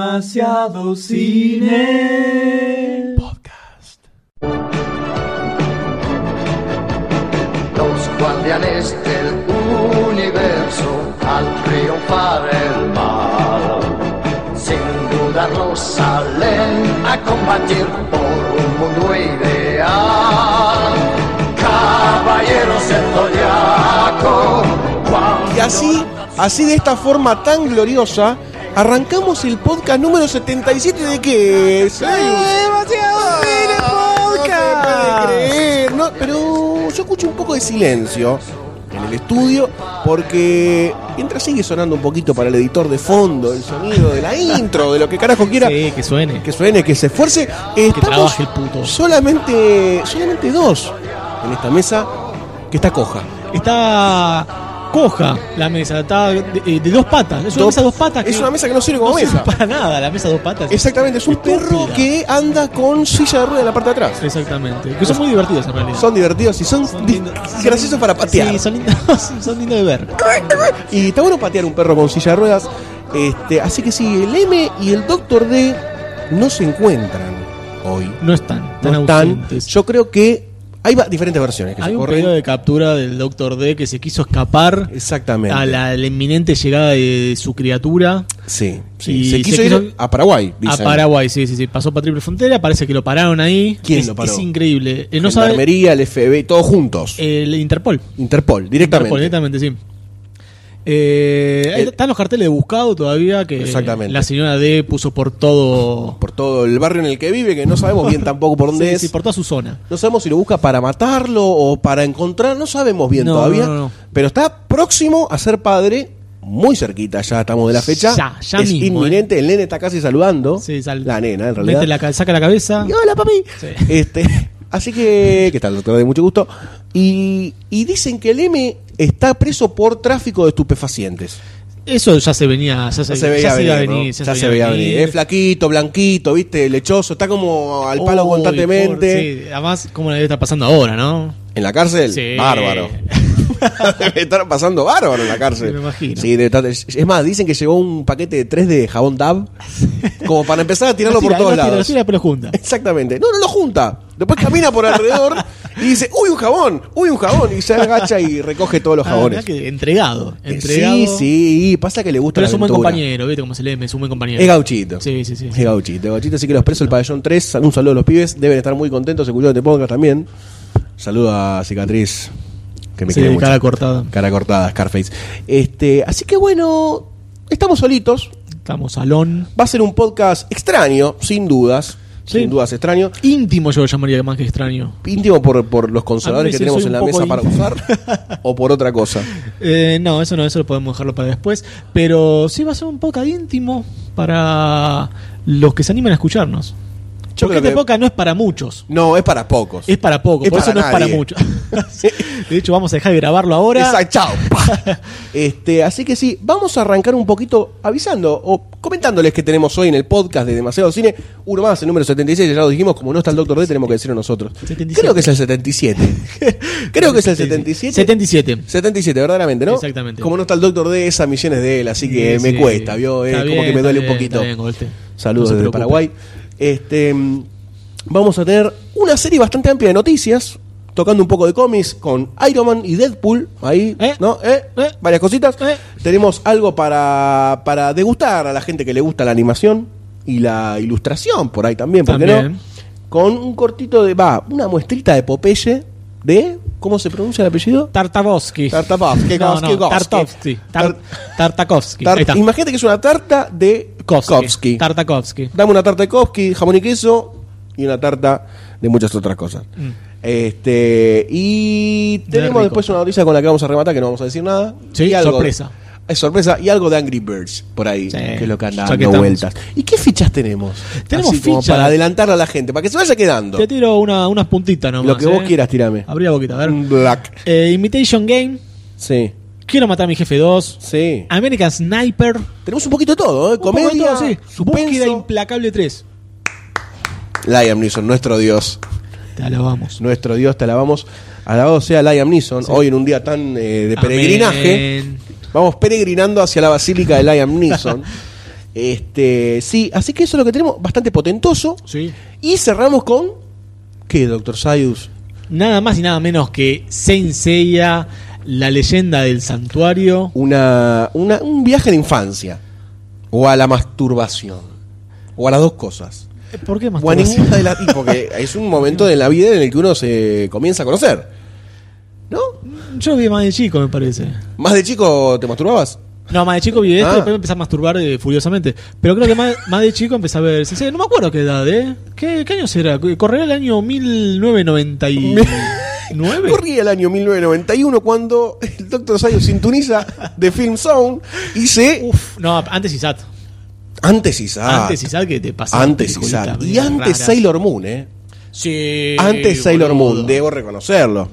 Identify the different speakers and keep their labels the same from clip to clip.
Speaker 1: Demasiado cine.
Speaker 2: Podcast.
Speaker 3: Los guardianes del universo al triunfar el mal. Sin dudarlo salen a combatir por un mundo ideal. Caballeros del Zodiaco, Juan
Speaker 4: Y así, así de esta forma tan gloriosa, arrancamos el podcast número 77 de qué es. ¡Demasiado podcast! No se puede creer, no, pero yo escucho un poco de silencio en el estudio porque mientras sigue sonando un poquito para el editor de fondo, el sonido de la intro, de lo que carajo quiera.
Speaker 1: Sí, que suene.
Speaker 4: Que suene, que se esfuerce. Estamos
Speaker 1: trabaje el puto.
Speaker 4: solamente, solamente dos en esta mesa que está coja.
Speaker 1: Está coja la mesa, está de, eh, de dos patas. Es una
Speaker 4: Dos-
Speaker 1: mesa dos patas.
Speaker 4: Es una mesa que no sirve como
Speaker 1: no sirve
Speaker 4: mesa.
Speaker 1: para nada, la mesa dos patas.
Speaker 4: Exactamente, es un
Speaker 1: Estúpida.
Speaker 4: perro que anda con silla de rueda en la parte de atrás.
Speaker 1: Exactamente. Que son muy divertidos en realidad.
Speaker 4: Son divertidos y son, di-
Speaker 1: lindos-
Speaker 4: graciosos para patear.
Speaker 1: Sí, son lindos, son lindos de ver.
Speaker 4: Y está bueno patear un perro con silla de ruedas. Este, así que sí, el M y el Doctor D no se encuentran hoy.
Speaker 1: No están, tan
Speaker 4: No están.
Speaker 1: ausentes.
Speaker 4: Yo creo que hay va- diferentes versiones que
Speaker 1: Hay
Speaker 4: se
Speaker 1: un
Speaker 4: corren.
Speaker 1: periodo de captura del Doctor D que se quiso escapar
Speaker 4: Exactamente.
Speaker 1: a la, la inminente llegada de su criatura.
Speaker 4: Sí, sí.
Speaker 1: Y
Speaker 4: Se quiso
Speaker 1: se
Speaker 4: ir
Speaker 1: quiso-
Speaker 4: a Paraguay, dicen.
Speaker 1: A Paraguay, sí, sí, sí. Pasó para Triple Frontera, parece que lo pararon ahí.
Speaker 4: ¿Quién
Speaker 1: es,
Speaker 4: lo paró?
Speaker 1: Es increíble. Eh, no sabe
Speaker 4: Gendarmería, el FBI, todos juntos.
Speaker 1: el Interpol.
Speaker 4: Interpol, directamente.
Speaker 1: Interpol, directamente, sí. Eh, ahí
Speaker 4: El-
Speaker 1: están los carteles de buscado todavía que
Speaker 4: Exactamente.
Speaker 1: la señora D puso por todo.
Speaker 4: Por todo el barrio en el que vive, que no sabemos bien tampoco por dónde
Speaker 1: Sí,
Speaker 4: es.
Speaker 1: sí, por toda su zona.
Speaker 4: No sabemos si lo busca para matarlo o para encontrar, no sabemos bien
Speaker 1: No,
Speaker 4: todavía.
Speaker 1: no, no.
Speaker 4: Pero está próximo a ser padre, muy cerquita, ya estamos de la fecha.
Speaker 1: Ya, ya
Speaker 4: es
Speaker 1: mismo, eh.
Speaker 4: inminente, el nene está casi saludando.
Speaker 1: Sí, sal-
Speaker 4: la nena, en realidad.
Speaker 1: mete la ca- saca la cabeza.
Speaker 4: Y, hola, papi.
Speaker 1: Sí.
Speaker 4: Este, así que, ¿qué tal, doctor? De mucho gusto. Y, y dicen que el M está preso por tráfico de estupefacientes.
Speaker 1: Eso ya se venía, ya se,
Speaker 4: Ya se
Speaker 1: ya
Speaker 4: veía
Speaker 1: se
Speaker 4: venir.
Speaker 1: iba a
Speaker 4: ¿no?
Speaker 1: venir,
Speaker 4: Ya se veía venir. Es flaquito, blanquito, viste, lechoso, está como al palo
Speaker 1: Uy,
Speaker 4: constantemente.
Speaker 1: por- sí, además, como le debe estar pasando ahora, ¿no?
Speaker 4: ¿En la cárcel?
Speaker 1: Sí.
Speaker 4: Bárbaro. debe estar pasando bárbaro en la cárcel.
Speaker 1: Me imagino.
Speaker 4: Sí, debe estar- es es más, dicen que llegó un paquete de tres de jabón Dab. Como para empezar a tirarlo
Speaker 1: Lo
Speaker 4: por
Speaker 1: tira,
Speaker 4: todos
Speaker 1: lo tira, lo
Speaker 4: lados.
Speaker 1: tira, pero junta.
Speaker 4: Exactamente. No, no lo junta. Después camina por alrededor y dice, uy, un jabón, uy, un jabón. Y se agacha y recoge todos los
Speaker 1: Ah, mirá
Speaker 4: jabones.
Speaker 1: que entregado,
Speaker 4: Eh,
Speaker 1: entregado.
Speaker 4: Sí, sí, pasa que le gusta
Speaker 1: Pero
Speaker 4: la
Speaker 1: es un buen
Speaker 4: aventura.
Speaker 1: compañero, ¿viste cómo se le es un buen compañero.
Speaker 4: Es gauchito.
Speaker 1: Sí, sí, sí.
Speaker 4: Es gauchito, es gauchito. Así que los presos del pabellón 3, un saludo a los pibes. Deben estar muy contentos. Se escuchó de podcast también. Saludo a Cicatriz, que me
Speaker 1: Sí,
Speaker 4: quiere mucho.
Speaker 1: cara cortada.
Speaker 4: Cara cortada, Scarface. Este, así que bueno, estamos solitos.
Speaker 1: Estamos salón.
Speaker 4: Va a ser un podcast extraño, sin dudas.
Speaker 1: Sí.
Speaker 4: Sin dudas extraño.
Speaker 1: Íntimo yo lo llamaría más que extraño.
Speaker 4: Íntimo por, por los consoladores
Speaker 1: A
Speaker 4: que
Speaker 1: mí me
Speaker 4: tenemos
Speaker 1: dicen,
Speaker 4: en la
Speaker 1: soy
Speaker 4: mesa
Speaker 1: un
Speaker 4: para
Speaker 1: poco
Speaker 4: usar o por otra cosa.
Speaker 1: Eh, no, eso no, eso lo podemos dejarlo para después. Pero sí va a ser un poco íntimo para los que se animan a escucharnos.
Speaker 4: Yo
Speaker 1: Porque este
Speaker 4: creo que-
Speaker 1: podcast no es para muchos.
Speaker 4: No, es para pocos.
Speaker 1: Es para pocos,
Speaker 4: Es
Speaker 1: por eso
Speaker 4: para
Speaker 1: no es para
Speaker 4: nadie.
Speaker 1: muchos. de hecho, vamos a dejar de grabarlo ahora.
Speaker 4: Esa- chao. pa. este, así que sí, vamos a arrancar un poquito avisando o comentándoles que tenemos hoy en el podcast de Demasiado Cine. Uno más, el número 76, ya lo dijimos, como no está el Doctor D, tenemos que decirlo nosotros.
Speaker 1: 77.
Speaker 4: Creo que es el 77. Creo que es el 77.
Speaker 1: 77.
Speaker 4: 77, verdaderamente, ¿no?
Speaker 1: Exactamente.
Speaker 4: Como no está el Doctor D, esa misión es de él, así que
Speaker 1: Sí,
Speaker 4: me
Speaker 1: sí.
Speaker 4: cuesta, ¿vio? Es
Speaker 1: Está
Speaker 4: como
Speaker 1: bien,
Speaker 4: que me
Speaker 1: está
Speaker 4: duele
Speaker 1: bien,
Speaker 4: un poquito.
Speaker 1: está bien, Golte. No
Speaker 4: Saludos
Speaker 1: se
Speaker 4: desde
Speaker 1: preocupe.
Speaker 4: Paraguay. Este, mm, vamos a tener una serie bastante amplia de noticias, tocando un poco de cómics con Iron Man y Deadpool. Ahí,
Speaker 1: Eh,
Speaker 4: ¿no? Eh,
Speaker 1: eh,
Speaker 4: varias cositas.
Speaker 1: eh.
Speaker 4: Tenemos algo para, para degustar a la gente que le gusta la animación y la ilustración por ahí también, ¿por qué
Speaker 1: También.
Speaker 4: no? Con un cortito de. Va, una muestrita de Popeye de. ¿Cómo se pronuncia el apellido?
Speaker 1: Tartakovsky.
Speaker 4: Tartakovsky,
Speaker 1: No, no,
Speaker 4: Kowski, Kowski.
Speaker 1: Tartovsky. Tar- Tartakovsky.
Speaker 4: Tar-
Speaker 1: Ahí está.
Speaker 4: Imagínate que es una tarta de
Speaker 1: Kovsky.
Speaker 4: Kovsky.
Speaker 1: Tartakovsky.
Speaker 4: Dame una tarta de Kovsky, jamón y queso y una tarta de muchas otras cosas. Este y
Speaker 1: Mm.
Speaker 4: tenemos
Speaker 1: rico.
Speaker 4: después una noticia con la que vamos a rematar que no vamos a decir nada.
Speaker 1: Sí,
Speaker 4: Y
Speaker 1: sorpresa.
Speaker 4: Es sorpresa y algo de Angry Birds por ahí,
Speaker 1: Sí,
Speaker 4: que es lo que anda
Speaker 1: ya
Speaker 4: dando
Speaker 1: que estamos.
Speaker 4: vueltas. ¿Y qué fichas tenemos?
Speaker 1: Tenemos
Speaker 4: Así como
Speaker 1: fichas.
Speaker 4: para adelantar a la gente, para que se vaya quedando.
Speaker 1: Te tiro una- unas puntitas nomás.
Speaker 4: Lo que vos
Speaker 1: eh.
Speaker 4: quieras, Mm. tirame.
Speaker 1: Abrí la boquita, a ver.
Speaker 4: Un Black.
Speaker 1: Eh, Imitation Game.
Speaker 4: Sí.
Speaker 1: Quiero matar a mi jefe 2.
Speaker 4: Sí.
Speaker 1: American Sniper.
Speaker 4: Tenemos un poquito de todo, ¿eh?
Speaker 1: Un poco de
Speaker 4: Comedia,
Speaker 1: todo, sí. Búsqueda
Speaker 4: suspenso.
Speaker 1: implacable 3.
Speaker 4: Liam Neeson, nuestro dios.
Speaker 1: Te alabamos.
Speaker 4: Nuestro Dios, te alabamos. Alabado sea Liam Neeson, hoy en un día tan eh, de peregrinaje.
Speaker 1: Amén.
Speaker 4: Vamos peregrinando hacia la Basílica de Liam Neeson. Este, sí, así que eso es lo que tenemos, bastante potentoso.
Speaker 1: Sí.
Speaker 4: Y cerramos con ¿qué, Doctor Sayus?
Speaker 1: Nada más y nada menos que Senseiya, la leyenda del santuario.
Speaker 4: Una, una- un viaje de infancia o a la masturbación o a las dos cosas.
Speaker 1: ¿Por qué más?
Speaker 4: O a ninguna Uh. de las y porque es un momento de la vida en el que uno se comienza a conocer. ¿No?
Speaker 1: Yo vi más de chico, me parece.
Speaker 4: ¿Más de chico te masturbabas?
Speaker 1: No, más de chico vi esto
Speaker 4: Ah.
Speaker 1: y después me empecé a masturbar eh, furiosamente. Pero creo que más, más de chico empecé a ver Senseiya. No me acuerdo qué edad, ¿eh? ¿Qué, qué año será? Corría el año 1999.
Speaker 4: Corría el año 1991 cuando el Dr. Sayus sintoniza de Film Zone y se.
Speaker 1: Uf, no, antes ISAT.
Speaker 4: Antes Isaac.
Speaker 1: Antes ISAT que te pasaba.
Speaker 4: Ah, Antes
Speaker 1: peliculitas
Speaker 4: Isaac. Y
Speaker 1: medias
Speaker 4: antes
Speaker 1: raras.
Speaker 4: Sailor Moon, ¿eh?
Speaker 1: Sí,
Speaker 4: antes Sailor
Speaker 1: boludo.
Speaker 4: Moon, debo reconocerlo.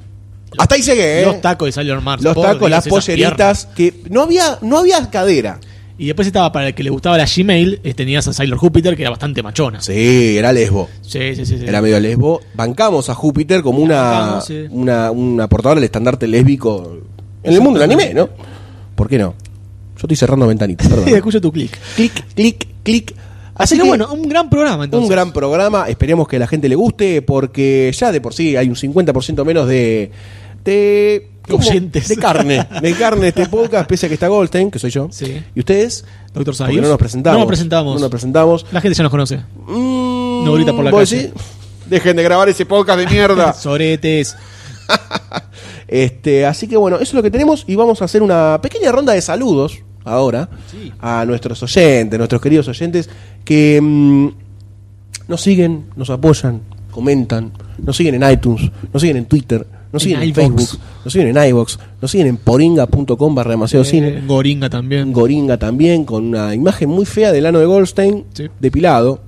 Speaker 4: Hasta ahí llegué, ¿eh?
Speaker 1: Los tacos de Sailor Mars.
Speaker 4: Los
Speaker 1: por
Speaker 4: tacos,
Speaker 1: Dios,
Speaker 4: las
Speaker 1: esas piernas.
Speaker 4: polleritas, que no había, no había cadera.
Speaker 1: Y después estaba para el que le gustaba la Gmail, eh, tenías a Sailor Júpiter, que era bastante machona. Sí,
Speaker 4: Sí, era lesbo.
Speaker 1: sí, sí. sí.
Speaker 4: Era medio lesbo. Bancamos a Júpiter como una,
Speaker 1: bancamos, sí.
Speaker 4: una, una portadora del estandarte lésbico en el mundo del anime, ¿no? ¿Por qué no? Yo estoy cerrando ventanitas,
Speaker 1: Y
Speaker 4: perdón.
Speaker 1: escucho tu clic.
Speaker 4: clic, clic, clic.
Speaker 1: Así que,
Speaker 4: que-
Speaker 1: Ah, bueno, un gran programa entonces.
Speaker 4: Un gran programa, esperemos que a la gente le guste, porque ya de por sí hay un 50% menos de. de.
Speaker 1: Oyentes.
Speaker 4: de carne. De carne este podcast, pese a que está Goldstein, que soy yo.
Speaker 1: Sí.
Speaker 4: ¿Y ustedes?
Speaker 1: Doctor
Speaker 4: Porque
Speaker 1: Sayus.
Speaker 4: no nos presentamos.
Speaker 1: No nos presentamos.
Speaker 4: No nos presentamos.
Speaker 1: La gente ya nos conoce.
Speaker 4: Mm,
Speaker 1: No grita por la
Speaker 4: ¿vos
Speaker 1: calle.
Speaker 4: decís? Dejen de grabar ese podcast de mierda.
Speaker 1: Soretes.
Speaker 4: este, así que bueno, eso es lo que tenemos y vamos a hacer una pequeña ronda de saludos ahora
Speaker 1: Sí.
Speaker 4: a nuestros oyentes, nuestros queridos oyentes que mm, nos siguen, nos apoyan, comentan, nos siguen en iTunes, nos siguen en Twitter, nos
Speaker 1: En
Speaker 4: siguen en
Speaker 1: iVoox.
Speaker 4: Facebook, nos siguen en iVox, nos siguen en poringa.com barra demasiado cine.
Speaker 1: Eh, Goringa también.
Speaker 4: Goringa también, con una imagen muy fea del ano de Goldstein,
Speaker 1: Sí.
Speaker 4: depilado.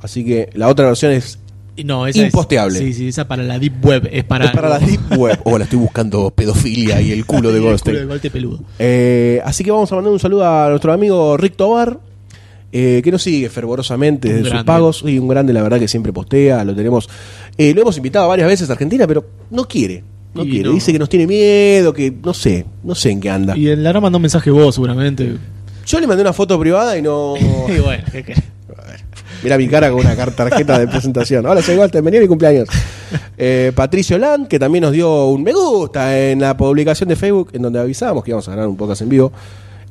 Speaker 4: Así que la otra versión es
Speaker 1: Y no, esa es-
Speaker 4: Imposteable.
Speaker 1: sí, sí, esa para la Deep Web. Es para,
Speaker 4: es para la Deep Web. Hola, estoy buscando pedofilia y el
Speaker 1: El
Speaker 4: culo de
Speaker 1: culo de
Speaker 4: Goldstein.
Speaker 1: Goldstein peludo.
Speaker 4: Eh, así que vamos a mandar un saludo a nuestro amigo Rick Tobar, eh, que nos sigue fervorosamente
Speaker 1: Un
Speaker 4: desde sus
Speaker 1: grande.
Speaker 4: pagos. Y un grande, la verdad, que siempre postea. Lo tenemos. eh, lo hemos invitado varias veces a Argentina, pero no quiere. No
Speaker 1: Y
Speaker 4: quiere.
Speaker 1: no.
Speaker 4: Dice que nos tiene miedo, que no sé. No sé en qué anda.
Speaker 1: Y el Lara mandó un mensaje vos, seguramente.
Speaker 4: Yo le mandé una foto privada y no.
Speaker 1: Y bueno, ¿qué querés?
Speaker 4: Mira mi cara con una car- tarjeta de presentación. Hola, soy Walter, bienvenido a mi cumpleaños. Eh, Patricio Land, que también nos dio un me gusta en la publicación de Facebook, en donde avisábamos que íbamos a ganar un podcast en vivo.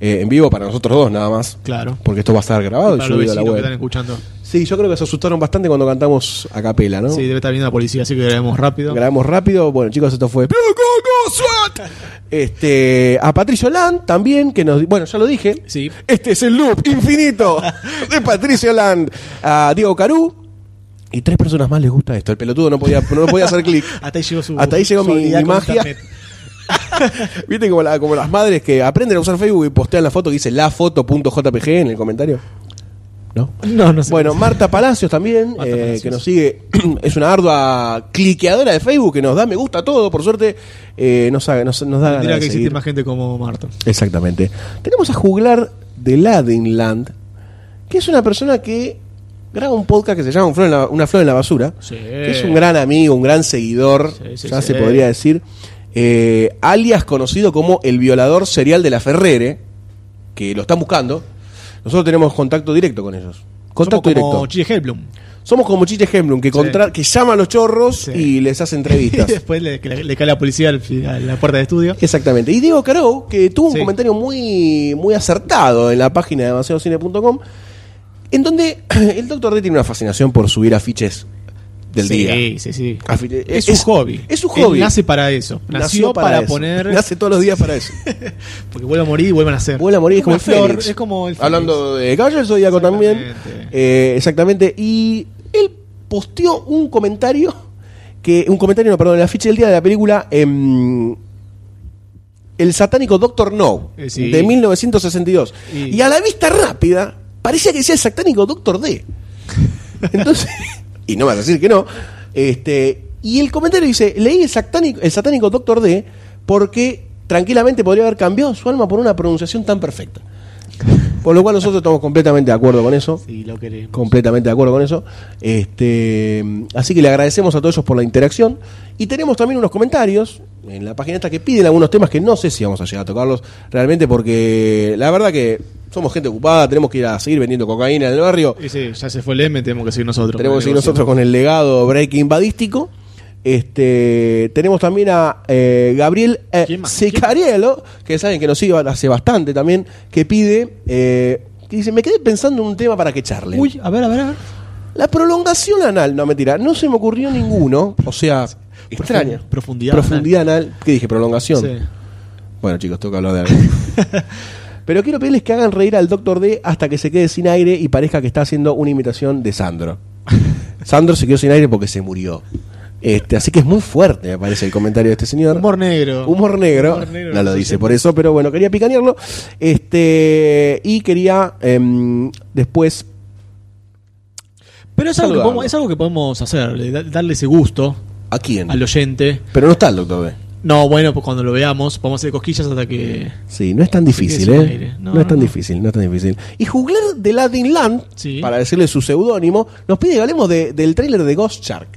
Speaker 4: Eh, en vivo para nosotros dos, nada más.
Speaker 1: Claro.
Speaker 4: Porque esto va a estar grabado y,
Speaker 1: para los
Speaker 4: subido
Speaker 1: vecinos
Speaker 4: a la
Speaker 1: que están
Speaker 4: web.
Speaker 1: escuchando.
Speaker 4: Sí, yo creo que se asustaron bastante cuando cantamos a capela, ¿no?
Speaker 1: Sí, debe estar viendo la policía, así que grabemos rápido.
Speaker 4: Grabamos rápido. Bueno, chicos, esto fue. Este, a Patricio Land también, que nos. di- Bueno, ya lo dije.
Speaker 1: Sí.
Speaker 4: Este es el loop infinito de Patricio Land. A Diego Carú. Y tres personas más les gusta esto. El pelotudo no podía, no podía hacer clic.
Speaker 1: Hasta ahí llegó su.
Speaker 4: Hasta ahí llegó mi-
Speaker 1: su habilidad
Speaker 4: mi
Speaker 1: con
Speaker 4: magia.
Speaker 1: internet.
Speaker 4: ¿Viste como, la- como las madres que aprenden a usar Facebook y postean la foto que dice lafoto.jpg en el comentario? ¿No?
Speaker 1: No, no sé.
Speaker 4: Bueno, Marta Palacios también,
Speaker 1: Marta
Speaker 4: eh,
Speaker 1: Palacios.
Speaker 4: que nos sigue, es una ardua cliqueadora de Facebook que nos da me gusta a todo, por suerte, eh, nos, haga- nos, nos da ganas
Speaker 1: Tendría
Speaker 4: de
Speaker 1: que
Speaker 4: seguir.
Speaker 1: existe más gente como Marta.
Speaker 4: Exactamente. Tenemos a Juglar de Ladinland, que es una persona que graba un podcast que se llama Un Flor en la- Una Flor en la Basura,
Speaker 1: Sí.
Speaker 4: que es un gran amigo, un gran seguidor,
Speaker 1: Sí, sí,
Speaker 4: ya
Speaker 1: sí.
Speaker 4: se podría decir, eh, alias conocido como el violador serial de la Ferrere, que lo están buscando. Nosotros tenemos contacto directo con ellos. Contacto
Speaker 1: Somos como
Speaker 4: directo.
Speaker 1: Chile Hellblum.
Speaker 4: Somos como Chiche Hemblum, que, contra- que llama a los chorros
Speaker 1: Sí.
Speaker 4: y les hace
Speaker 1: Y
Speaker 4: entrevistas.
Speaker 1: después le, que le- le cae la policía al fi- a la puerta de estudio.
Speaker 4: Exactamente. Y Diego Caro, que tuvo un
Speaker 1: Sí.
Speaker 4: comentario muy, muy acertado en la página de demasiadocine.com, en donde el Dr. D tiene una fascinación por subir afiches del
Speaker 1: sí,
Speaker 4: día.
Speaker 1: Sí, sí,
Speaker 4: Afi-
Speaker 1: Es su hobby.
Speaker 4: Es su
Speaker 1: Él
Speaker 4: hobby. Eh,
Speaker 1: nace para eso. Nació, para,
Speaker 4: eso.
Speaker 1: poner.
Speaker 4: Nace todos los días para eso.
Speaker 1: Porque vuelve a morir y vuelve a nacer.
Speaker 4: Vuelve a morir, es como,
Speaker 1: la flor,
Speaker 4: el Fénix.
Speaker 1: Es como el Fénix.
Speaker 4: Hablando de Caballo del Zodíaco también.
Speaker 1: Exactamente.
Speaker 4: Eh, exactamente. Y él posteó un comentario, que un comentario, no, perdón, el afiche del día de la película em, El satánico Doctor No,
Speaker 1: Eh, sí.
Speaker 4: de 1962.
Speaker 1: Y-
Speaker 4: Y a la vista rápida, parecía que decía el satánico Doctor D. Entonces, y no me vas a decir que no. Este, y el comentario dice, leí el satánico, el satánico Doctor D porque tranquilamente podría haber cambiado su alma por una pronunciación tan perfecta. Por lo cual nosotros estamos completamente de acuerdo con eso.
Speaker 1: Sí, lo queremos.
Speaker 4: Completamente de acuerdo con eso. Este, así que le agradecemos a todos ellos por la interacción. Y tenemos también unos comentarios en la página esta que piden algunos temas que no sé si vamos a llegar a tocarlos realmente porque la verdad que somos gente ocupada, tenemos que ir a seguir vendiendo cocaína en el barrio.
Speaker 1: Y sí, ya se fue el M, tenemos que seguir nosotros.
Speaker 4: Tenemos que seguir nosotros con el legado breaking badístico. Este, tenemos también a eh, Gabriel eh,
Speaker 1: ¿Quién más?
Speaker 4: Sicariello, que saben que nos sigue hace bastante también, que pide, eh, que dice, me quedé pensando en un tema para que charlen.
Speaker 1: Uy, a ver, a ver, a ver.
Speaker 4: La prolongación anal, no mentira, no se me ocurrió ninguno, o sea, extraña.
Speaker 1: profundidad
Speaker 4: Profundidad anal, ¿qué dije? Prolongación.
Speaker 1: Sí.
Speaker 4: Bueno, chicos, toca hablar de algo. Pero quiero pedirles que hagan reír al Doctor D hasta que se quede sin aire y parezca que está haciendo una imitación de Sandro. Sandro se quedó sin aire porque se murió. Este, así que es muy fuerte, me parece, el comentario de este señor.
Speaker 1: Humor negro.
Speaker 4: Humor negro.
Speaker 1: Humor negro,
Speaker 4: no lo
Speaker 1: sí,
Speaker 4: dice pues.
Speaker 1: sí.
Speaker 4: por eso, pero bueno, quería picanearlo. Este, y quería em, después.
Speaker 1: Pero es algo, que
Speaker 4: Saludarlo.
Speaker 1: podemos, es algo que podemos hacer, le da- darle ese gusto
Speaker 4: ¿A quién?
Speaker 1: al oyente.
Speaker 4: Pero no está el Doctor D.
Speaker 1: No, bueno, pues cuando lo veamos, podemos hacer cosquillas hasta que.
Speaker 4: Sí, no es tan difícil,
Speaker 1: sin
Speaker 4: ¿eh?
Speaker 1: aire.
Speaker 4: No,
Speaker 1: No,
Speaker 4: es tan
Speaker 1: no.
Speaker 4: difícil, no es tan difícil. Y Jugler de Latin Land,
Speaker 1: Sí.
Speaker 4: para decirle su seudónimo, nos pide que hablemos de- del tráiler de Ghost Shark.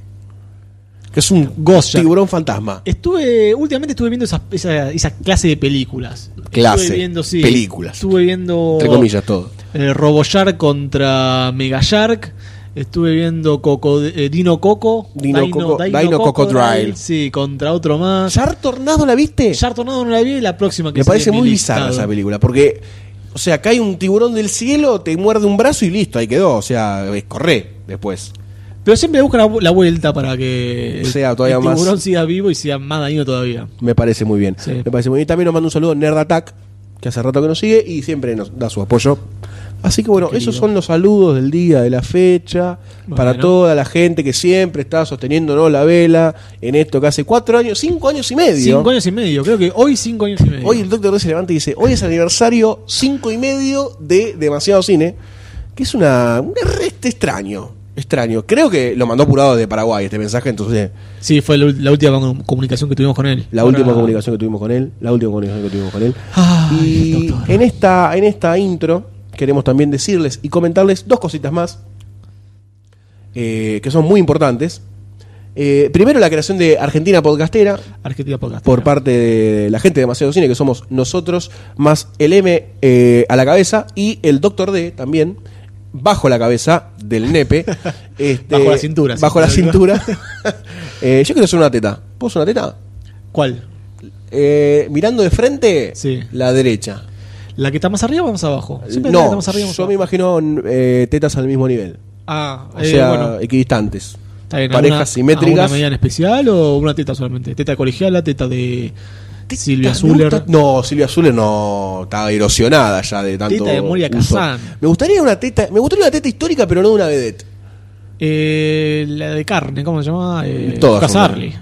Speaker 4: Que es un
Speaker 1: Ghost Shark.
Speaker 4: tiburón fantasma.
Speaker 1: Estuve, últimamente estuve viendo esa, esa, esa clase de películas.
Speaker 4: Clase,
Speaker 1: Estuve viendo, sí.
Speaker 4: películas.
Speaker 1: Estuve viendo.
Speaker 4: Entre comillas, todo.
Speaker 1: eh, RoboShark contra Megashark. Estuve viendo Coco, eh, Dino Coco.
Speaker 4: Dino Coco- Dino Cocodrile.
Speaker 1: Sí, contra otro más.
Speaker 4: ¿Shark Tornado la viste?
Speaker 1: Ya Tornado no la vi y la próxima que
Speaker 4: Me
Speaker 1: sigue
Speaker 4: parece
Speaker 1: en mi
Speaker 4: muy bizarra
Speaker 1: listado.
Speaker 4: esa película, porque, o sea, cae un tiburón del cielo, te muerde un brazo y listo, ahí quedó. O sea, es corré después.
Speaker 1: Pero siempre buscan la, vu- la vuelta para que
Speaker 4: Sea todavía
Speaker 1: el
Speaker 4: más-
Speaker 1: tiburón siga vivo y sea más dañino todavía.
Speaker 4: Me parece muy bien.
Speaker 1: Sí.
Speaker 4: Me parece muy bien. Y también nos manda un saludo Nerd Attack, que hace rato que nos sigue y siempre nos da su apoyo. Así que bueno,
Speaker 1: Querido.
Speaker 4: esos son los saludos del día, de la fecha,
Speaker 1: Bueno.
Speaker 4: para toda la gente que siempre está sosteniéndonos la vela en esto que hace cuatro años, cinco años y medio.
Speaker 1: Cinco años y medio, creo que hoy cinco años y medio.
Speaker 4: Hoy el doctor D se levanta y dice, hoy es aniversario cinco y medio de Demasiado Cine, que es una, un reste extraño, extraño. Creo que lo mandó apurado de Paraguay este mensaje, entonces eh,
Speaker 1: Sí, fue la, ul- la última com- comunicación que tuvimos con él.
Speaker 4: la
Speaker 1: Ahora-
Speaker 4: última comunicación que tuvimos con él, la última comunicación que tuvimos con él.
Speaker 1: Ay,
Speaker 4: Y
Speaker 1: doctor.
Speaker 4: en esta, en esta intro queremos también decirles y comentarles dos cositas más eh, que son muy importantes. Eh, primero, la creación de Argentina Podcastera
Speaker 1: Argentina Podcast.
Speaker 4: por parte de la gente de Demasiado Cine, que somos nosotros, más el M eh, a la cabeza y el Doctor D también, bajo la cabeza del nepe. este,
Speaker 1: Bajo la cintura, sí,
Speaker 4: Bajo la
Speaker 1: lo digo.
Speaker 4: cintura. Eh, yo quiero hacer una teta. ¿Puedo hacer una teta?
Speaker 1: ¿Cuál?
Speaker 4: Eh, mirando de frente,
Speaker 1: Sí.
Speaker 4: la derecha.
Speaker 1: ¿La que está más arriba o más abajo? Siempre la que
Speaker 4: No,
Speaker 1: está más arriba o más
Speaker 4: yo me
Speaker 1: abajo.
Speaker 4: imagino eh, tetas al mismo nivel.
Speaker 1: Ah,
Speaker 4: O
Speaker 1: eh,
Speaker 4: sea,
Speaker 1: bueno.
Speaker 4: equidistantes.
Speaker 1: Está bien,
Speaker 4: parejas
Speaker 1: ¿alguna-
Speaker 4: simétricas.
Speaker 1: ¿Alguna medida en especial o una teta solamente? ¿Teta colegiala, teta de Silvia
Speaker 4: Me gusta-
Speaker 1: Zuller?
Speaker 4: No, Silvia Zuller no está erosionada ya de tanto.
Speaker 1: Teta de Moria
Speaker 4: uso.
Speaker 1: Kazan.
Speaker 4: Me gustaría una teta, me gustaría una teta histórica, pero no de una vedette.
Speaker 1: Eh, la de carne, ¿cómo se llama? Eh,
Speaker 4: Todas son
Speaker 1: Casarli.
Speaker 4: buenas.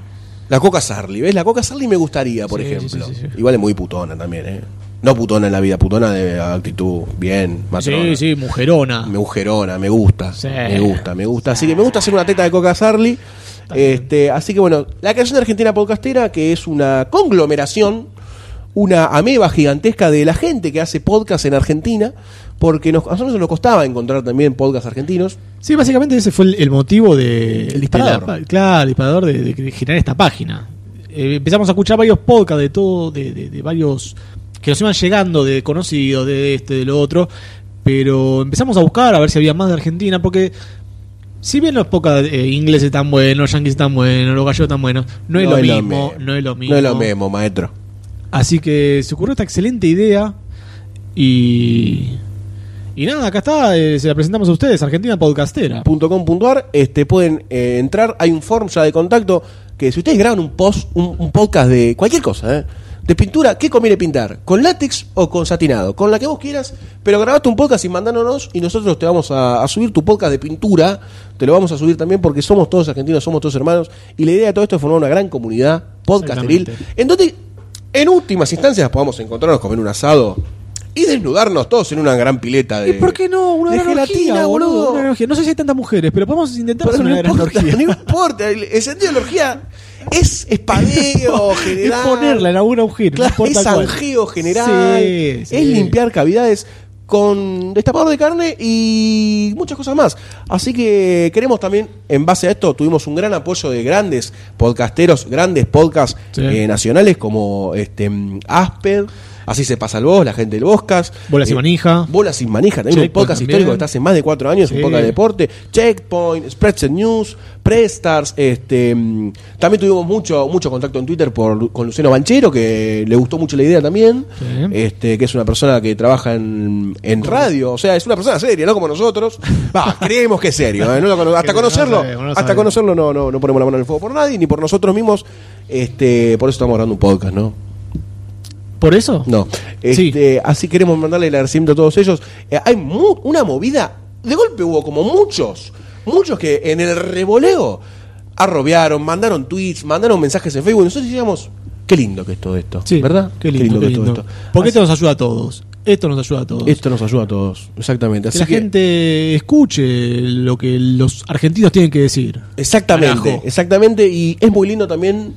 Speaker 4: La Coca Sarli, ¿ves? La Coca Sarli me gustaría, por
Speaker 1: Sí, sí,
Speaker 4: ejemplo.
Speaker 1: sí, sí, sí.
Speaker 4: Igual es muy putona también, ¿eh? No putona en la vida, putona de actitud, bien, matrona.
Speaker 1: Sí, sí, mujerona.
Speaker 4: Ah. Me agujerona, me gusta.
Speaker 1: Sí.
Speaker 4: Me gusta, me gusta. Así que me gusta hacer una teta de Coca Sarli. Este, así que bueno, la canción de Argentina Podcastera, que es una conglomeración, una ameba gigantesca de la gente que hace podcast en Argentina, porque nos, a nosotros nos costaba encontrar también podcast argentinos.
Speaker 1: Sí, básicamente ese fue el, el motivo de.
Speaker 4: El
Speaker 1: de
Speaker 4: disparador.
Speaker 1: la pa- claro, el disparador de, de generar esta página. Eh, empezamos a escuchar varios podcasts de todo, de, de- de varios. que nos iban llegando, de conocidos, de este, de lo otro. Pero empezamos a buscar a ver si había más de Argentina, porque. Si bien los podcasts eh, ingleses están buenos, los yankees están buenos, los gallegos están buenos, no es, lo, mismo, no es lo mismo.
Speaker 4: No es lo mismo, maestro.
Speaker 1: Así que se ocurrió esta excelente idea y. Y nada, acá está, eh, se la presentamos a ustedes, Argentina Podcastera.
Speaker 4: .com.ar, este, pueden eh, entrar, hay un form ya de contacto, que si ustedes graban un post, un, un podcast de cualquier cosa, ¿eh? de pintura, ¿qué conviene pintar? ¿Con látex o con satinado? Con la que vos quieras, pero grabaste un podcast y mandándonos y nosotros te vamos a, a subir tu podcast de pintura, te lo vamos a subir también porque somos todos argentinos, somos todos hermanos, y la idea de todo esto es formar una gran comunidad podcasteril,
Speaker 1: Exactamente.
Speaker 4: en donde en últimas instancias podamos encontrarnos, comer un asado y desnudarnos todos en una gran pileta de...
Speaker 1: ¿Y por qué no? Una
Speaker 4: de
Speaker 1: gran
Speaker 4: gelatina,
Speaker 1: orgía, boludo.
Speaker 4: boludo.
Speaker 1: Una gran orgía. No sé si hay tantas mujeres, pero podemos intentar
Speaker 4: Pero
Speaker 1: hacer una
Speaker 4: no,
Speaker 1: gran
Speaker 4: importa,
Speaker 1: orgía.
Speaker 4: no importa, el, el sentido de la orgía es espadeo
Speaker 1: Es
Speaker 4: general.
Speaker 1: ponerla en algún agujero. no
Speaker 4: Claro,
Speaker 1: importa
Speaker 4: es
Speaker 1: cuál.
Speaker 4: anjeo general,
Speaker 1: Sí, sí.
Speaker 4: es limpiar cavidades. con destapador de carne y muchas cosas más. Así que queremos también, en base a esto, tuvimos un gran apoyo de grandes podcasteros, grandes podcasts
Speaker 1: Sí.
Speaker 4: eh, nacionales como este mm, Asper, Así se pasa el voz, la gente del Boscas.
Speaker 1: Bola sin
Speaker 4: eh,
Speaker 1: manija.
Speaker 4: Bola sin manija, también
Speaker 1: Checkpoint
Speaker 4: un podcast
Speaker 1: también.
Speaker 4: histórico que está hace más de cuatro años, un
Speaker 1: Sí.
Speaker 4: podcast de deporte. Checkpoint, Spreads and News, Prestars. Este, mm, también tuvimos mucho, mucho contacto en Twitter por, con Luciano Banchero, que le gustó mucho la idea también.
Speaker 1: Sí.
Speaker 4: Este, que es una persona que trabaja en, en radio, o sea, es una persona seria, no como nosotros. Va, creemos que es serio, ¿eh? No lo cono- hasta
Speaker 1: Que no
Speaker 4: conocerlo,
Speaker 1: sabemos, no
Speaker 4: hasta
Speaker 1: sabemos.
Speaker 4: conocerlo no, no, no ponemos la mano en el fuego por nadie, ni por nosotros mismos. Este, por eso estamos grabando un podcast, ¿no?
Speaker 1: ¿Por eso?
Speaker 4: No.
Speaker 1: Sí.
Speaker 4: Este, Así queremos mandarle el agradecimiento a todos ellos. Eh, hay mu- una movida. De golpe hubo como muchos. Muchos que en el revoleo arrobearon, mandaron tweets, mandaron mensajes en Facebook. Nosotros decíamos, qué lindo que es todo esto.
Speaker 1: Sí.
Speaker 4: ¿Verdad?
Speaker 1: Qué lindo, qué
Speaker 4: que es todo
Speaker 1: lindo.
Speaker 4: esto.
Speaker 1: Porque esto nos ayuda a todos. Esto nos ayuda a todos.
Speaker 4: Esto nos ayuda a todos. Exactamente.
Speaker 1: que
Speaker 4: Así
Speaker 1: la
Speaker 4: que-
Speaker 1: gente escuche lo que los argentinos tienen que decir.
Speaker 4: Exactamente,
Speaker 1: Carajo.
Speaker 4: exactamente. Y es muy lindo también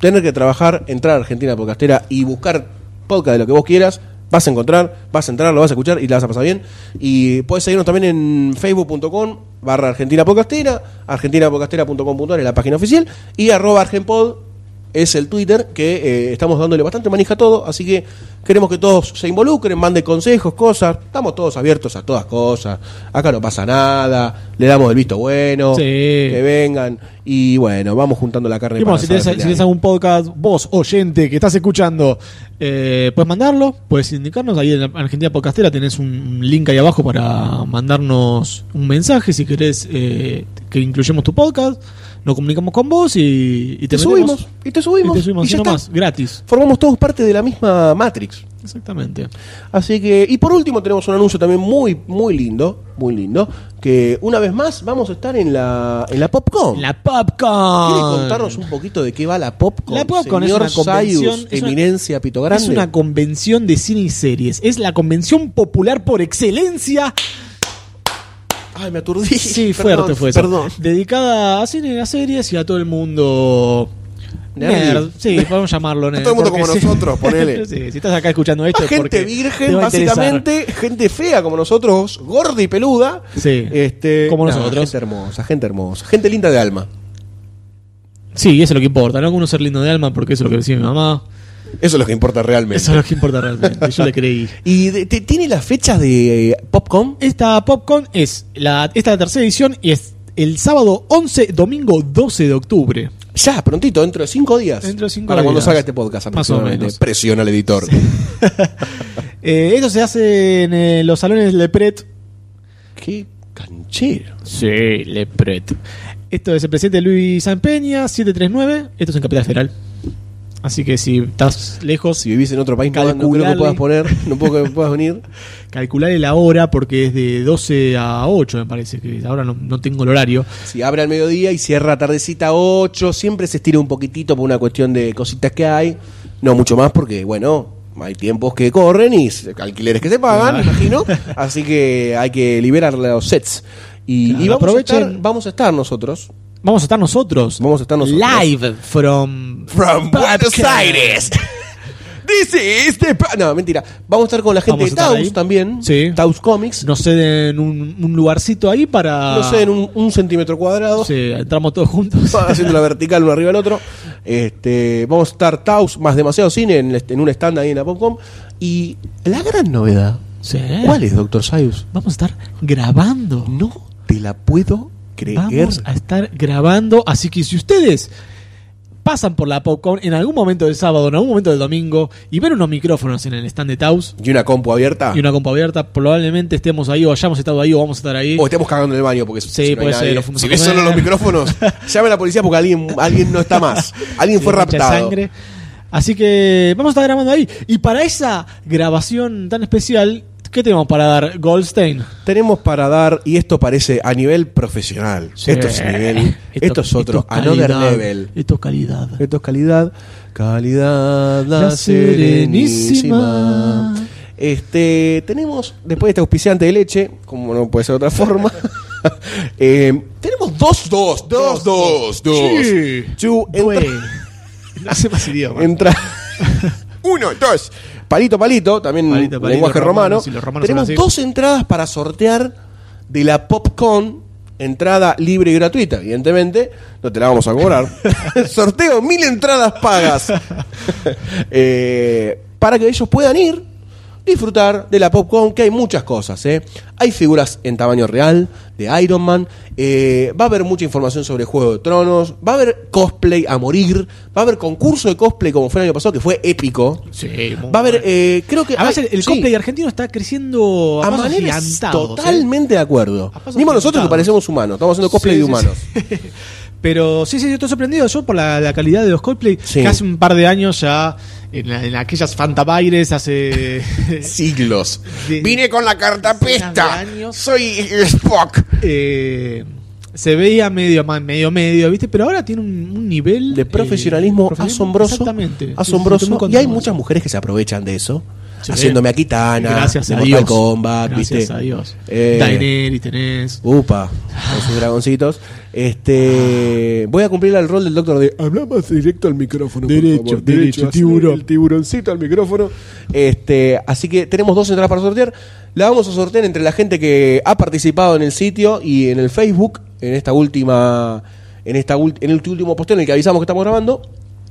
Speaker 4: tener que trabajar, entrar a Argentina Podcastera y buscar podcast de lo que vos quieras. Vas a encontrar, vas a entrar, lo vas a escuchar y la vas a pasar bien. Y puedes seguirnos también en facebook.com barra Argentina Podcastera, argentinapodcastera.com.ar es la página oficial y arroba argenpod es el Twitter que eh, estamos dándole bastante manija a todo, así que queremos que todos se involucren, manden consejos, cosas, estamos todos abiertos a todas cosas, acá no pasa nada, le damos el visto bueno, eh,
Speaker 1: Sí.
Speaker 4: que vengan y bueno, vamos juntando la carne.
Speaker 1: Y bueno,
Speaker 4: para
Speaker 1: si
Speaker 4: asar
Speaker 1: tenés,
Speaker 4: al
Speaker 1: si tenés
Speaker 4: final.
Speaker 1: algún podcast, vos, oyente, que estás escuchando, eh, puedes mandarlo, puedes indicarnos. Ahí en la Argentina Podcastera tenés un link ahí abajo para mandarnos un mensaje si querés eh, que incluyamos tu podcast. Nos comunicamos con vos y, y te,
Speaker 4: te,
Speaker 1: metemos.
Speaker 4: subimos, y te subimos,
Speaker 1: Y te subimos,
Speaker 4: y
Speaker 1: así
Speaker 4: ya está.
Speaker 1: nomás, gratis.
Speaker 4: Formamos todos parte de la misma Matrix.
Speaker 1: Exactamente.
Speaker 4: Así que, y por último tenemos un anuncio también muy, muy lindo, muy lindo, que una vez más vamos a estar en la, en la PopCon.
Speaker 1: La Popcorn.
Speaker 4: ¿Quiere contarnos un poquito de qué va la PopCon?
Speaker 1: La PopCon es
Speaker 4: señor
Speaker 1: una convención-
Speaker 4: Sayus,
Speaker 1: es una-
Speaker 4: eminencia Pito Grande.
Speaker 1: Es una convención de cine y series. Es la convención popular por excelencia.
Speaker 4: Ay, me aturdí.
Speaker 1: Sí,
Speaker 4: Perdón,
Speaker 1: fuerte fue eso.
Speaker 4: Perdón.
Speaker 1: Dedicada a cine, a series y a todo el mundo.
Speaker 4: Nerd.
Speaker 1: Nerd. Sí, podemos llamarlo nerd.
Speaker 4: todo el mundo
Speaker 1: porque
Speaker 4: como
Speaker 1: sí.
Speaker 4: nosotros, ponele.
Speaker 1: Sí, si estás acá escuchando esto, es porque
Speaker 4: gente
Speaker 1: te
Speaker 4: virgen,
Speaker 1: va a interesar.
Speaker 4: básicamente, gente fea como nosotros, gorda y peluda.
Speaker 1: Sí,
Speaker 4: Este,
Speaker 1: como
Speaker 4: nada,
Speaker 1: nosotros.
Speaker 4: gente hermosa, gente hermosa, gente linda de alma.
Speaker 1: Sí, eso es lo que importa. No uno ser lindo de alma, porque eso es lo que decía mi mamá.
Speaker 4: Eso es lo que importa realmente.
Speaker 1: Eso es lo que importa realmente. Yo le creí.
Speaker 4: ¿Y de- te- tiene las fechas de eh, Popcom?
Speaker 1: Esta Popcorn es la, esta es la tercera edición y es el sábado 11, domingo 12 de octubre.
Speaker 4: Ya, prontito, dentro de cinco días.
Speaker 1: Dentro de cinco
Speaker 4: Para cuando
Speaker 1: días.
Speaker 4: salga este
Speaker 1: Más
Speaker 4: podcast,
Speaker 1: o
Speaker 4: aproximadamente.
Speaker 1: menos.
Speaker 4: Presiona al editor.
Speaker 1: Eh, esto se hace en eh, los salones Le Pret.
Speaker 4: Qué canchero.
Speaker 1: Sí, Le Pret. Esto es el presidente Luis San Peña, 739. Esto es en Capital Federal. Así que si estás lejos,
Speaker 4: Si vivís en otro país, no, no creo que
Speaker 1: Calculale.
Speaker 4: puedas poner, no puedo que puedas venir.
Speaker 1: calculale la hora porque es de 12 a 8, me parece. que Ahora no, no tengo el horario.
Speaker 4: Si abre al mediodía y cierra tardecita 8, siempre se estira un poquitito por una cuestión de cositas que hay. No mucho más porque, bueno, hay tiempos que corren y s- alquileres que se pagan, me imagino. Así que hay que liberar los sets. Y,
Speaker 1: Claro,
Speaker 4: y vamos,
Speaker 1: aprovechen.
Speaker 4: A estar, vamos a estar nosotros.
Speaker 1: Vamos a estar nosotros.
Speaker 4: Vamos a estar nosotros.
Speaker 1: Live from,
Speaker 4: From Buenos
Speaker 1: Popcorn.
Speaker 4: Aires. This is the... pa- No, mentira. Vamos a estar con la gente
Speaker 1: Vamos
Speaker 4: de
Speaker 1: a estar
Speaker 4: Taos
Speaker 1: ahí.
Speaker 4: también.
Speaker 1: Sí.
Speaker 4: Taos Comics.
Speaker 1: Nos ceden un, un lugarcito ahí para.
Speaker 4: No sé, en un, un centímetro cuadrado.
Speaker 1: Sí, entramos todos juntos.
Speaker 4: haciendo la vertical uno arriba del otro. Este, vamos a estar Taos más demasiado cine en, este- en un stand ahí en la Popcom. Y la gran novedad,
Speaker 1: Sí.
Speaker 4: ¿cuál es, doctor Sayus?
Speaker 1: Vamos a estar grabando.
Speaker 4: No te la puedo creer.
Speaker 1: Vamos a estar grabando. Así que si ustedes pasan por la Popcorn en algún momento del sábado, en algún momento del domingo, y ven unos micrófonos en el stand de Taos
Speaker 4: Y una compu abierta.
Speaker 1: y una compa abierta, probablemente estemos ahí o hayamos estado ahí o vamos a estar ahí.
Speaker 4: O estemos cagando en el baño porque
Speaker 1: Sí,
Speaker 4: si no hay
Speaker 1: puede
Speaker 4: nadie-
Speaker 1: ser, o fuimos
Speaker 4: Si
Speaker 1: a
Speaker 4: ves
Speaker 1: comer.
Speaker 4: solo los micrófonos, llame a la policía porque alguien, alguien no está más. Alguien fue
Speaker 1: Tiene Eh, mucha
Speaker 4: raptado.
Speaker 1: sangre. Así que vamos a estar grabando ahí. Y para esa grabación tan especial, ¿qué tenemos para dar? Goldstein.
Speaker 4: Tenemos para dar, y esto parece a nivel profesional.
Speaker 1: Sí.
Speaker 4: Esto es nivel. Esto, es otro. another
Speaker 1: Eh, calidad.
Speaker 4: level.
Speaker 1: Esto es calidad.
Speaker 4: Esto es calidad. Calidad, la,
Speaker 1: La
Speaker 4: serenísima.
Speaker 1: serenísima.
Speaker 4: Este, tenemos, después de este auspiciante de leche, como no puede ser de otra forma, eh, tenemos dos, dos, dos, dos, dos. Chu, entra-
Speaker 1: Güey. No sé más idioma.
Speaker 4: entra- Uno, dos. Palito, palito, también
Speaker 1: Palito, palito,
Speaker 4: lenguaje
Speaker 1: romano,
Speaker 4: romano.
Speaker 1: sí, los romanos
Speaker 4: Tenemos
Speaker 1: son así.
Speaker 4: dos entradas para sortear de la PopCon. Entrada libre y gratuita, evidentemente. No te la vamos a cobrar. Sorteo, mil entradas pagas. Eh, para que ellos puedan ir, disfrutar de la PopCon, que hay muchas cosas. ¿eh? Hay figuras en tamaño real de Iron Man, eh, va a haber mucha información sobre Juego de Tronos, va a haber cosplay a morir, va a haber concurso de cosplay como fue el año pasado, que fue épico.
Speaker 1: Sí, muy
Speaker 4: Va a haber,
Speaker 1: bueno.
Speaker 4: eh, creo que...
Speaker 1: Además,
Speaker 4: hay-
Speaker 1: el, el
Speaker 4: sí,
Speaker 1: cosplay argentino está creciendo a,
Speaker 4: a
Speaker 1: pasos
Speaker 4: maneras
Speaker 1: gigantados, ¿eh?
Speaker 4: totalmente de acuerdo.
Speaker 1: A pasos
Speaker 4: Mismo nosotros que
Speaker 1: gigantados.
Speaker 4: parecemos humanos, estamos haciendo cosplay
Speaker 1: Sí,
Speaker 4: de
Speaker 1: sí,
Speaker 4: humanos.
Speaker 1: sí. Pero sí, sí, yo estoy sorprendido yo por la, la calidad de los cosplay.
Speaker 4: Sí.
Speaker 1: Que hace un par de años ya, en, la- en aquellas fantabaires, hace.
Speaker 4: Siglos.
Speaker 1: De-
Speaker 4: Vine con la
Speaker 1: decenas de
Speaker 4: cartapesta.
Speaker 1: años.
Speaker 4: Soy Spock.
Speaker 1: eh, se veía medio, ma- medio, medio, ¿viste? Pero ahora tiene un, un nivel.
Speaker 4: de
Speaker 1: eh,
Speaker 4: profesionalismo asombroso.
Speaker 1: Exactamente. Sí, sí,
Speaker 4: Asombroso.
Speaker 1: estoy muy
Speaker 4: y
Speaker 1: contento
Speaker 4: hay
Speaker 1: con
Speaker 4: muchas
Speaker 1: eso.
Speaker 4: mujeres que se aprovechan de eso.
Speaker 1: Sí.
Speaker 4: Haciéndome a Kitana,
Speaker 1: Gracias
Speaker 4: de
Speaker 1: a
Speaker 4: Mortal
Speaker 1: Dios.
Speaker 4: Kombat,
Speaker 1: Gracias
Speaker 4: ¿viste?
Speaker 1: a Dios.
Speaker 4: Eh,
Speaker 1: Daenerys tenés.
Speaker 4: Upa, con sus dragoncitos. Este, voy a cumplir el rol del doctor de habla más directo al micrófono. por
Speaker 1: Derecho,
Speaker 4: favor,
Speaker 1: derecho,
Speaker 4: hazle
Speaker 1: tiburón.
Speaker 4: El tiburoncito al micrófono. Este, así que tenemos dos entradas para sortear. La vamos a sortear entre la gente que ha participado en el sitio y en el Facebook en esta última en esta ul- en el último posteo en el que avisamos que estamos grabando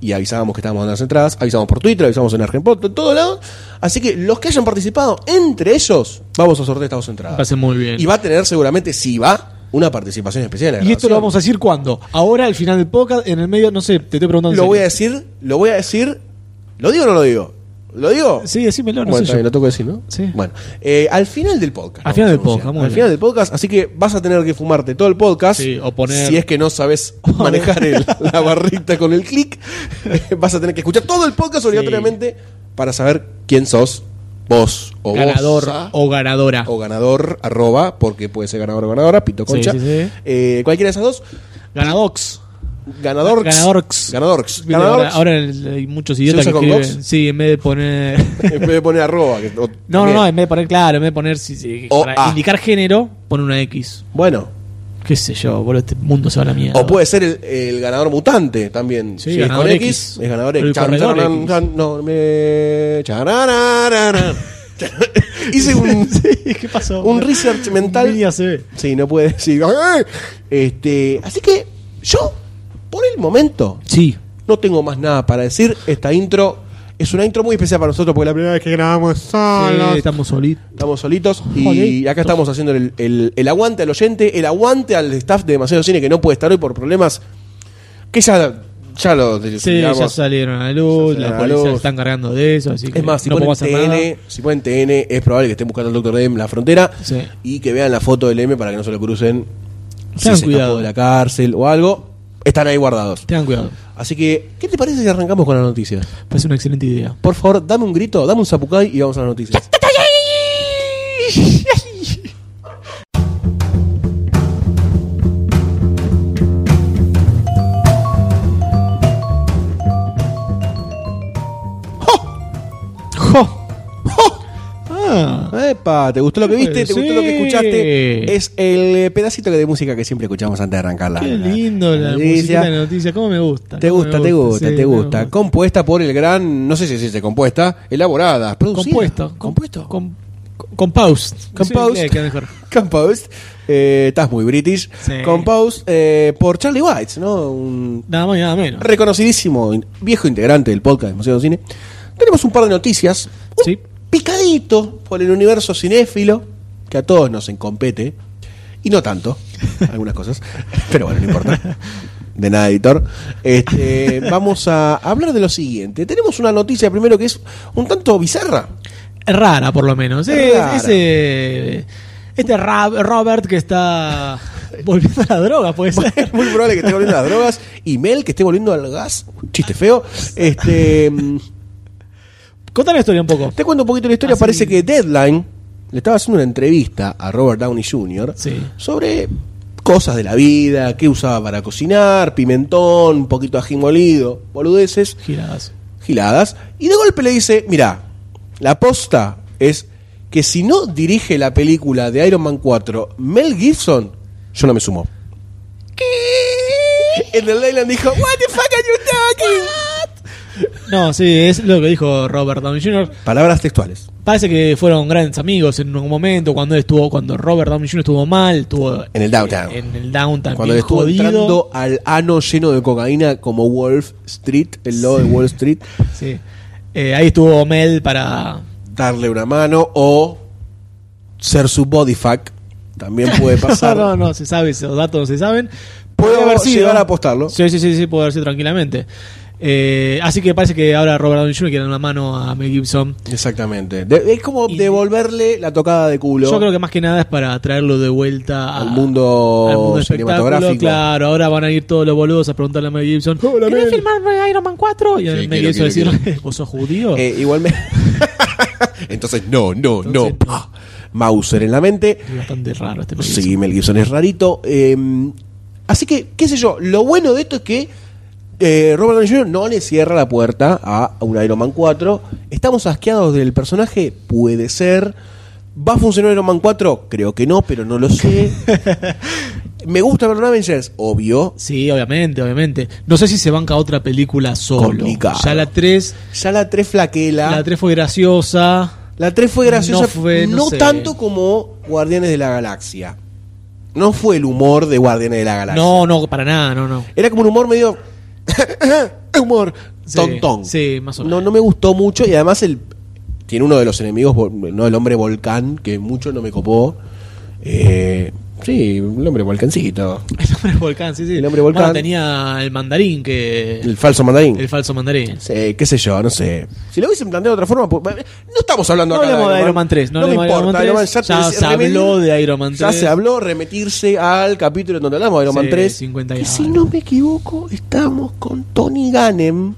Speaker 4: y avisábamos que estábamos dando las entradas, avisamos por Twitter, avisamos en Argenpot, en todo lado. Así que los que hayan participado, entre ellos, vamos a sortear estas dos entradas.
Speaker 1: Me parece muy bien.
Speaker 4: Y va a tener seguramente, si va, una participación especial. en la
Speaker 1: Y esto lo
Speaker 4: grabación.
Speaker 1: vamos a decir cuándo? Ahora, al final del podcast, en el medio, no sé, te estoy preguntando. en
Speaker 4: Lo
Speaker 1: serio.
Speaker 4: voy a decir, lo voy a decir. ¿Lo digo o no lo digo? ¿Lo digo?
Speaker 1: Sí, decímelo, no
Speaker 4: Bueno,
Speaker 1: sé
Speaker 4: está
Speaker 1: yo.
Speaker 4: bien, lo tengo que decir, ¿no?
Speaker 1: Sí.
Speaker 4: Bueno, eh, al final del podcast.
Speaker 1: Al
Speaker 4: lo
Speaker 1: final
Speaker 4: vamos a
Speaker 1: del
Speaker 4: anunciar.
Speaker 1: podcast, muy
Speaker 4: Al
Speaker 1: bien.
Speaker 4: final del podcast, así que vas a tener que fumarte todo el podcast.
Speaker 1: Sí, o poner-
Speaker 4: Si es que no sabes manejar el- la barrita con el clic, eh, vas a tener que escuchar todo el podcast obligatoriamente para saber quién sos, vos o
Speaker 1: ganador
Speaker 4: vos.
Speaker 1: o ganadora.
Speaker 4: o ganador, arroba, porque puede ser ganador o ganadora, Pito Concha.
Speaker 1: sí, sí.
Speaker 4: Eh, cualquiera de esas dos.
Speaker 1: Ganadox.
Speaker 4: Ganador.
Speaker 1: Ganadorx.
Speaker 4: Ganador.
Speaker 1: Viste, Ahora, ahora el- hay muchos idiotas que
Speaker 4: usa con
Speaker 1: escriben.
Speaker 4: Vox?
Speaker 1: Sí, en vez de poner.
Speaker 4: En vez de poner arroba. que- o-
Speaker 1: no, no, no,
Speaker 4: bien.
Speaker 1: en vez de poner claro, en vez de poner. sí, sí,
Speaker 4: O
Speaker 1: para
Speaker 4: A.
Speaker 1: indicar género, pone una X.
Speaker 4: Bueno.
Speaker 1: Qué sé yo, boludo, este mundo se va a la mierda.
Speaker 4: O puede ser el, el ganador mutante también.
Speaker 1: Sí,
Speaker 4: si es
Speaker 1: ganador
Speaker 4: con X,
Speaker 1: X.
Speaker 4: es ganador
Speaker 1: El
Speaker 4: X. Chan,
Speaker 1: corredor
Speaker 4: chan,
Speaker 1: X.
Speaker 4: chan, no, me- charararara. Hice un,
Speaker 1: Sí, ¿Qué pasó?
Speaker 4: un research mental.
Speaker 1: Mira, se ve.
Speaker 4: Sí, no puede decir. "Ah". Este, así que yo, por el momento,
Speaker 1: Sí.
Speaker 4: No tengo más nada para decir. Esta intro es una intro muy especial para nosotros porque la primera vez que grabamos solos.
Speaker 1: Sí, estamos solitos.
Speaker 4: Estamos solitos y
Speaker 1: Jolito.
Speaker 4: acá estamos haciendo el, el- el aguante al oyente, el aguante al staff de Demasiado Cine que no puede estar hoy por problemas que ya, ya lo
Speaker 1: Sí,
Speaker 4: digamos.
Speaker 1: ya salieron a la luz,
Speaker 4: Ya salieron a
Speaker 1: la
Speaker 4: la
Speaker 1: policía
Speaker 4: luz.
Speaker 1: se están cargando de eso, así que
Speaker 4: Es más, si,
Speaker 1: no
Speaker 4: ponen
Speaker 1: podemos hacer nada.
Speaker 4: TN, si ponen TN, es probable que estén buscando al Doctor D en la frontera
Speaker 1: Sí.
Speaker 4: y que vean la foto del M para que no se lo crucen.
Speaker 1: Tengan
Speaker 4: si se escapó
Speaker 1: cuidado.
Speaker 4: de la cárcel o algo, están ahí guardados.
Speaker 1: Tengan cuidado.
Speaker 4: Así que, ¿qué te parece si arrancamos con las noticias?
Speaker 1: Parece una excelente idea.
Speaker 4: Por favor, dame un grito, dame un zapucay y vamos a las noticias.
Speaker 1: ¡Jo! Ah.
Speaker 4: Epa, ¿te gustó lo que viste? ¿Te
Speaker 1: Sí.
Speaker 4: gustó lo que escuchaste? Es el eh, pedacito que- de música que siempre escuchamos antes de arrancar la.
Speaker 1: Qué
Speaker 4: la-
Speaker 1: lindo la
Speaker 4: noticia.
Speaker 1: musiquita de noticias, cómo me gusta.
Speaker 4: Te
Speaker 1: cómo
Speaker 4: gusta,
Speaker 1: me
Speaker 4: te gusta,
Speaker 1: sí,
Speaker 4: te
Speaker 1: me
Speaker 4: gusta. Compuesta por el gran, no sé si se dice compuesta, elaborada, producida.
Speaker 1: Compuesto.
Speaker 4: compuesto.
Speaker 1: Com- Composed.
Speaker 4: Composed.
Speaker 1: Sí, eh, queda mejor.
Speaker 4: Composed, eh, estás muy british.
Speaker 1: Sí.
Speaker 4: Composed eh, por Charlie White, ¿no? Un
Speaker 1: Nada más y nada menos.
Speaker 4: reconocidísimo in- viejo integrante del podcast de Museo de Cine. Tenemos un par de noticias. Un
Speaker 1: Sí.
Speaker 4: Picadito por el universo cinéfilo, que a todos nos encompete. Y no tanto, algunas cosas. Pero bueno, no importa. De nada, editor. Este, vamos a hablar de lo siguiente. Tenemos una noticia primero que es un tanto bizarra.
Speaker 1: Rara, por lo menos. Es-
Speaker 4: Rara.
Speaker 1: ese- este Ra- Robert que está volviendo a la droga, puede ser.
Speaker 4: Es muy probable que esté volviendo a las drogas. Y Mel, que esté volviendo al gas. Chiste feo. Este.
Speaker 1: Contame la historia un poco.
Speaker 4: Te cuento un poquito la historia.
Speaker 1: Así-
Speaker 4: Parece que Deadline le estaba haciendo una entrevista a Robert Downey Jr.
Speaker 1: Sí.
Speaker 4: sobre cosas de la vida, qué usaba para cocinar, pimentón, un poquito de ají molido, boludeces,
Speaker 1: Giradas.
Speaker 4: giladas. Y de golpe le dice, mira, la posta es que si no dirige la película de Iron Man 4 Mel Gibson, yo no me sumo. El de Deadline dijo, what the fuck are you talking?
Speaker 1: No, sí, es lo que dijo Robert Downey Jr.
Speaker 4: Palabras textuales.
Speaker 1: Parece que fueron grandes amigos en un momento cuando él estuvo, cuando Robert Downey Jr. estuvo mal, estuvo
Speaker 4: En el downtown.
Speaker 1: en el downtown
Speaker 4: Cuando
Speaker 1: bien
Speaker 4: le estuvo
Speaker 1: jodido.
Speaker 4: entrando al ano lleno de cocaína como Wolf Street, el lobo de Wall Street,
Speaker 1: Sí. Eh, ahí estuvo Mel para
Speaker 4: darle una mano o ser su body fuck. También puede pasar.
Speaker 1: No, no, no se sabe, esos datos no se saben.
Speaker 4: Puedo llegar a apostarlo.
Speaker 1: Sí, sí, sí, sí, puede haber sido tranquilamente. Eh, así que parece que ahora Robert Downey Jr. quiere dar una mano a Mel Gibson.
Speaker 4: Exactamente. De- es como
Speaker 1: Y-
Speaker 4: devolverle la tocada de culo
Speaker 1: Yo creo que más que nada es para traerlo de vuelta a-
Speaker 4: al mundo,
Speaker 1: al mundo del espectáculo.
Speaker 4: cinematográfico.
Speaker 1: Claro, ahora van a ir todos los boludos a preguntarle a Mel Gibson:
Speaker 4: Hola,
Speaker 1: ¿Querés
Speaker 4: Mel.
Speaker 1: filmar Iron Man 4? Y a
Speaker 4: Sí,
Speaker 1: Mel
Speaker 4: quiero,
Speaker 1: Gibson
Speaker 4: quiero,
Speaker 1: decirle: ¿Vos sos judío?
Speaker 4: Eh, igualmente. Entonces, no, no, no.
Speaker 1: Entonces,
Speaker 4: Ah, Mauser en la mente.
Speaker 1: es bastante raro este Mel Gibson.
Speaker 4: Sí, Mel Gibson es rarito. eh, así que, qué sé yo, lo bueno de esto es que eh, Robert Downey Jr. no le cierra la puerta a un Iron Man 4. Estamos asqueados del personaje, puede ser. ¿Va a funcionar Iron Man 4? Creo que no, pero no lo sé. Me gusta ver Avengers, obvio.
Speaker 1: Sí, obviamente, obviamente. No sé si se banca otra película solo.
Speaker 4: Complicado.
Speaker 1: Ya la 3,
Speaker 4: Ya la 3 flaquela.
Speaker 1: la 3 fue graciosa.
Speaker 4: La 3 fue graciosa,
Speaker 1: No
Speaker 4: no,
Speaker 1: fue, no sé.
Speaker 4: tanto como Guardianes de la Galaxia. No fue el humor de Guardianes de la Galaxia.
Speaker 1: No, no, para nada, no, no.
Speaker 4: Era como un humor medio. humor
Speaker 1: Sí,
Speaker 4: tontón.
Speaker 1: sí, más o
Speaker 4: No,
Speaker 1: menos.
Speaker 4: no me gustó mucho y además el, tiene uno de los enemigos, vol- no el hombre volcán, que mucho no me copó. Eh, sí, el hombre volcancito.
Speaker 1: El hombre volcán, sí, sí.
Speaker 4: El hombre volcán.
Speaker 1: Bueno, tenía el mandarín que.
Speaker 4: El
Speaker 1: El,
Speaker 4: falso mandarín.
Speaker 1: falso mandarín.
Speaker 4: Sí, qué sé yo, no sé. Si lo hubiesen planteado de otra forma, pues, no estamos hablando
Speaker 1: No
Speaker 4: acá
Speaker 1: hablamos de Iron Man 3, no
Speaker 4: me
Speaker 1: hablamos de Iron
Speaker 4: importa,
Speaker 1: Man 3. Ya
Speaker 4: te-
Speaker 1: se habló de Iron Man
Speaker 4: Ya
Speaker 1: 3.
Speaker 4: se habló, remitirse al capítulo en donde hablamos de Iron
Speaker 1: Sí,
Speaker 4: Man 3.
Speaker 1: 50 y
Speaker 4: que si
Speaker 1: algo.
Speaker 4: no me equivoco, estamos con Tony Gannem.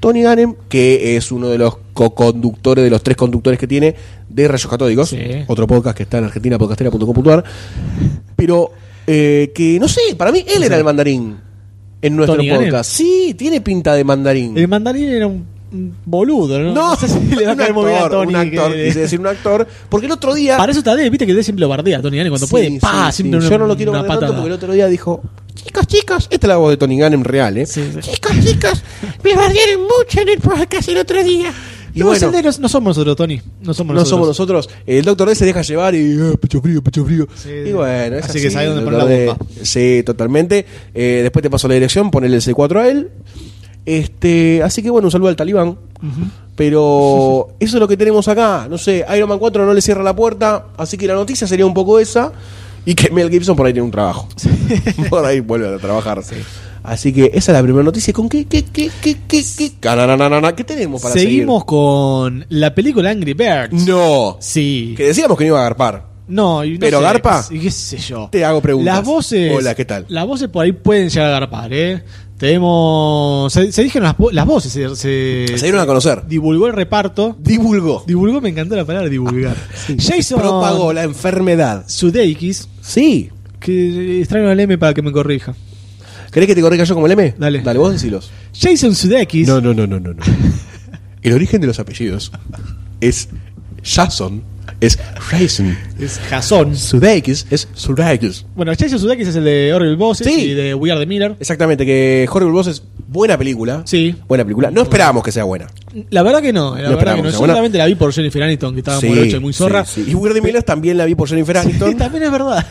Speaker 4: Tony Gannem, que es uno de los co-conductores, de los tres conductores que tiene de Rayos Catódicos,
Speaker 1: Sí.
Speaker 4: otro podcast que está en Argentina, podcastera.com.ar, pero eh, que no sé, para mí él era el mandarín en nuestro
Speaker 1: Tony Gannem.
Speaker 4: podcast. Sí, tiene pinta de mandarín.
Speaker 1: El mandarín era un un boludo, ¿no?
Speaker 4: No,
Speaker 1: sé si le va a
Speaker 4: un
Speaker 1: caer muy bien a
Speaker 4: actor,
Speaker 1: Tony.
Speaker 4: Un actor,
Speaker 1: que-
Speaker 4: quise decir un actor. Porque el otro día.
Speaker 1: Para eso está Dave, viste que Dave siempre lo bardea a Tony Allen cuando
Speaker 4: Sí,
Speaker 1: puede.
Speaker 4: sí,
Speaker 1: pa,
Speaker 4: sí.
Speaker 1: siempre una,
Speaker 4: Yo no lo quiero
Speaker 1: una
Speaker 4: poner tanto
Speaker 1: patada.
Speaker 4: porque el otro día dijo: Chicos, chicos. Esta es la voz de Tony Gannem real, ¿eh?
Speaker 1: Sí, sí.
Speaker 4: Chicos, chicos. Me bardearon mucho en el podcast el otro día. Y
Speaker 1: No,
Speaker 4: bueno,
Speaker 1: es el de los- no somos nosotros, Tony. No somos
Speaker 4: no
Speaker 1: nosotros.
Speaker 4: somos nosotros. El doctor D se deja llevar y. "Ah, pecho frío, pecho frío.
Speaker 1: Sí,
Speaker 4: y bueno, es
Speaker 1: así
Speaker 4: así.
Speaker 1: que sabe dónde
Speaker 4: el
Speaker 1: poner
Speaker 4: Dr.
Speaker 1: la
Speaker 4: D.
Speaker 1: bomba.
Speaker 4: Sí, totalmente. Eh, después te paso la dirección, ponele el C4 a él. Este, así que bueno, un saludo al talibán. Pero eso es lo que tenemos acá. No sé, Iron Man 4 no le cierra la puerta. Así que la noticia sería un poco esa. Y que Mel Gibson por ahí tiene un trabajo. por ahí vuelve a trabajar. Así que esa es la primera noticia. ¿Con qué, qué, qué, qué, qué, qué, canananana? ¿Qué tenemos para seguir?
Speaker 1: Seguimos con la película Angry Birds.
Speaker 4: No.
Speaker 1: Sí.
Speaker 4: Que decíamos que no iba a agarpar.
Speaker 1: No, y no
Speaker 4: Pero
Speaker 1: sé,
Speaker 4: Garpa,
Speaker 1: qué, qué sé yo.
Speaker 4: te hago preguntas.
Speaker 1: Las voces.
Speaker 4: Hola, ¿qué tal?
Speaker 1: Las voces por ahí pueden llegar a garpar, ¿eh? Tenemos. Se, se dijeron las, vo- las voces. Se, se-
Speaker 4: Se dieron a conocer.
Speaker 1: Divulgó el reparto.
Speaker 4: Divulgó.
Speaker 1: Eh, Divulgó, me encantó la palabra divulgar. Jason
Speaker 4: Propagó la enfermedad.
Speaker 1: Sudeikis,
Speaker 4: Sí.
Speaker 1: que extraño al M para que me corrija.
Speaker 4: ¿Querés que te corrija yo como el M?
Speaker 1: Dale.
Speaker 4: Dale, vos decilos.
Speaker 1: Jason Sudeikis.
Speaker 4: No, no, no, no, no, no. El origen de los apellidos es Jason, es Jason.
Speaker 1: Es Jason.
Speaker 4: Sudeikis es Sudeikis.
Speaker 1: Bueno, Jason Sudeikis es el de Orville Bosses
Speaker 4: Sí.
Speaker 1: y de We Are the Miller.
Speaker 4: Exactamente, que Horrible Boss es buena película.
Speaker 1: Sí.
Speaker 4: Buena película. No esperábamos que sea buena.
Speaker 1: La verdad que no, eh, la
Speaker 4: No
Speaker 1: verdad
Speaker 4: esperábamos,
Speaker 1: que no. Yo
Speaker 4: o sea, bueno.
Speaker 1: solamente la vi por Jennifer Aniston, que estaba
Speaker 4: Sí,
Speaker 1: muy y muy zorra.
Speaker 4: sí, sí. Y Weird Millers también la vi por Jennifer Aniston.
Speaker 1: Sí, también es verdad.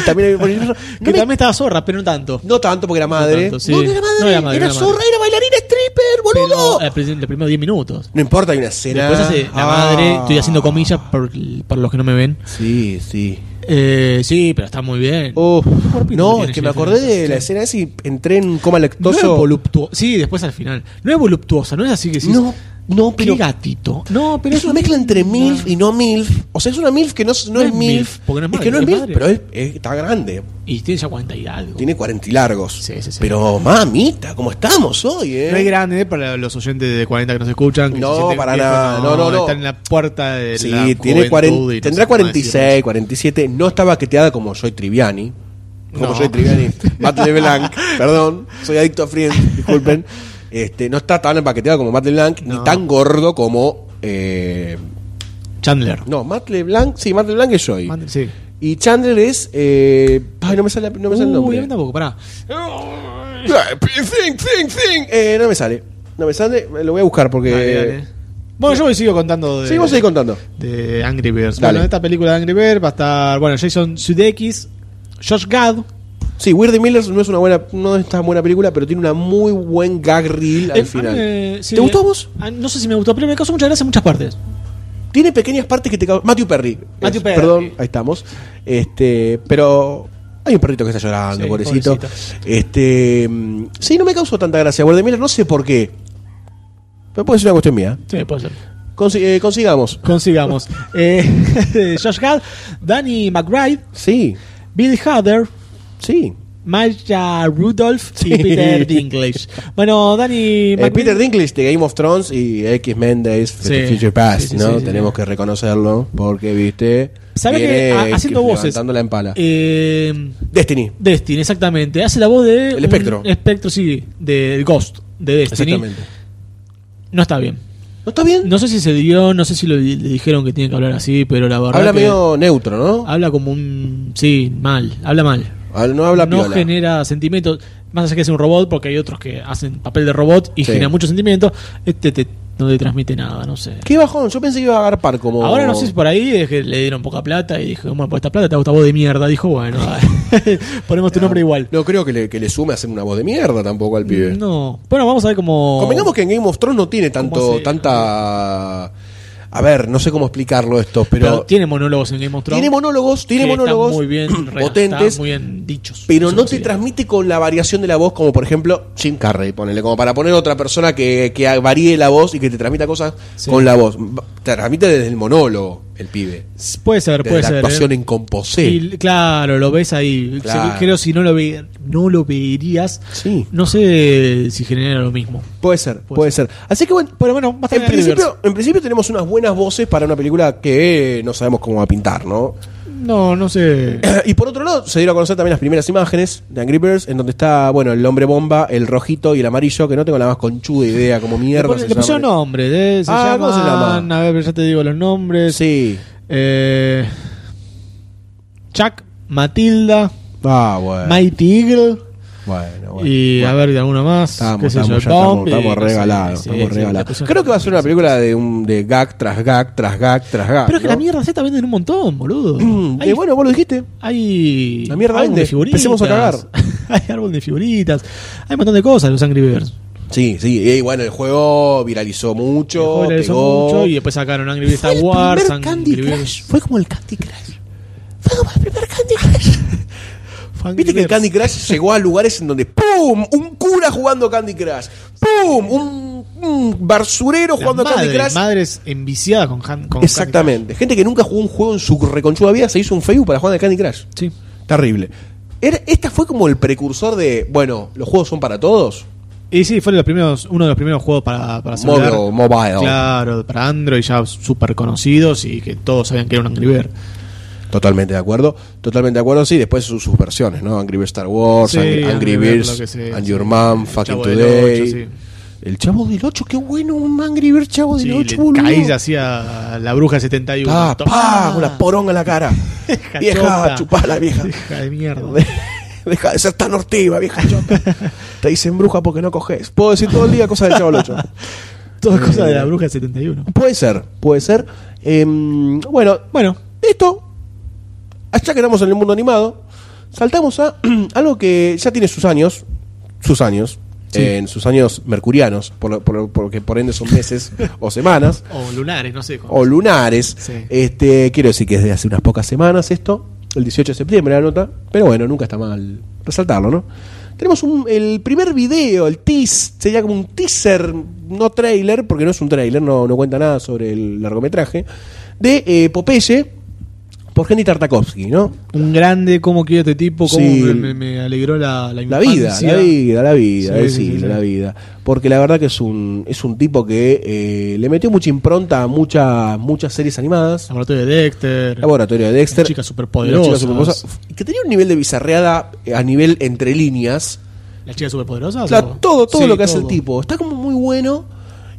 Speaker 4: Y también la vi por Jennifer Aniston.
Speaker 1: que
Speaker 4: No me-
Speaker 1: también estaba zorra, pero no tanto.
Speaker 4: No tanto porque era madre.
Speaker 1: tanto, sí.
Speaker 4: no, no era madre.
Speaker 1: No era madre,
Speaker 4: era
Speaker 1: era madre.
Speaker 4: zorra, era bailarina stripper, boludo.
Speaker 1: Pero, eh, prim- los primeros 10 minutos.
Speaker 4: No importa, hay una escena.
Speaker 1: Después hace la
Speaker 4: Ah.
Speaker 1: madre, estoy haciendo comillas por, para los que no me ven.
Speaker 4: Sí, sí.
Speaker 1: Eh, sí, pero está muy bien.
Speaker 4: Uf.
Speaker 1: cuerpito
Speaker 4: no,
Speaker 1: tiene
Speaker 4: es que
Speaker 1: Jennifer
Speaker 4: me acordé de
Speaker 1: Aniston,
Speaker 4: la
Speaker 1: sí.
Speaker 4: escena esa y entré en coma
Speaker 1: no es
Speaker 4: lactoso.
Speaker 1: voluptuosa. Sí, después al final. No es voluptuosa, no es así que decís,
Speaker 4: No, no,
Speaker 1: qué
Speaker 4: pero-
Speaker 1: gatito. No, pero
Speaker 4: es una mezcla entre MILF y no MILF. O sea, es una MILF que no, es- no
Speaker 1: No
Speaker 4: es
Speaker 1: es
Speaker 4: MILF.
Speaker 1: MILF, porque no es
Speaker 4: que no
Speaker 1: madre, es
Speaker 4: es MILF,
Speaker 1: madre.
Speaker 4: pero es- es- está grande.
Speaker 1: Y tiene ya 40 y algo.
Speaker 4: Tiene 40 y largos.
Speaker 1: Sí, sí, sí.
Speaker 4: Pero mamita, ¿cómo estamos hoy, eh?
Speaker 1: No es grande para los oyentes de 40 que nos escuchan. que
Speaker 4: No,
Speaker 1: se sienten
Speaker 4: para
Speaker 1: viejos,
Speaker 4: nada. No, no, no.
Speaker 1: Están en la puerta de
Speaker 4: Sí,
Speaker 1: la
Speaker 4: tiene
Speaker 1: juventud
Speaker 4: cuaren-
Speaker 1: y no
Speaker 4: tendrá
Speaker 1: sé cómo decirlo.
Speaker 4: 46, 47. No está baqueteada como soy Triviani. Como
Speaker 1: No.
Speaker 4: soy Triviani. Matt LeBlanc, perdón. Soy adicto a Friends, disculpen. Este, no está tan empaqueteada como Matt LeBlanc,
Speaker 1: No.
Speaker 4: ni tan gordo como. eh,
Speaker 1: Chandler.
Speaker 4: no, Matt LeBlanc. Sí, Matt LeBlanc es Joy.
Speaker 1: Mand- Sí.
Speaker 4: Y Chandler es. eh, ay, no me sale,
Speaker 1: Uh,
Speaker 4: no me sale el
Speaker 1: Uy,
Speaker 4: nombre.
Speaker 1: a mí tampoco, pará.
Speaker 4: Eh, Think, think, think. Eh, no me sale. No me sale, lo voy a buscar porque.
Speaker 1: Dale, dale. Bueno, yo voy sigo contando de,
Speaker 4: Eh, Sí, vos seguís contando.
Speaker 1: de Angry Birds.
Speaker 4: Dale.
Speaker 1: Bueno, en esta película de Angry Birds va a estar, bueno, Jason Sudeikis, Josh Gad,
Speaker 4: Sí, Weird Millers no es una buena, no es tan buena película, pero tiene una muy buen gag reel al
Speaker 1: Eh,
Speaker 4: final.
Speaker 1: eh, sí,
Speaker 4: ¿Te gustó a
Speaker 1: eh,
Speaker 4: vos?
Speaker 1: ah, No sé si me gustó, pero me causó mucha gracia en muchas partes.
Speaker 4: Tiene pequeñas partes que te causan. Matthew Perry.
Speaker 1: Matthew
Speaker 4: Es,
Speaker 1: Perry.
Speaker 4: Perdón, ahí estamos. Este, pero. Hay un perrito que está llorando,
Speaker 1: Sí,
Speaker 4: pobrecito.
Speaker 1: pobrecito.
Speaker 4: Este. mm, Sí, no me causó tanta gracia. Weird Miller, no sé por qué. Pero puede ser una cuestión mía.
Speaker 1: Sí, puede ser.
Speaker 4: Consi- eh, consigamos.
Speaker 1: Consigamos. eh, Josh Gad, Danny McBride,
Speaker 4: Sí,
Speaker 1: Bill Hader,
Speaker 4: sí.
Speaker 1: Maya Rudolph
Speaker 4: Sí.
Speaker 1: y Peter Dinklage. Bueno, Danny
Speaker 4: Eh,
Speaker 1: McBride-
Speaker 4: Peter Dinklage de Game of Thrones y X-Men Days of the
Speaker 1: Sí.
Speaker 4: Future Past,
Speaker 1: Sí, sí,
Speaker 4: ¿no?
Speaker 1: sí, sí.
Speaker 4: Tenemos que reconocerlo porque, viste.
Speaker 1: ¿Sabés
Speaker 4: viene
Speaker 1: que
Speaker 4: X-
Speaker 1: ha- haciendo voces?
Speaker 4: Levantando la empala.
Speaker 1: eh,
Speaker 4: Destiny.
Speaker 1: Destiny, exactamente. Hace la voz de.
Speaker 4: El
Speaker 1: un
Speaker 4: espectro.
Speaker 1: espectro, sí, del Ghost, de Destiny.
Speaker 4: Exactamente.
Speaker 1: No está bien.
Speaker 4: ¿No está bien?
Speaker 1: No sé si se dio, no sé si lo, di- le dijeron que tiene que hablar así, pero la verdad.
Speaker 4: habla
Speaker 1: que Ah,
Speaker 4: medio neutro, ¿no?
Speaker 1: Habla como un. Sí, mal. Habla mal.
Speaker 4: Ah, No habla
Speaker 1: no
Speaker 4: piola.
Speaker 1: genera sentimientos. Más allá que es un robot, porque hay otros que hacen papel de robot y
Speaker 4: Sí.
Speaker 1: genera muchos sentimientos. Este te- no te transmite nada, no sé.
Speaker 4: Qué bajón, yo pensé que iba a agarpar como.
Speaker 1: Ahora no sé si por ahí es que le dieron poca plata y dijo, bueno, por esta plata te hago esta voz de mierda. Dijo, bueno, dale. ponemos tu nombre igual.
Speaker 4: No creo que le, que le sume a hacer una voz de mierda tampoco al pibe.
Speaker 1: No. Bueno, vamos a ver cómo.
Speaker 4: Convengamos que en Game of Thrones no tiene tanto,
Speaker 1: ¿Cómo hace?
Speaker 4: tanta. A ver, no sé cómo explicarlo esto, pero.
Speaker 1: Pero tiene monólogos en Game of Thrones.
Speaker 4: tiene monólogos, tiene
Speaker 1: que están
Speaker 4: monólogos
Speaker 1: muy bien redactados,
Speaker 4: potentes,
Speaker 1: muy bien dichos.
Speaker 4: pero
Speaker 1: Eso
Speaker 4: no
Speaker 1: sí.
Speaker 4: te transmite con la variación de la voz, como por ejemplo Jim Carrey, ponele, como para poner otra persona que, que varíe la voz y que te transmita cosas
Speaker 1: Sí.
Speaker 4: con la voz. Te transmite desde el monólogo el pibe,
Speaker 1: Puede ser,
Speaker 4: desde
Speaker 1: puede
Speaker 4: la
Speaker 1: ser.
Speaker 4: actuación
Speaker 1: ¿eh?
Speaker 4: en composé.
Speaker 1: Y, claro, lo ves ahí.
Speaker 4: Claro.
Speaker 1: Se- Creo si no lo ve, no lo verías.
Speaker 4: Sí.
Speaker 1: No sé si genera lo mismo.
Speaker 4: Puede ser, puede,
Speaker 1: Puede
Speaker 4: ser. Así que bueno,
Speaker 1: Pero bueno, va a estar
Speaker 4: en
Speaker 1: en el
Speaker 4: principio,
Speaker 1: universo.
Speaker 4: en principio tenemos unas buenas voces para una película que no sabemos cómo va a pintar, ¿no?
Speaker 1: No, no sé.
Speaker 4: Y por otro lado, se dieron a conocer también las primeras imágenes de Angry Birds, en donde está, bueno, el hombre bomba, el rojito y el amarillo, que no tengo la más conchuda idea como
Speaker 1: Le,
Speaker 4: mierda.
Speaker 1: pon-
Speaker 4: se
Speaker 1: le pusieron
Speaker 4: llaman.
Speaker 1: nombres. ¿eh? Se
Speaker 4: Ah, ¿cómo se
Speaker 1: llaman-
Speaker 4: llama?
Speaker 1: A ver, pero ya te digo los nombres.
Speaker 4: Sí.
Speaker 1: Eh, Chuck, Matilda,
Speaker 4: Ah, bueno.
Speaker 1: Mighty Eagle.
Speaker 4: bueno, bueno.
Speaker 1: y
Speaker 4: bueno.
Speaker 1: a ver, de alguna más.
Speaker 4: Estamos,
Speaker 1: qué sé
Speaker 4: estamos,
Speaker 1: yo,
Speaker 4: ya
Speaker 1: el
Speaker 4: estamos,
Speaker 1: Bump y
Speaker 4: estamos
Speaker 1: no sé,
Speaker 4: regalados,
Speaker 1: sí, sí,
Speaker 4: estamos
Speaker 1: le
Speaker 4: regalados.
Speaker 1: pusieron-
Speaker 4: Creo que va a ser una película de un de gag tras gag tras gag tras gag.
Speaker 1: Pero es que
Speaker 4: ¿no?
Speaker 1: la mierda Z venden un montón, boludo.
Speaker 4: Mm,
Speaker 1: hay,
Speaker 4: eh, bueno, vos lo dijiste.
Speaker 1: hay
Speaker 4: la mierda
Speaker 1: árbol
Speaker 4: vende,
Speaker 1: de figuritas.
Speaker 4: empecemos a cagar.
Speaker 1: hay árbol de figuritas. Hay un montón de cosas los Angry Birds.
Speaker 4: Sí, sí, y bueno, el juego viralizó mucho,
Speaker 1: Joder, le hizo
Speaker 4: pegó.
Speaker 1: mucho y después sacaron Angry Birds Star
Speaker 5: el
Speaker 1: Wars,
Speaker 5: primer
Speaker 1: Angry
Speaker 5: Candy
Speaker 1: Birds.
Speaker 5: Crush. Fue como el Candy Crush. Fue como el primer Candy Crush.
Speaker 1: Angry
Speaker 4: Viste que el
Speaker 1: Birds.
Speaker 4: Candy Crush llegó a lugares en donde ¡pum! Un cura jugando Candy Crush. ¡Pum! Un, un barsurero
Speaker 1: Las
Speaker 4: jugando Candy
Speaker 1: madres,
Speaker 4: Crush.
Speaker 1: Madres enviciadas con, Han- con
Speaker 4: Exactamente. Gente que nunca jugó un juego en su reconchuda vida se hizo un Facebook para jugar al Candy Crush.
Speaker 1: Candy Crush.
Speaker 4: Terrible. Era- esta fue como el precursor de, bueno, los juegos son para todos.
Speaker 1: Sí. Y sí, fue de los primeros, uno de los primeros juegos para, para celular.
Speaker 4: Mobile. mobile.
Speaker 1: Claro, para Android ya súper conocidos y que todos sabían que era un Angry Bird.
Speaker 4: Totalmente de acuerdo. Totalmente de acuerdo, sí. Después sus, sus versiones, ¿no? Angry Birds Star Wars,
Speaker 1: Sí,
Speaker 4: Angry, Angry
Speaker 1: Angry Birds,
Speaker 4: Birds,
Speaker 1: lo que sea,
Speaker 4: And
Speaker 1: sí.
Speaker 4: Your Mom,
Speaker 1: El
Speaker 4: Fucking
Speaker 1: Chavo del
Speaker 4: Today.
Speaker 1: Ocho, sí.
Speaker 4: El Chavo del 8, qué bueno un Angry Birds Chavo
Speaker 1: Sí,
Speaker 4: del 8,
Speaker 1: le
Speaker 4: boludo.
Speaker 1: caí hacía la bruja 71.
Speaker 4: Pa,
Speaker 1: Tomá.
Speaker 4: pa, una poronga en la cara. vieja,
Speaker 1: chota.
Speaker 4: chupala, vieja.
Speaker 1: Hija de mierda.
Speaker 4: Deja de ser tan hortiva, vieja chota. Te dicen bruja porque no coges. Puedo decir todo el día cosas del Chavo del 8.
Speaker 1: Todo cosa de la bruja 71.
Speaker 4: Puede ser, puede ser. Em, bueno,
Speaker 1: Bueno,
Speaker 4: Esto, ya que estamos en el mundo animado, saltamos a algo que ya tiene sus años, sus años,
Speaker 1: Sí.
Speaker 4: en sus años mercurianos, por, lo- por lo- porque por ende son meses o semanas,
Speaker 1: o lunares, no sé.
Speaker 4: o lunares.
Speaker 1: Sí.
Speaker 4: Este, quiero decir que desde hace unas pocas semanas esto, el 18 de septiembre la nota, pero bueno, nunca está mal resaltarlo, ¿no? Tenemos un- el primer video, el tease, sería como un teaser, no trailer, porque no es un trailer, no, no cuenta nada sobre el largometraje, de eh, Popeye por Henry Tartakovsky, ¿no?
Speaker 1: Un grande, cómo quiero este tipo, cómo
Speaker 4: Sí.
Speaker 1: me, me- me alegró la, la
Speaker 4: La vida,
Speaker 1: infancia.
Speaker 4: la vida, la vida,
Speaker 1: Sí,
Speaker 4: el
Speaker 1: sí, sí,
Speaker 4: siglo,
Speaker 1: sí.
Speaker 4: la vida. Porque la verdad que es un, es un tipo que eh, le metió mucha impronta a muchas, muchas series animadas.
Speaker 1: Laboratorio de Dexter.
Speaker 4: Laboratorio de Dexter.
Speaker 1: Chicas superpoderosas.
Speaker 4: Chicas superpoderosas. Y Que tenía un nivel de bizarreada eh, a nivel entre líneas.
Speaker 1: ¿Las chicas superpoderosas?
Speaker 4: O sea,
Speaker 1: o-
Speaker 4: todo, todo
Speaker 1: Sí,
Speaker 4: lo que hace
Speaker 1: Ah,
Speaker 4: el
Speaker 1: todo.
Speaker 4: tipo. Está como muy bueno.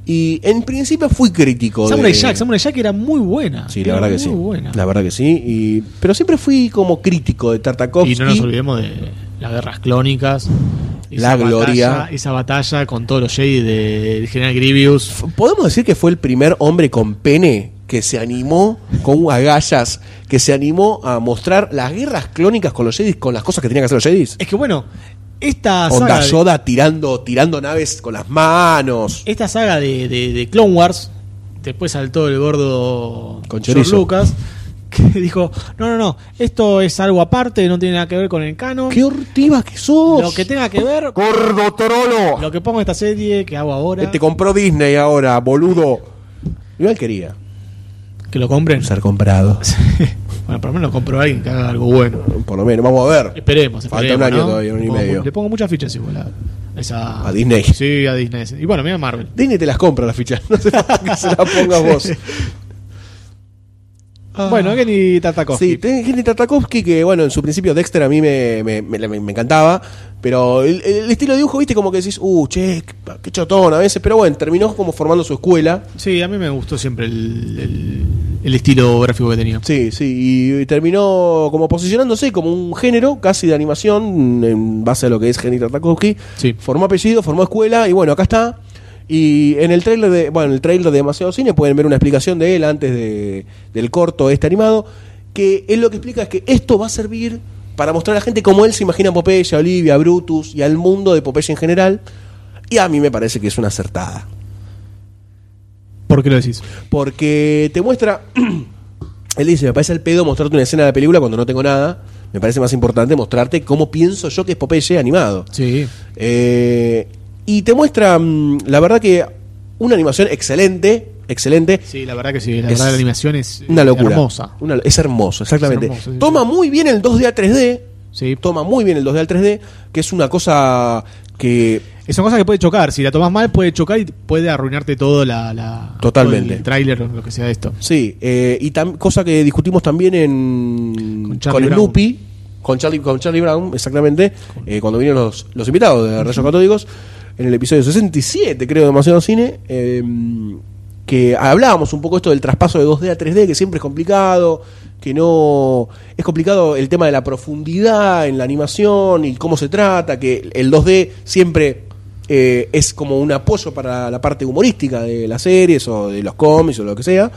Speaker 4: Y en principio fui crítico.
Speaker 1: Samurai
Speaker 4: de-
Speaker 1: Jack, Samurai Jack era muy buena.
Speaker 4: Sí, la
Speaker 1: Era
Speaker 4: verdad que sí.
Speaker 1: Muy buena.
Speaker 4: La verdad que sí. Y... Pero siempre fui como crítico de Tartakovsky.
Speaker 1: Y no nos olvidemos de las guerras clónicas.
Speaker 4: la gloria.
Speaker 1: Esa batalla con todos los Jedi del General Grievous.
Speaker 4: ¿Podemos decir que fue el primer hombre con pene que se animó con agallas, que se animó a mostrar las guerras clónicas con los Jedi, con las cosas que tenían que hacer los Jedi?
Speaker 1: Es que bueno, esta saga.
Speaker 4: Onda
Speaker 1: de-
Speaker 4: Yoda tirando, tirando naves con las manos.
Speaker 1: Esta saga de, de- de Clone Wars, después saltó el gordo
Speaker 4: Con
Speaker 1: George
Speaker 4: chorizo.
Speaker 1: Lucas, que dijo, no, no, no, esto es algo aparte, no tiene nada que ver con el canon.
Speaker 4: ¡Qué hortiva que sos!
Speaker 1: Lo que tenga que ver,
Speaker 4: ¡Gordo trolo! Este
Speaker 1: lo que pongo en esta serie, que hago ahora,
Speaker 4: Te compró Disney ahora, boludo. Igual quería
Speaker 1: que lo compren.
Speaker 4: ser comprado.
Speaker 1: bueno, por lo menos lo compro a alguien que haga algo bueno.
Speaker 4: Por lo menos, vamos a ver.
Speaker 1: Esperemos,
Speaker 4: Falta
Speaker 1: esperemos,
Speaker 4: un año
Speaker 1: ¿no?
Speaker 4: todavía, un año y
Speaker 1: Le pongo-
Speaker 4: medio.
Speaker 1: Le pongo muchas fichas igual a, esa-
Speaker 4: A Disney.
Speaker 1: Sí, a Disney. Y bueno, mira Marvel.
Speaker 4: Disney te las compra las fichas. No hace falta que se las pongas vos.
Speaker 1: Bueno, Kenny Tartakovsky.
Speaker 4: Sí, tenés gente Tartakovsky que, bueno, en su principio Dexter a mí me, me- me- me encantaba, pero el, el estilo de dibujo, viste, como que decís, uh, che, qué- qué chotón a veces, pero bueno, terminó como formando su escuela.
Speaker 1: Sí, a mí me gustó siempre el, el- el estilo gráfico que tenía.
Speaker 4: Sí, sí, y, terminó como posicionándose como un género casi de animación en base a lo que es Henry Tartakovsky.
Speaker 1: Sí.
Speaker 4: Formó apellido, formó escuela y bueno, acá está. Y en el trailer de, bueno, en el trailer de Demasiado Cine pueden ver una explicación de él antes de- del corto este animado, que él lo que explica es que esto va a servir para mostrar a la gente cómo él se imagina a Popeye, a Olivia, a Brutus y al mundo de Popeye en general. Y a mí me parece que es una acertada
Speaker 1: ¿Por qué lo decís?
Speaker 4: porque te muestra. Él dice: Me parece el pedo mostrarte una escena de la película cuando no tengo nada. Me parece más importante mostrarte cómo pienso yo que es Popeye animado.
Speaker 1: Sí.
Speaker 4: Eh, y te muestra, mm, la verdad, que una animación excelente. Excelente.
Speaker 1: Sí, la verdad que sí. La
Speaker 4: Es
Speaker 1: verdad, la animación es
Speaker 4: Una locura.
Speaker 1: hermosa.
Speaker 4: Una- es hermoso, exactamente.
Speaker 1: Es hermoso, sí,
Speaker 4: Toma
Speaker 1: sí.
Speaker 4: muy bien el 2D a 3D.
Speaker 1: Sí.
Speaker 4: Toma muy bien el 2D al 3D, que es una cosa que
Speaker 1: Es una cosa que puede chocar. Si la tomas mal, puede chocar y puede arruinarte todo la, la-
Speaker 4: Totalmente.
Speaker 1: todo el tráiler o lo que sea de esto.
Speaker 4: Sí, eh, y tam- cosa que discutimos también en,
Speaker 1: Con
Speaker 4: con,
Speaker 1: Charlie Brown.
Speaker 4: Snoopy, con Charlie, con Charlie Brown, exactamente, eh, cuando vinieron los, los invitados de Rayos Catódicos, en el episodio 67, creo, de Demasiado Cine, eh, que hablábamos un poco esto del traspaso de 2D a 3D, que siempre es complicado, que no... Es complicado el tema de la profundidad en la animación y cómo se trata, que el 2D siempre eh, es como un apoyo para la parte humorística de las series o de los cómics o lo que sea.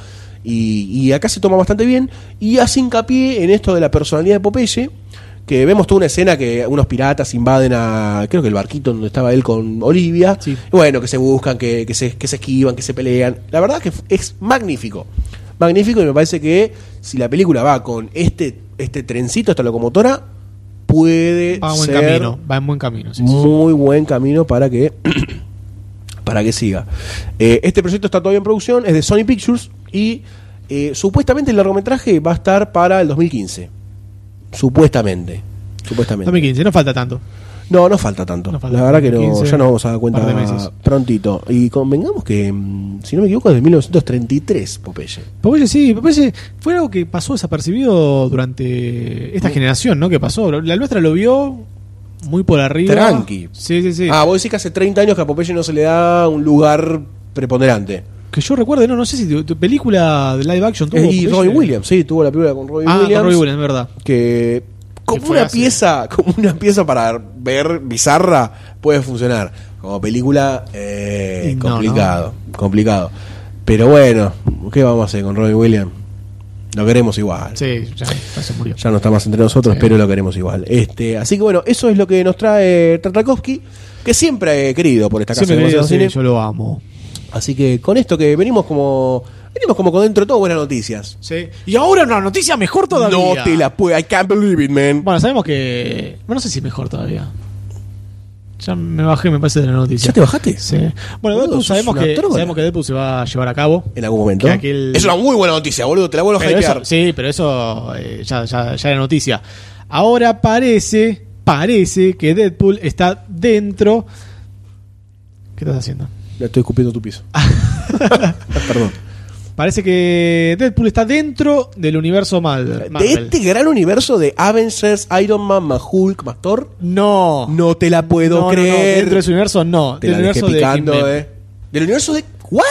Speaker 4: Y, y acá se toma bastante bien y hace hincapié en esto de la personalidad de Popeye, que vemos toda una escena que unos piratas invaden a, creo que el barquito donde estaba él con Olivia,
Speaker 1: Sí.
Speaker 4: Y bueno, que se buscan, que, que se, que se esquivan, que se pelean. La verdad que es magnífico, magnífico y me parece que si la película va con este, este trencito, esta locomotora, puede
Speaker 1: Va en buen
Speaker 4: ser
Speaker 1: camino. Va en buen camino. sí, sí, sí.
Speaker 4: muy buen camino para que para que siga. Eh, este proyecto está todavía en producción, es de Sony Pictures y eh, supuestamente el largometraje va a estar para el 2015. Supuestamente. Supuestamente.
Speaker 1: 2015, no falta tanto.
Speaker 4: No, no falta tanto.
Speaker 1: No falta
Speaker 4: la verdad que no,
Speaker 1: 2015,
Speaker 4: ya nos vamos a dar
Speaker 1: par de
Speaker 4: cuenta
Speaker 1: meses.
Speaker 4: prontito. Y convengamos que, mm, si no me equivoco, es de 1933, Popeye.
Speaker 1: Popeye sí, Popeye fue algo que pasó desapercibido durante
Speaker 4: Mm.
Speaker 1: esta generación, ¿no? Que pasó. La nuestra lo vio muy por arriba.
Speaker 4: Tranqui.
Speaker 1: Sí, sí, sí.
Speaker 4: Ah, vos decís que hace 30 años que a Popeye no se le da un lugar preponderante.
Speaker 1: Que yo recuerde, no, no sé si tu, tu película de live action tuvo.
Speaker 4: Eh, y
Speaker 1: Popeye.
Speaker 4: Robin Williams, sí, tuvo la película con Robin
Speaker 1: Ah, con
Speaker 4: Williams.
Speaker 1: Robin Williams, es verdad.
Speaker 4: que como
Speaker 1: fue
Speaker 4: una
Speaker 1: hace-
Speaker 4: pieza como una pieza para ver bizarra puede funcionar como película eh,
Speaker 1: Y no,
Speaker 4: complicado complicado pero bueno qué vamos a hacer con Robbie Williams lo queremos igual
Speaker 1: Sí, ya, ya se murió.
Speaker 4: ya no está más entre nosotros
Speaker 1: Sí.
Speaker 4: pero lo queremos igual este así que bueno eso es lo que nos trae Tartakovsky que siempre he querido por esta casa
Speaker 1: Siempre
Speaker 4: de
Speaker 1: me digo,
Speaker 4: Demasiado
Speaker 1: sí,
Speaker 4: Cine.
Speaker 1: yo lo amo.
Speaker 4: así que con esto que venimos como venimos como con dentro de todo buenas noticias
Speaker 1: Sí. Y ahora una noticia mejor todavía.
Speaker 4: no te la puedo I can't believe it man
Speaker 1: Bueno, sabemos que. Bueno, no sé si mejor todavía. Ya me bajé, me parece, de la noticia.
Speaker 4: ¿ya te bajaste?
Speaker 1: Sí. Bueno,
Speaker 4: Boludo,
Speaker 1: Deadpool
Speaker 4: sos
Speaker 1: sabemos
Speaker 4: una
Speaker 1: que,
Speaker 4: trola.
Speaker 1: sabemos que Deadpool se va a llevar a cabo.
Speaker 4: en algún momento.
Speaker 1: Que aquel-
Speaker 4: Es una muy buena noticia, boludo. Te la vuelvo a
Speaker 1: Pero
Speaker 4: hypear.
Speaker 1: eso- sí, pero eso eh, ya, ya, ya era noticia. Ahora parece, parece que Deadpool está dentro. ¿Qué estás haciendo?
Speaker 4: Le estoy escupiendo tu piso.
Speaker 1: Ah.
Speaker 4: Perdón.
Speaker 1: Parece que Deadpool está dentro del universo Marvel.
Speaker 4: De este gran universo de Avengers, Iron Man, más Hulk, más Thor,
Speaker 1: No.
Speaker 4: no te la
Speaker 1: Oh. No,
Speaker 4: puedo
Speaker 1: no, no,
Speaker 4: creer.
Speaker 1: dentro de su universo no.
Speaker 4: te
Speaker 1: del
Speaker 4: la dejé
Speaker 1: universo de
Speaker 4: picando,
Speaker 1: X-Men.
Speaker 4: eh. Del universo de. ¿What?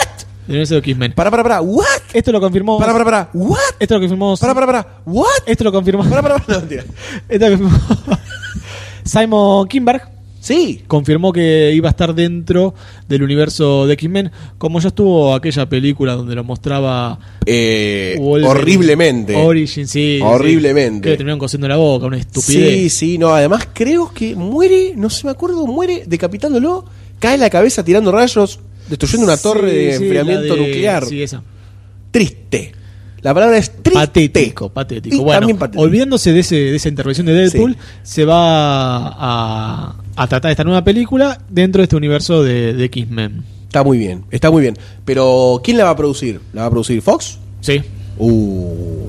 Speaker 1: Del universo de X-Men.
Speaker 4: Para, para, para. ¿What?
Speaker 1: Esto lo confirmó.
Speaker 4: Para, para, para. ¿What?
Speaker 1: Esto lo confirmó.
Speaker 4: Para, para, para. ¿What?
Speaker 1: Eh, Esto lo confirmó.
Speaker 4: Para, para, para. No, mentira.
Speaker 1: Esto lo confirmó Simon Kimberg.
Speaker 4: Sí.
Speaker 1: confirmó que iba a estar dentro del universo de X-Men, como ya estuvo aquella película donde lo mostraba
Speaker 4: Eh,
Speaker 1: Wolverine.
Speaker 4: horriblemente.
Speaker 1: Origin, sí.
Speaker 4: Horriblemente.
Speaker 1: sí. Que le terminaron cosiendo la boca, una estupidez.
Speaker 4: Sí, sí, no, además creo que muere, no se me acuerdo, muere decapitándolo, cae la cabeza tirando rayos, destruyendo una
Speaker 1: Sí,
Speaker 4: torre de
Speaker 1: sí,
Speaker 4: enfriamiento
Speaker 1: la de-
Speaker 4: nuclear.
Speaker 1: Sí, esa.
Speaker 4: Triste. La palabra es triste.
Speaker 1: Patético, patético.
Speaker 4: Y
Speaker 1: bueno,
Speaker 4: también patético.
Speaker 1: olvidándose de, ese- de esa intervención de Deadpool,
Speaker 4: Sí.
Speaker 1: se va a, a tratar esta nueva película dentro de este universo de, de X-Men.
Speaker 4: Está muy bien, está muy bien. Pero ¿quién la va a producir? ¿La va a producir Fox?
Speaker 1: Sí,
Speaker 4: Uh.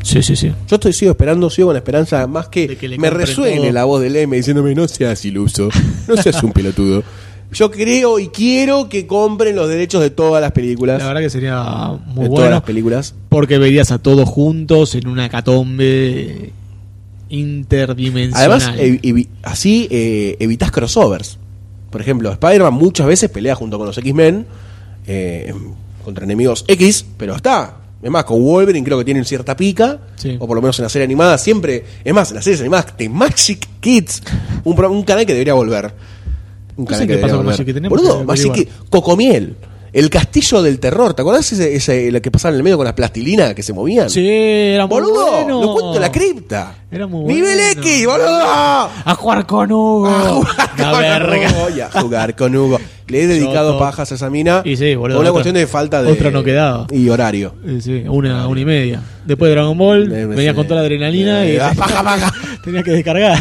Speaker 1: sí, sí, sí.
Speaker 4: Yo estoy sigo esperando, sigo con esperanza más que,
Speaker 1: De que le
Speaker 4: me
Speaker 1: compren
Speaker 4: resuene
Speaker 1: todo.
Speaker 4: la voz del M diciéndome no seas iluso, no seas un pelotudo. Yo creo y quiero que compren los derechos de todas las películas.
Speaker 1: La verdad que sería muy
Speaker 4: de todas
Speaker 1: bueno.
Speaker 4: las películas.
Speaker 1: Porque verías a todos juntos en una catombe interdimensional.
Speaker 4: Además, evi- evi- así eh, evitas crossovers. Por ejemplo, Spider-Man muchas veces pelea junto con los X-Men eh, contra enemigos X, pero está. Es más, con Wolverine creo que tienen cierta pica,
Speaker 1: Sí.
Speaker 4: o por lo menos en la serie animada siempre. Es más, en las series animadas de Magic Kids, un, pro- un canal que debería volver. Un
Speaker 1: No sé qué pasó con Magic Kids, tenemos
Speaker 4: Boludo,
Speaker 1: que
Speaker 4: Magic
Speaker 1: averiguar.
Speaker 4: Kids, Cocomiel, el castillo del terror. ¿Te acordás ese, ese- lo que pasaba en el medio con las plastilinas que se movían?
Speaker 1: sí, era muy
Speaker 4: Boludo,
Speaker 1: bueno.
Speaker 4: lo cuento en la cripta.
Speaker 1: Era muy
Speaker 4: Nivel
Speaker 1: bueno. Ah,
Speaker 4: X, boludo. Ah,
Speaker 1: A jugar con Hugo. La verga.
Speaker 4: Hugo y a jugar con Hugo. Le he dedicado
Speaker 1: Choto.
Speaker 4: pajas a esa mina.
Speaker 1: Y sí, boludo,
Speaker 4: Por una
Speaker 1: otra-
Speaker 4: cuestión de falta de.
Speaker 1: otra no quedaba.
Speaker 4: Y horario.
Speaker 1: Eh, sí, una, una y media. Después de Dragon Ball,
Speaker 4: Me- me-
Speaker 1: venía con toda la adrenalina
Speaker 4: me-
Speaker 1: y
Speaker 4: ah, paja, paja.
Speaker 1: tenía que descargar.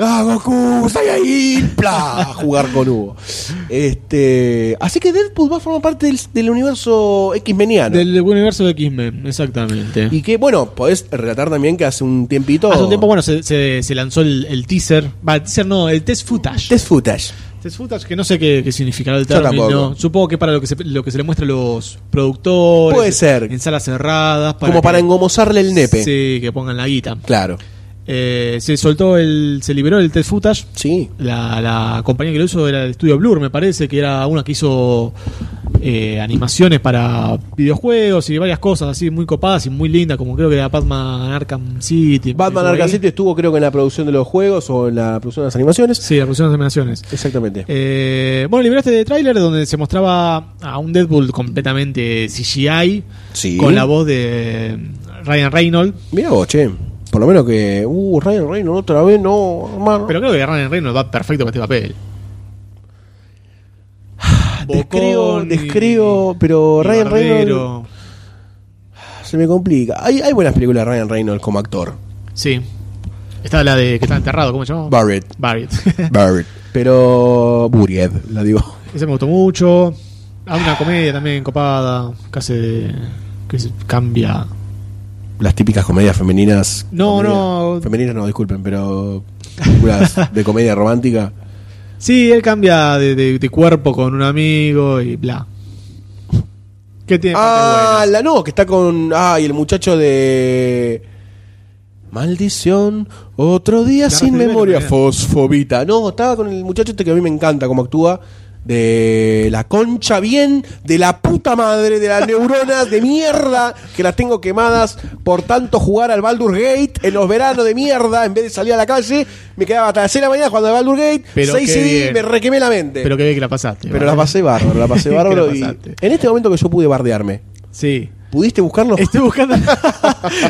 Speaker 4: ¡Ah, Goku! ¡Sai ahí! ¡Pla! A jugar con Hugo. Este, así que Deadpool va a formar parte del, del universo X-Meniano.
Speaker 1: Del universo de X-Men, exactamente.
Speaker 4: Y que, bueno, podés relatar también que hace un tiempito.
Speaker 1: Hace un tiempo, bueno, se, se- se lanzó el, el teaser. Va, el teaser no, el test footage.
Speaker 4: Test footage.
Speaker 1: Test footage, que no sé qué, qué significará el
Speaker 4: Yo
Speaker 1: término.
Speaker 4: tampoco.
Speaker 1: Supongo que para lo que, se, lo que se le muestra a los productores.
Speaker 4: Puede ser.
Speaker 1: En salas cerradas.
Speaker 4: como para
Speaker 1: que-
Speaker 4: engomosarle el nepe.
Speaker 1: Sí, que pongan la guita.
Speaker 4: Claro.
Speaker 1: Eh, se soltó el. Se liberó el test footage.
Speaker 4: Sí.
Speaker 1: La, la compañía que lo hizo era el estudio Blur, me parece, que era una que hizo eh, animaciones para videojuegos y varias cosas así muy copadas y muy lindas, como creo que era Batman Arkham City.
Speaker 4: Batman
Speaker 1: Estuvo
Speaker 4: Arkham
Speaker 1: ahí.
Speaker 4: City estuvo creo que en la producción de los juegos o en la producción de las animaciones.
Speaker 1: Sí, la producción de las animaciones.
Speaker 4: Exactamente.
Speaker 1: Eh, bueno, liberaste de tráiler donde se mostraba a un Deadpool completamente CGI
Speaker 4: Sí.
Speaker 1: con la voz de Ryan Reynolds.
Speaker 4: Mira vos, che. Por lo menos que. Uh, Ryan Reynolds otra vez, no, hermano.
Speaker 1: Pero creo que Ryan Reynolds va perfecto para este papel.
Speaker 4: descreo,
Speaker 1: Bocón y-
Speaker 4: descreo, pero
Speaker 1: y
Speaker 4: Ryan
Speaker 1: barbero.
Speaker 4: Reynolds se me complica. Hay, hay buenas películas de Ryan Reynolds como actor.
Speaker 1: Sí. Está la de que está enterrado, ¿cómo se llama?
Speaker 4: Barrett.
Speaker 1: Barrett.
Speaker 4: Barrett. Pero. Buried, la digo.
Speaker 1: Ese me gustó mucho. Hay una comedia también copada, casi de- que se cambia.
Speaker 4: Las típicas comedias femeninas.
Speaker 1: No,
Speaker 4: comedia-
Speaker 1: no.
Speaker 4: Femeninas no, disculpen, pero. Películas de comedia romántica.
Speaker 1: Sí, él cambia de, de- de cuerpo con un amigo y bla. ¿Qué tiene
Speaker 4: Ah,
Speaker 1: parte buena?
Speaker 4: la no, que está con. Ah, y el muchacho de. Maldición, otro día
Speaker 1: La
Speaker 4: sin
Speaker 1: Rafael
Speaker 4: memoria,
Speaker 1: Vera,
Speaker 4: fosfobita. No, estaba con el muchacho este que a mí me encanta cómo actúa. De la concha bien, de la puta madre, de las neuronas de mierda que las tengo quemadas por tanto jugar al Baldur Gate en los veranos de mierda. En vez de salir a la calle, me quedaba hasta las 6 de la mañana jugando al Baldur Gate.
Speaker 1: Pero
Speaker 4: 6
Speaker 1: qué
Speaker 4: y
Speaker 1: bien.
Speaker 4: me requemé la mente.
Speaker 1: Pero qué bien que la pasaste.
Speaker 4: Pero
Speaker 1: ¿vale?
Speaker 4: la pasé bárbaro, la pasé
Speaker 1: Que la
Speaker 4: bárbaro. y
Speaker 1: pasaste.
Speaker 4: en este momento que yo pude bardearme,
Speaker 1: Sí.
Speaker 4: ¿Pudiste buscarlo?
Speaker 1: Estoy buscando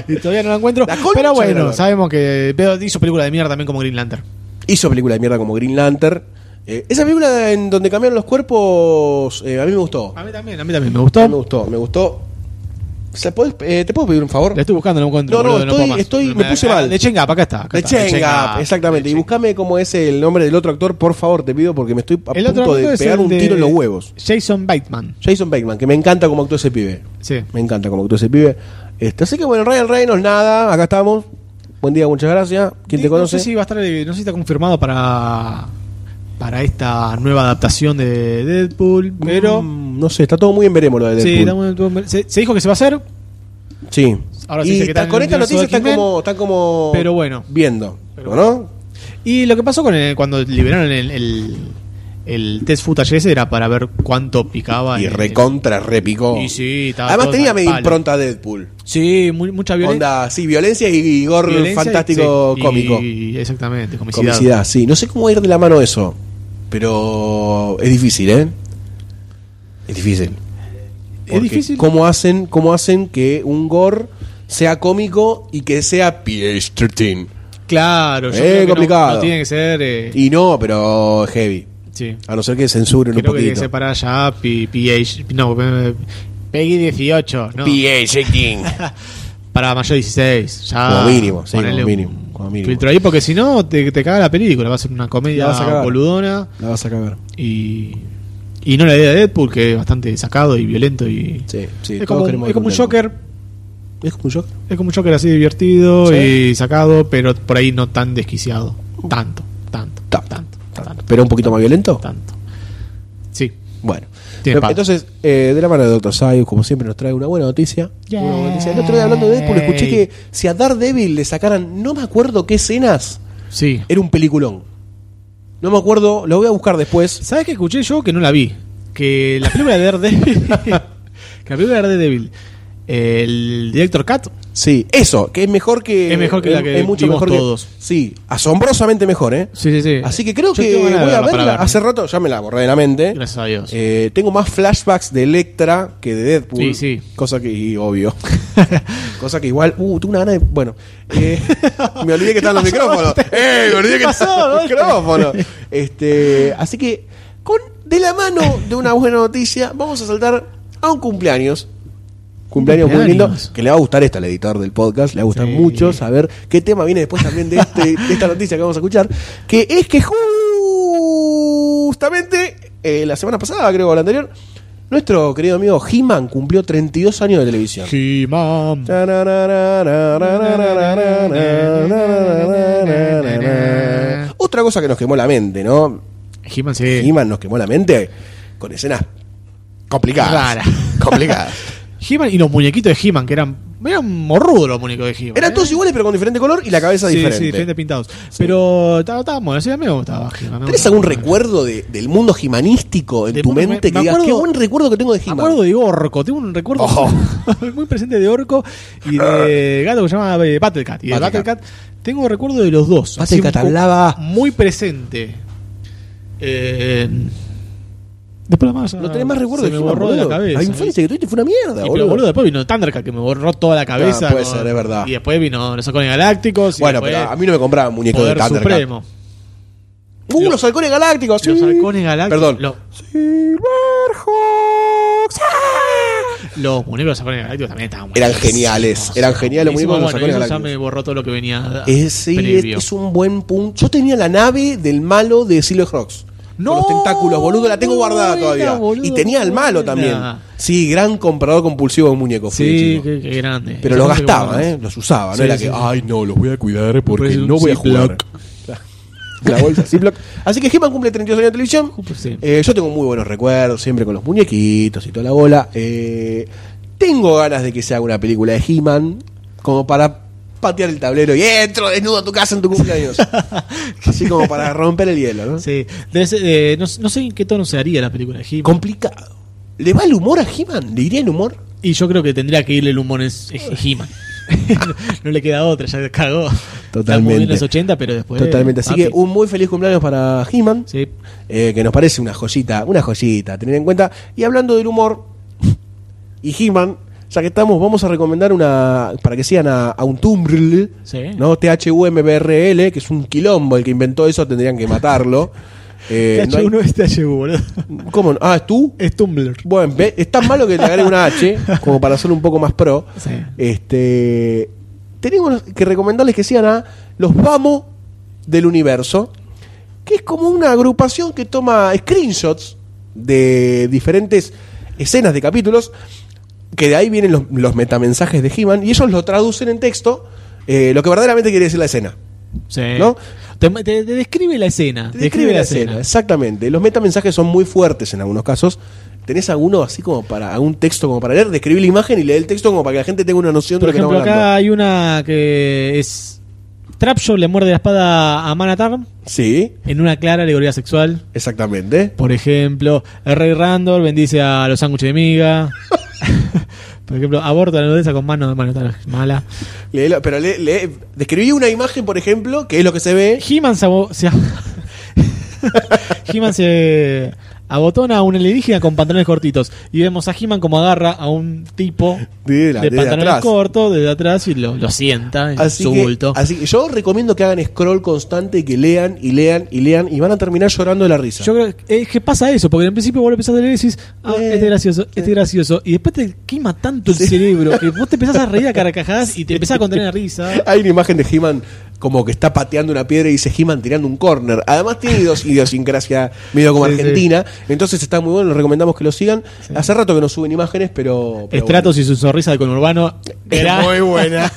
Speaker 1: y todavía no la encuentro.
Speaker 4: La concha
Speaker 1: pero
Speaker 4: de la
Speaker 1: bueno,
Speaker 4: lora.
Speaker 1: sabemos que pero hizo película de mierda también como Green Lantern.
Speaker 4: Hizo película de mierda como Green Lantern. Eh, esa película en donde cambiaron los cuerpos, eh, a mí me gustó.
Speaker 1: A mí también, a mí también me
Speaker 4: A mí me
Speaker 1: gustó.
Speaker 4: gustó, me gustó. ¿Se puede- eh, ¿Te puedo pedir un favor?
Speaker 1: La estoy buscando, no encuentro.
Speaker 4: No, no,
Speaker 1: boludo,
Speaker 4: estoy-
Speaker 1: puedo más.
Speaker 4: estoy- me puse mal.
Speaker 1: De Chengap, acá está. acá
Speaker 4: De
Speaker 1: está, de
Speaker 4: Chang
Speaker 1: Chang
Speaker 4: Up,
Speaker 1: Up.
Speaker 4: exactamente. Y buscame cómo es el nombre del otro actor, por favor, te pido, porque me estoy a
Speaker 1: El
Speaker 4: punto
Speaker 1: otro
Speaker 4: de
Speaker 1: es
Speaker 4: pegar
Speaker 1: el
Speaker 4: un
Speaker 1: de
Speaker 4: tiro en los huevos.
Speaker 1: Jason Bateman.
Speaker 4: Jason Bateman, que me encanta cómo actúa ese pibe.
Speaker 1: Sí.
Speaker 4: Me encanta cómo actúa ese pibe. Este, así que bueno, Ryan Reynolds, nada, acá estamos. Buen día, muchas gracias. ¿Quién te
Speaker 1: Y
Speaker 4: conoce?
Speaker 1: No sé si va a estar, eh, no sé si está confirmado para para esta nueva adaptación de Deadpool, pero
Speaker 4: Mm, no sé, está todo muy en veremos lo de
Speaker 1: Sí,
Speaker 4: Deadpool.
Speaker 1: está muy- todo muy- se, se dijo que se va a hacer,
Speaker 4: Sí.
Speaker 1: Ahora sí
Speaker 4: y
Speaker 1: sé que
Speaker 4: está-
Speaker 1: están
Speaker 4: con
Speaker 1: en
Speaker 4: esta
Speaker 1: el universo
Speaker 4: noticia
Speaker 1: de
Speaker 4: están
Speaker 1: X-Men,
Speaker 4: como, están como.
Speaker 1: pero bueno.
Speaker 4: Viendo.
Speaker 1: Pero
Speaker 4: ¿No?
Speaker 1: Y lo que pasó con el- cuando liberaron el, el, el test footage ese era para ver cuánto picaba.
Speaker 4: Y
Speaker 1: en-
Speaker 4: recontra, repicó.
Speaker 1: Y sí, estaba
Speaker 4: Además
Speaker 1: todo
Speaker 4: tenía
Speaker 1: al
Speaker 4: medio
Speaker 1: palo.
Speaker 4: impronta Deadpool.
Speaker 1: Sí, muy- mucha violen-
Speaker 4: Onda, sí, violencia y, y gore
Speaker 1: violencia.
Speaker 4: fantástico
Speaker 1: sí,
Speaker 4: cómico.
Speaker 1: y- exactamente, comicidad.
Speaker 4: Comicidad, sí. No sé cómo va a ir de la mano eso, pero es difícil, ¿eh? Es difícil.
Speaker 1: Es
Speaker 4: Porque
Speaker 1: difícil.
Speaker 4: ¿Cómo hacen, cómo hacen que un gore sea cómico y que sea PH-13?
Speaker 1: Claro,
Speaker 4: Eh,
Speaker 1: creo que no-
Speaker 4: complicado.
Speaker 1: No, tiene que ser. eh,
Speaker 4: Y no, pero es heavy.
Speaker 1: sí.
Speaker 4: A no ser que censuren
Speaker 1: Creo
Speaker 4: un
Speaker 1: que tiene que
Speaker 4: poquito.
Speaker 1: separar ya P- PH. No, eh, Peggy 18. No.
Speaker 4: PH-13.
Speaker 1: para mayor de 16. Ya
Speaker 4: Como mínimo, sí, como
Speaker 1: ponele un
Speaker 4: mínimo, como mínimo.
Speaker 1: Filtro ahí porque si no te, te caga la película. Va a ser una
Speaker 4: La
Speaker 1: comedia
Speaker 4: vas a cagar.
Speaker 1: boludona
Speaker 4: la vas a cagar.
Speaker 1: y, y no la idea de Deadpool que es bastante sacado y violento. y
Speaker 4: Sí, sí.
Speaker 1: Es
Speaker 4: todos
Speaker 1: como, un-
Speaker 4: queremos
Speaker 1: es como un
Speaker 4: ver
Speaker 1: Joker.
Speaker 4: Es como un Joker.
Speaker 1: Es como un Joker así divertido
Speaker 4: Sí.
Speaker 1: y sacado, pero por ahí no tan desquiciado. Tanto, tanto,
Speaker 4: Ta-
Speaker 1: tanto, tanto,
Speaker 4: Pero un poquito más violento.
Speaker 1: tanto. Sí.
Speaker 4: Bueno,
Speaker 1: Tiene palo.
Speaker 4: entonces, eh, de la mano de Dr. Sayus, como siempre, nos trae una buena noticia.
Speaker 1: Yay.
Speaker 4: Una buena noticia. El otro día hablando de Deadpool, escuché que si a Daredevil le sacaran, no me acuerdo qué escenas,
Speaker 1: Sí.
Speaker 4: era un peliculón. No me acuerdo, lo voy a buscar después.
Speaker 1: ¿Sabes qué escuché yo? Que no la vi. Que la película de Daredevil. que la película de Daredevil. El director Cat.
Speaker 4: Sí, eso, que es mejor que.
Speaker 1: Es mejor que la que vimos
Speaker 4: que-
Speaker 1: todos.
Speaker 4: sí, asombrosamente mejor, ¿eh?
Speaker 1: Sí, sí, sí.
Speaker 4: Así que creo
Speaker 1: Yo
Speaker 4: que
Speaker 1: tengo
Speaker 4: voy
Speaker 1: ganas de
Speaker 4: a
Speaker 1: verla para
Speaker 4: verla.
Speaker 1: verla.
Speaker 4: Hace rato ya me la borré de la mente.
Speaker 1: Gracias a Dios.
Speaker 4: Eh, tengo más flashbacks de Electra que de Deadpool.
Speaker 1: Sí, sí.
Speaker 4: Cosa que, y obvio. cosa que igual, uh, tuve una gana de. Bueno, eh, me olvidé que estaban los micrófonos. ¡Eh! Me olvidé que estaban los micrófonos. Este, así que, con, de la mano de una buena noticia, vamos a saltar a un cumpleaños. Cumpleaños, muy
Speaker 1: Cumpleaños.
Speaker 4: lindo. Que le va a gustar esta al editor del podcast. Le va a gustar
Speaker 1: Sí.
Speaker 4: mucho saber qué tema viene después también de, este- de esta noticia que vamos a escuchar. Que es que justamente eh, la semana pasada, creo, o la anterior, nuestro querido amigo He-Man cumplió 32 años de televisión.
Speaker 1: He-Man.
Speaker 4: Otra cosa que nos quemó la mente, ¿no?
Speaker 1: He-Man, sí.
Speaker 4: He-Man nos quemó la mente con escenas complicadas.
Speaker 1: Rara.
Speaker 4: Complicadas.
Speaker 1: He-Man y los muñequitos de He-Man, que eran. Eran morrudos los muñecos de He-Man. ¿eh?
Speaker 4: Eran todos iguales, pero con diferente color y la cabeza
Speaker 1: Sí,
Speaker 4: diferente.
Speaker 1: sí, diferentes pintados. Pero estaba estaba bueno, sí, a mí me gustaba He-Man. me
Speaker 4: ¿Tenés
Speaker 1: gustaba.
Speaker 4: algún recuerdo de- del mundo jimanístico en
Speaker 1: Del
Speaker 4: tu
Speaker 1: mundo
Speaker 4: mente?
Speaker 1: jima-
Speaker 4: que
Speaker 1: me
Speaker 4: digas,
Speaker 1: acuerdo-
Speaker 4: qué buen recuerdo que tengo de
Speaker 1: Me
Speaker 4: He-Man.
Speaker 1: acuerdo de Orco, tengo un recuerdo
Speaker 4: Ojo.
Speaker 1: muy presente de Orco y de gato que se llama eh, Battlecat. Y de
Speaker 4: Battlecat.
Speaker 1: Battlecat tengo recuerdo de los dos. así
Speaker 4: Battlecat
Speaker 1: un poco-
Speaker 4: hablaba.
Speaker 1: Muy presente. Eh, después la más. ah,
Speaker 4: No tenés más recuerdo
Speaker 1: se
Speaker 4: de
Speaker 1: me borró de la cabeza.
Speaker 4: La infancia que tuviste fue una
Speaker 1: Y
Speaker 4: mierda,
Speaker 1: pero,
Speaker 4: boludo. Ah,
Speaker 1: boludo, después vino Thundercat que me borró toda la cabeza.
Speaker 4: puede ser, es verdad.
Speaker 1: Y después vino los Halcones Galácticos. y
Speaker 4: bueno,
Speaker 1: después
Speaker 4: pero a mí no me compraban muñecos de
Speaker 1: Poder
Speaker 4: Thundercat.
Speaker 1: Supremo.
Speaker 4: Uh, los halcones galácticos.
Speaker 1: Los
Speaker 4: sí.
Speaker 1: Halcones Galácticos.
Speaker 4: Perdón.
Speaker 1: lo-
Speaker 4: Silverhawks. ¡Ah!
Speaker 1: Los muñecos de los Halcones Galácticos también estaban
Speaker 4: Eran
Speaker 1: buenísimos.
Speaker 4: geniales, eran geniales los
Speaker 1: Buenísimos,
Speaker 4: muñecos de los
Speaker 1: bueno,
Speaker 4: Halcones
Speaker 1: eso ya
Speaker 4: Galácticos.
Speaker 1: me borró todo lo que venía
Speaker 4: Es, sí, es,
Speaker 1: Ah, previo.
Speaker 4: es un buen punto. Yo tenía la nave del malo de Silverhawks. Con los tentáculos, boludo, la tengo
Speaker 1: muy
Speaker 4: guardada
Speaker 1: buena,
Speaker 4: todavía.
Speaker 1: boludo,
Speaker 4: y tenía
Speaker 1: muy
Speaker 4: el malo
Speaker 1: buena.
Speaker 4: también. Sí, gran comprador compulsivo de muñecos. fui de
Speaker 1: Sí,
Speaker 4: chico.
Speaker 1: qué, qué grande.
Speaker 4: Pero
Speaker 1: Yo
Speaker 4: los
Speaker 1: no sé cómo
Speaker 4: gastaba,
Speaker 1: hagas.
Speaker 4: ¿eh? Los usaba,
Speaker 1: Sí,
Speaker 4: no era
Speaker 1: sí,
Speaker 4: que,
Speaker 1: sí.
Speaker 4: ay, no, los voy a cuidar porque
Speaker 1: Pues un
Speaker 4: no voy a
Speaker 1: Ziploc.
Speaker 4: jugar. La bolsa Ziploc. Así que He-Man cumple 32 años de televisión.
Speaker 1: Sí.
Speaker 4: Eh, yo tengo muy buenos recuerdos, siempre con los muñequitos y toda la bola. Eh, tengo ganas de que se haga una película de He-Man, como para patear el tablero y entro desnudo a tu casa en tu cumpleaños. Así como para romper el hielo, ¿no?
Speaker 1: Sí. Debe ser, eh, no, no sé en qué tono se haría la película de He-Man.
Speaker 4: Complicado. ¿Le va el humor a He-Man? ¿Le iría el humor?
Speaker 1: Y yo creo que tendría que irle el humor en es- es He-Man. no, no le queda otra, ya cagó. Está muy bien
Speaker 4: Totalmente.
Speaker 1: en los 80, pero después.
Speaker 4: Totalmente. Así
Speaker 1: papi.
Speaker 4: que un muy feliz cumpleaños para He-Man.
Speaker 1: Sí.
Speaker 4: eh, que nos parece una joyita, una joyita a tener en cuenta. Y hablando del humor y He-Man, ya que estamos, vamos a recomendar una, para que sigan a, a un Tumbrl,
Speaker 1: Sí.
Speaker 4: ¿no? THUMBRL, que es un quilombo, el que inventó eso tendrían que matarlo. Eh, no hay-
Speaker 1: TH1 es TH1, este boludo.
Speaker 4: ¿Cómo no? Ah, ¿es tú?
Speaker 1: Es Tumblr.
Speaker 4: Bueno, ve- es tan malo que le agregué una H, como para hacerlo un poco más pro.
Speaker 1: Sí.
Speaker 4: Este, tenemos que recomendarles que sigan a Los Vamos del Universo, que es como una agrupación que toma screenshots de diferentes escenas de capítulos, que de ahí vienen los, los metamensajes de He-Man, y ellos lo traducen en texto, eh, lo que verdaderamente quiere decir la escena.
Speaker 1: Sí.
Speaker 4: ¿No?
Speaker 1: Te, te- te describe la escena.
Speaker 4: Te describe la escena, exactamente. Los metamensajes son muy fuertes en algunos casos. ¿Tenés alguno así como para algún texto como para leer? Describir la imagen y leer el texto como para que la gente tenga una noción
Speaker 1: Por
Speaker 4: de lo que
Speaker 1: ejemplo,
Speaker 4: estamos hablando.
Speaker 1: acá hay una que es Trapshot le muerde la espada a Manatar
Speaker 4: Sí,
Speaker 1: en una clara alegoría sexual.
Speaker 4: exactamente.
Speaker 1: Por ejemplo, el rey Randor bendice a los sándwiches de miga. por ejemplo, aborta la nudeza con manos de Manatar mala.
Speaker 4: Léelo, pero le, le- describí una imagen, por ejemplo, que es lo que se ve.
Speaker 1: He-Man se, abo- se ab- He-Man se abotona a un alienígena con pantalones cortitos. Y vemos a He-Man como agarra a un tipo
Speaker 4: De la-
Speaker 1: de
Speaker 4: desde
Speaker 1: pantalones
Speaker 4: atrás.
Speaker 1: cortos desde atrás y lo, lo sienta en
Speaker 4: Así
Speaker 1: su
Speaker 4: que,
Speaker 1: bulto.
Speaker 4: así que yo recomiendo que hagan scroll constante, que lean y lean y lean y van a terminar llorando de la risa.
Speaker 1: Yo creo que, es que pasa eso, porque en principio vos lo empezás a leer y decís, ah,
Speaker 4: Eh,
Speaker 1: este es gracioso, este es gracioso, y después te quema tanto el cerebro que vos te empezás a reír a carcajadas y te empezás a contener la risa.
Speaker 4: Hay una imagen de He-Man como que está pateando una piedra y dice He-Man tirando un corner. Además tiene dos idiosincrasia medio como
Speaker 1: Sí, sí.
Speaker 4: argentina. Entonces está muy bueno, les recomendamos que lo sigan. Hace rato que no suben imágenes, pero... pero
Speaker 1: Estratos y su sonrisa de conurbano.
Speaker 4: bueno.
Speaker 1: Gran,
Speaker 4: Es muy buena.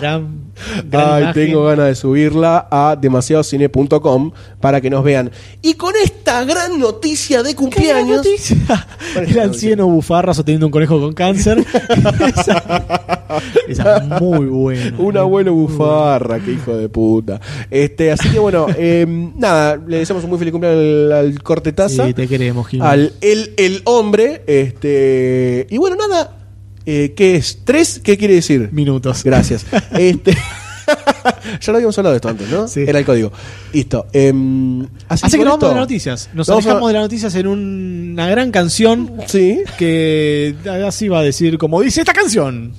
Speaker 1: gran, gran
Speaker 4: Ay,
Speaker 1: imagen.
Speaker 4: tengo ganas de subirla a demasiadocine.com para que nos vean. Y con esta gran noticia
Speaker 1: ¿Qué era
Speaker 4: de
Speaker 1: la
Speaker 4: cumpleaños...
Speaker 1: noticia?
Speaker 4: ¿Cuál es
Speaker 1: El
Speaker 4: la
Speaker 1: anciano bufarra sosteniendo un conejo con cáncer. esa, esa es muy buena. eh.
Speaker 4: Un abuelo bufarra, qué hijo de puta. Este, así que bueno, eh, nada, le deseamos un muy feliz cumpleaños al, al corte taza.
Speaker 1: Sí, te queremos, Gil.
Speaker 4: al el, el hombre. Este. Y bueno, nada. eh, ¿Qué es? ¿Tres? ¿Qué quiere decir?
Speaker 1: Minutos.
Speaker 4: Gracias. este. ya lo habíamos hablado de esto antes, ¿no?
Speaker 1: Sí.
Speaker 4: Era el código. Listo. em, así
Speaker 1: Así que
Speaker 4: con
Speaker 1: nos vamos
Speaker 4: esto-
Speaker 1: de las noticias. Nos
Speaker 4: Vamos a-
Speaker 1: alejamos de las noticias en una gran canción
Speaker 4: Sí.
Speaker 1: que así va a decir, como dice esta canción.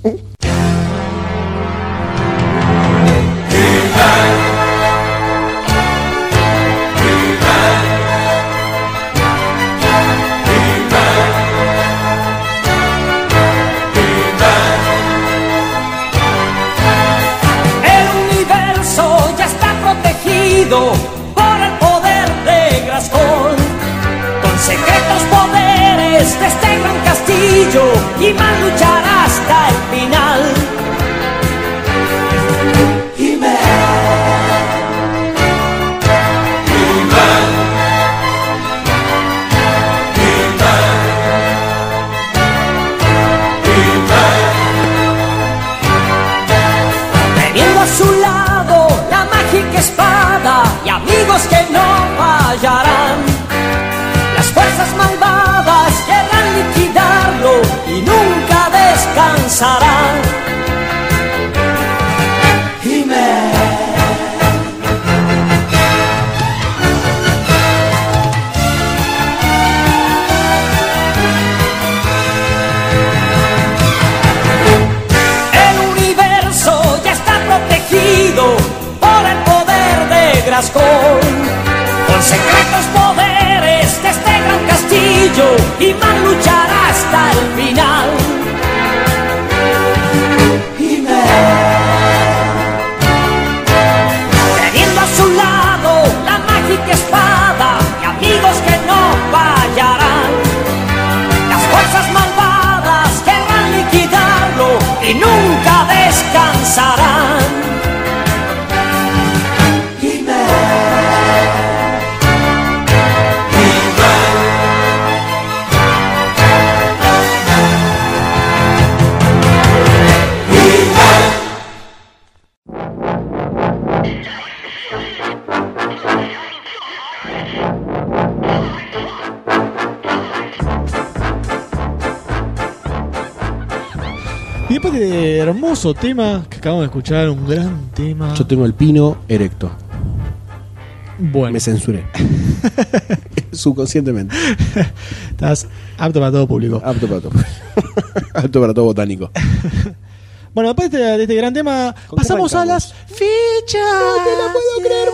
Speaker 6: El universo ya está protegido por el poder de Graskol. Con secretos poderes de este gran castillo y más luchar hasta el final. Teniendo a su lado la mágica espada y amigos que no fallarán. Las fuerzas malvadas querrán liquidarlo y nunca descansarán. El universo ya está protegido por el poder de Graskol. Con secretos poderes de este gran castillo y más luchar hasta el final. Teniendo a su lado la mágica espada y amigos que no fallarán. Las fuerzas malvadas querrán liquidarlo y nunca descansarán.
Speaker 1: Y después de hermoso tema que acabamos de escuchar, un gran tema.
Speaker 4: Yo tengo el pino erecto.
Speaker 1: Bueno,
Speaker 4: Me censuré. Subconscientemente.
Speaker 1: estás apto para todo público.
Speaker 4: Apto para todo. Apto para todo botánico.
Speaker 1: Bueno, después de este, de este gran tema,
Speaker 4: ¿Con qué
Speaker 1: pasamos a las
Speaker 4: arrancamos?
Speaker 1: fichas. No te la puedo creer,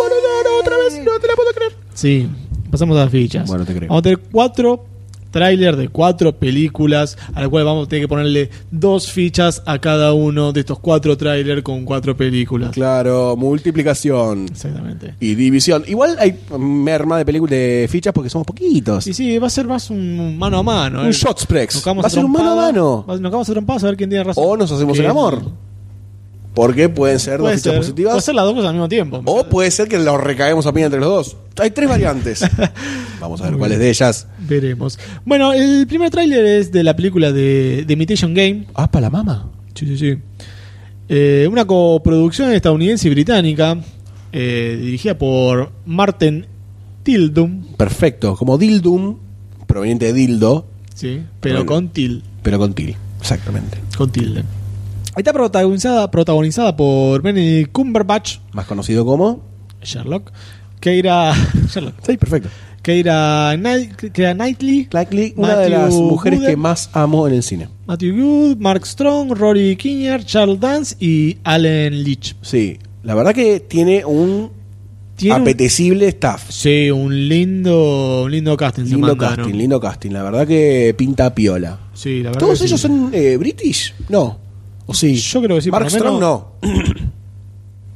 Speaker 1: otra vez, no te la puedo creer. Sí, pasamos a las fichas.
Speaker 4: Bueno, te creo.
Speaker 1: Vamos a tener cuatro trailers de cuatro películas, a la cual vamos a tener que ponerle dos fichas a cada uno de estos cuatro trailers con cuatro películas.
Speaker 4: Claro, multiplicación.
Speaker 1: Exactamente.
Speaker 4: y división. Igual hay merma de películas de fichas porque somos poquitos.
Speaker 1: Y sí, va a ser más un mano a mano.
Speaker 4: Un
Speaker 1: eh.
Speaker 4: Shotsprex.
Speaker 1: Nos cagamos
Speaker 4: Va a ser un mano a
Speaker 1: trompadas,
Speaker 4: mano.
Speaker 1: va- Nos vamos a trompadas a ver quién tiene razón.
Speaker 4: O nos hacemos
Speaker 1: Que-
Speaker 4: el amor. Porque pueden ser
Speaker 1: Puede
Speaker 4: dos fichas
Speaker 1: ser. Puede
Speaker 4: positivas.
Speaker 1: ser las dos cosas al mismo tiempo.
Speaker 4: o puede ser que lo recaemos a piña entre los dos. Hay tres variantes. Vamos a ver cuáles de ellas.
Speaker 1: Veremos. Bueno, el primer tráiler es de la película de, de Imitation Game.
Speaker 4: Ah, para la mama.
Speaker 1: Sí, sí, sí. Eh, una coproducción estadounidense y británica eh, dirigida por Martin Tildum,
Speaker 4: Perfecto, como Dildum, proveniente de Dildo,
Speaker 1: sí, pero
Speaker 4: Bueno.
Speaker 1: con til,
Speaker 4: pero con Til. Exactamente.
Speaker 1: con tilde. Está protagonizada, protagonizada por Benedict Cumberbatch,
Speaker 4: Más conocido como.
Speaker 1: Sherlock, Keira, Sherlock,
Speaker 4: Sí, perfecto.
Speaker 1: Keira, Knight- Keira Knightley,
Speaker 4: Clackley, una de
Speaker 1: Matthew
Speaker 4: las mujeres
Speaker 1: Gooden.
Speaker 4: que más amo en el cine.
Speaker 1: Matthew Good, Mark Strong, Rory Kinnear, Charles Dance y Allen Leach.
Speaker 4: Sí, la verdad que tiene un
Speaker 1: Tiene un-
Speaker 4: apetecible staff.
Speaker 1: Sí, un lindo, un lindo casting se
Speaker 4: Lindo
Speaker 1: mandaron.
Speaker 4: casting, lindo casting. La verdad que pinta piola.
Speaker 1: Sí, la verdad
Speaker 4: ¿Todos
Speaker 1: que
Speaker 4: ellos
Speaker 1: sí.
Speaker 4: son eh, british? No. ¿O sí?
Speaker 1: Yo creo que sí, por
Speaker 4: Mark
Speaker 1: lo menos-
Speaker 4: Strong no.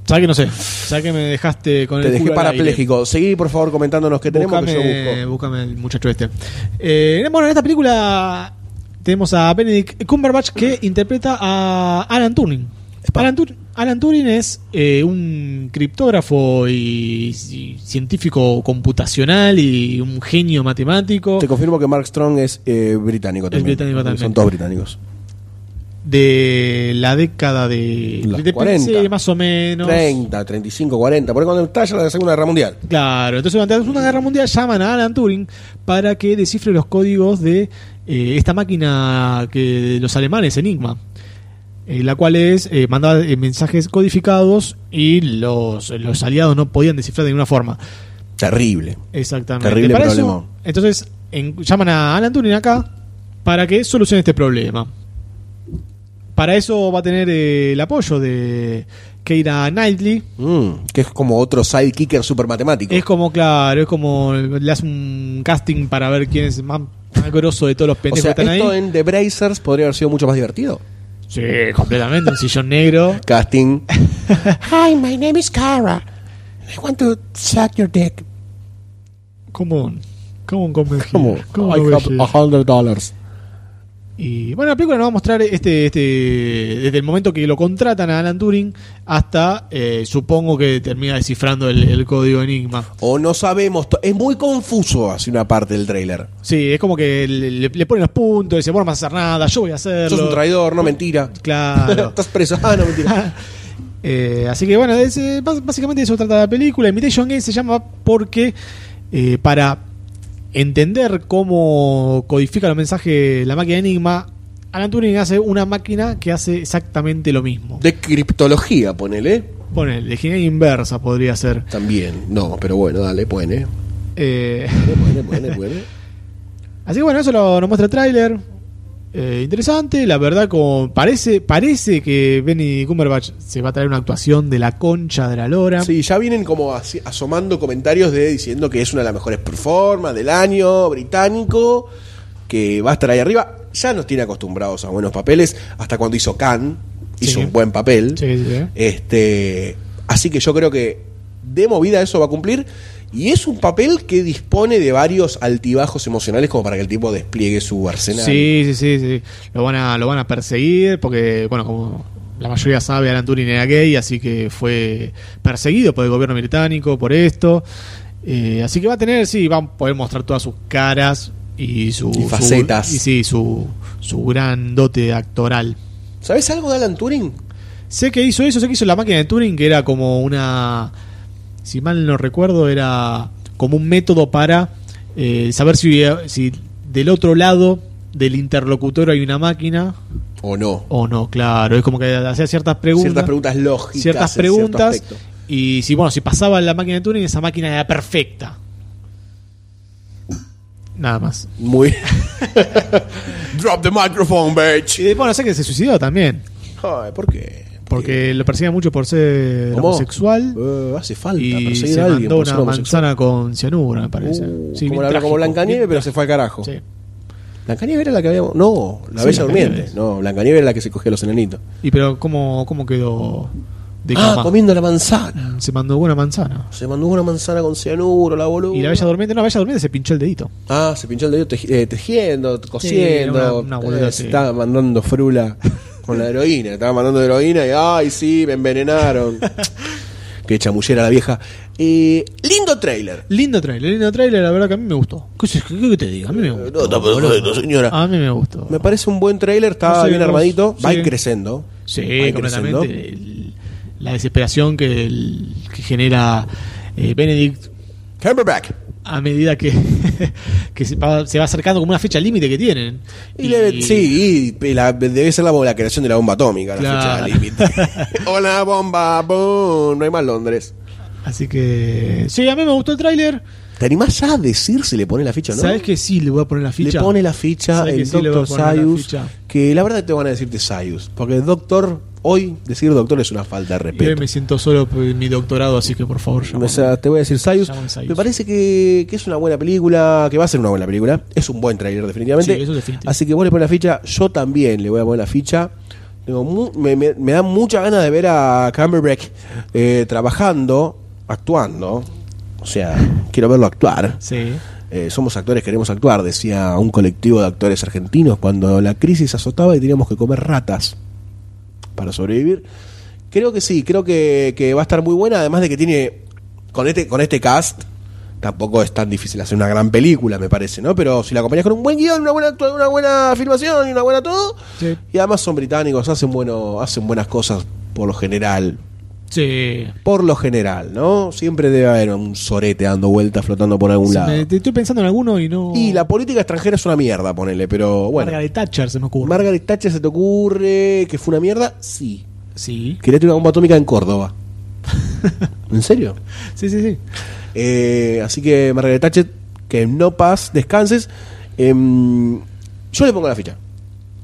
Speaker 1: Sabes que no sé. Sabes que me dejaste con
Speaker 4: Te
Speaker 1: el
Speaker 4: dejé
Speaker 1: culo al aire.
Speaker 4: parapléjico. Seguí, por favor, comentándonos qué tenemos que yo
Speaker 1: Búscame,
Speaker 4: busco.
Speaker 1: búscame el muchacho este. Eh, bueno, en esta película tenemos a Benedict Cumberbatch que interpreta a Alan Turing. Alan, Tur- Alan Turing es eh, un criptógrafo y, y científico computacional y un genio matemático
Speaker 4: Te confirmo que Mark Strong es eh, británico también.
Speaker 1: británico también.
Speaker 4: Son todos británicos.
Speaker 1: de la década de...
Speaker 4: Los
Speaker 1: de-
Speaker 4: 40.
Speaker 1: sí, más o menos.
Speaker 4: 30, 35, 40. Por ahí cuando estalla la Segunda Guerra Mundial.
Speaker 1: Claro, entonces durante la Segunda Guerra Mundial llaman a Alan Turing para que descifre los códigos de eh, esta máquina que los alemanes, Enigma, eh, la cual es eh, mandaba eh, mensajes codificados y los, los aliados no podían descifrar de ninguna forma.
Speaker 4: Terrible.
Speaker 1: Exactamente.
Speaker 4: Terrible
Speaker 1: Para eso,
Speaker 4: problema.
Speaker 1: entonces en- llaman a Alan Turing acá para que solucione este problema. Para eso va a tener eh, el apoyo de Keira Knightley,
Speaker 4: Mm, que es como otro sidekicker super matemático.
Speaker 1: Es como, claro, es como le hace un casting para ver quién es más, más grosso de todos los
Speaker 4: o
Speaker 1: pendejos
Speaker 4: sea,
Speaker 1: que están
Speaker 4: esto
Speaker 1: ahí.
Speaker 4: en The Brazers podría haber sido mucho más divertido.
Speaker 1: Sí, completamente, un sillón negro.
Speaker 4: Casting.
Speaker 5: Hi, my name is Kara. I want to suck your dick.
Speaker 1: Como un, como un convencido.
Speaker 4: Como,
Speaker 1: Como un
Speaker 4: I have
Speaker 1: convencido.
Speaker 4: a hundred dollars.
Speaker 1: Y bueno, la película nos va a mostrar este, este, desde el momento que lo contratan a Alan Turing hasta, eh, supongo que termina descifrando el, el código Enigma.
Speaker 4: O no sabemos. to- Es muy confuso así una parte del trailer.
Speaker 1: Sí, es como que le, le ponen los puntos, dice, bueno, no vas a hacer nada, yo voy a hacerlo.
Speaker 4: Sos un traidor, no mentira.
Speaker 1: Claro.
Speaker 4: Estás preso. Ah, no mentira.
Speaker 1: Eh, así que bueno, es, eh, bas- básicamente eso trata la película. Imitation Game se llama porque eh, para entender cómo codifica los mensajes la máquina de Enigma, Alan Turing hace una máquina que hace exactamente lo mismo.
Speaker 4: De criptología, ponele.
Speaker 1: Ponele, de ingeniería inversa podría ser.
Speaker 4: También. No, pero bueno, dale, pone.
Speaker 1: Eh,
Speaker 4: Pone, pone, pone.
Speaker 1: así que bueno, eso lo, nos muestra el tráiler. Eh, interesante, la verdad, como parece, parece que Benny Cumberbatch se va a traer una actuación de la concha de la lora.
Speaker 4: Sí, ya vienen como así- asomando comentarios de diciendo que es una de las mejores performances del año británico, que va a estar ahí arriba. Ya nos tiene acostumbrados a buenos papeles. Hasta cuando hizo Khan, hizo
Speaker 1: Sí.
Speaker 4: un buen papel.
Speaker 1: Sí, sí, sí.
Speaker 4: Este, así que yo creo que de movida eso va a cumplir. Y es un papel que dispone de varios altibajos emocionales como para que el tipo despliegue su arsenal.
Speaker 1: Sí, sí, sí, sí. Lo van a, lo van a perseguir porque, bueno, como la mayoría sabe, Alan Turing era gay, así que fue perseguido por el gobierno británico por esto. Eh, así que va a tener, sí, va a poder mostrar todas sus caras y sus
Speaker 4: Y facetas.
Speaker 1: y sí, su, su gran dote actoral.
Speaker 4: ¿Sabes algo de Alan Turing?
Speaker 1: Sé que hizo eso, sé que hizo la máquina de Turing, que era como una. Si mal no recuerdo, era como un método para eh, saber si, si del otro lado del interlocutor hay una máquina
Speaker 4: ¿O no?
Speaker 1: o no, claro. Es como que hacía ciertas preguntas.
Speaker 4: Ciertas preguntas lógicas. en
Speaker 1: ciertas
Speaker 4: cierto
Speaker 1: preguntas,
Speaker 4: aspecto.
Speaker 1: y si, bueno, si pasaba la máquina de Turing, esa máquina era perfecta. Nada más.
Speaker 4: Muy. Drop the microphone, bitch.
Speaker 1: Y bueno, sé que se suicidó también.
Speaker 4: Ay, ¿por qué?
Speaker 1: Porque lo perseguía mucho por ser
Speaker 4: ¿Cómo?
Speaker 1: homosexual.
Speaker 4: Eh, hace falta
Speaker 1: y
Speaker 4: perseguir
Speaker 1: se
Speaker 4: a alguien.
Speaker 1: mandó
Speaker 4: por ser
Speaker 1: una
Speaker 4: homosexual.
Speaker 1: manzana con cianura, me parece.
Speaker 4: Uh,
Speaker 1: Sí, bien
Speaker 4: como la
Speaker 1: trágico,
Speaker 4: como Blancanieves,
Speaker 1: bien
Speaker 4: pero se fue al carajo.
Speaker 1: trágico. Sí.
Speaker 4: Blancanieves era la que habíamos. No, la
Speaker 1: Sí,
Speaker 4: Bella Durmiente.
Speaker 1: Blancanieves.
Speaker 4: No, Blancanieves era la que se cogía a los enanitos.
Speaker 1: Y pero cómo, cómo quedó de
Speaker 4: Ah,
Speaker 1: cama.
Speaker 4: comiendo la manzana.
Speaker 1: se mandó una manzana.
Speaker 4: Se mandó una manzana con cianuro, la boluda.
Speaker 1: Y la bella dormiente, no, la bella dormiente se pinchó el dedito.
Speaker 4: Ah, se pinchó el dedo tej- eh, tejiendo,
Speaker 1: una-
Speaker 4: cosiendo.
Speaker 1: una boluda,
Speaker 4: eh,
Speaker 1: sí.
Speaker 4: se estaba mandando frula con la heroína. Estaba mandando heroína y, ay, sí, me envenenaron. Qué chamullera la vieja. Eh, lindo trailer.
Speaker 1: Lindo trailer, lindo trailer, la verdad que a mí me gustó. ¿Qué, sé- qué- qué te digo? A mí me
Speaker 4: Eh,
Speaker 1: gustó.
Speaker 4: No, está perfecto, señora.
Speaker 1: A mí me gustó.
Speaker 4: Me parece un buen trailer, está
Speaker 1: Ah. No sé,
Speaker 4: bien
Speaker 1: vos-
Speaker 4: armadito, va a
Speaker 1: sí.
Speaker 4: ir creciendo.
Speaker 1: Sí,
Speaker 4: Ahí
Speaker 1: completamente.
Speaker 4: creciendo.
Speaker 1: El- la desesperación que, el- que genera eh, Benedict
Speaker 4: Cumberbatch.
Speaker 1: a medida que, que se, va, se va acercando como una fecha límite que tienen.
Speaker 4: Y le- sí, y la- debe ser la, la creación de la bomba atómica, la
Speaker 1: Claro.
Speaker 4: fecha límite. Hola, bomba, boom. No hay más Londres.
Speaker 1: Así que. Sí, a mí me gustó el tráiler.
Speaker 4: ¿Te animás ya a decir si le pone la ficha o no?
Speaker 1: ¿Sabes que sí? Le voy a poner la ficha.
Speaker 4: Le pone la ficha
Speaker 1: ¿Sabés que
Speaker 4: el
Speaker 1: sí le va a
Speaker 4: doctor
Speaker 1: poner la
Speaker 4: Sayus.
Speaker 1: ficha?
Speaker 4: Que la verdad que te van a decirte Sayus. Porque el doctor, hoy decir doctor es una falta de
Speaker 1: Y hoy
Speaker 4: respeto.
Speaker 1: me siento solo por mi doctorado, así que por favor, llámame.
Speaker 4: O sea, te voy a decir Sayus.
Speaker 1: Llámame Sayus.
Speaker 4: Me parece que, que es una buena película, que va a ser una buena película. Es un buen trailer, definitivamente.
Speaker 1: Sí, eso es definitivo.
Speaker 4: Así que vos le pones la ficha, yo también le voy a poner la ficha. Tengo mu- me, me- me da mucha ganas de ver a Cumberbatch eh, trabajando, actuando. O sea, quiero verlo actuar.
Speaker 1: Sí.
Speaker 4: Eh, somos actores, queremos actuar, decía un colectivo de actores argentinos cuando la crisis azotaba y teníamos que comer ratas para sobrevivir. Creo que sí, creo que, que va a estar muy buena, además de que tiene, con este, con este cast, tampoco es tan difícil hacer una gran película, me parece, ¿no? Pero si la acompañas con un buen guión, una buena, actu- una buena filmación y una buena todo,
Speaker 1: Sí.
Speaker 4: y además son británicos, hacen, bueno, hacen buenas cosas por lo general,
Speaker 1: Sí.
Speaker 4: por lo general, ¿no? Siempre debe haber un sorete dando vueltas, flotando por algún
Speaker 1: Se
Speaker 4: lado.
Speaker 1: me- te- estoy pensando en alguno y no.
Speaker 4: Y la política extranjera es una mierda, ponele, pero bueno. Margaret,
Speaker 1: Oh. Margaret Thatcher se me ocurre.
Speaker 4: Thatcher se te ocurre que fue una mierda, sí.
Speaker 1: sí.
Speaker 4: Quería tirar una bomba atómica en Córdoba. ¿En serio?
Speaker 1: Sí, sí, sí.
Speaker 4: Eh, así que Margaret Thatcher, que no pas, descanses. Em, yo le pongo la ficha.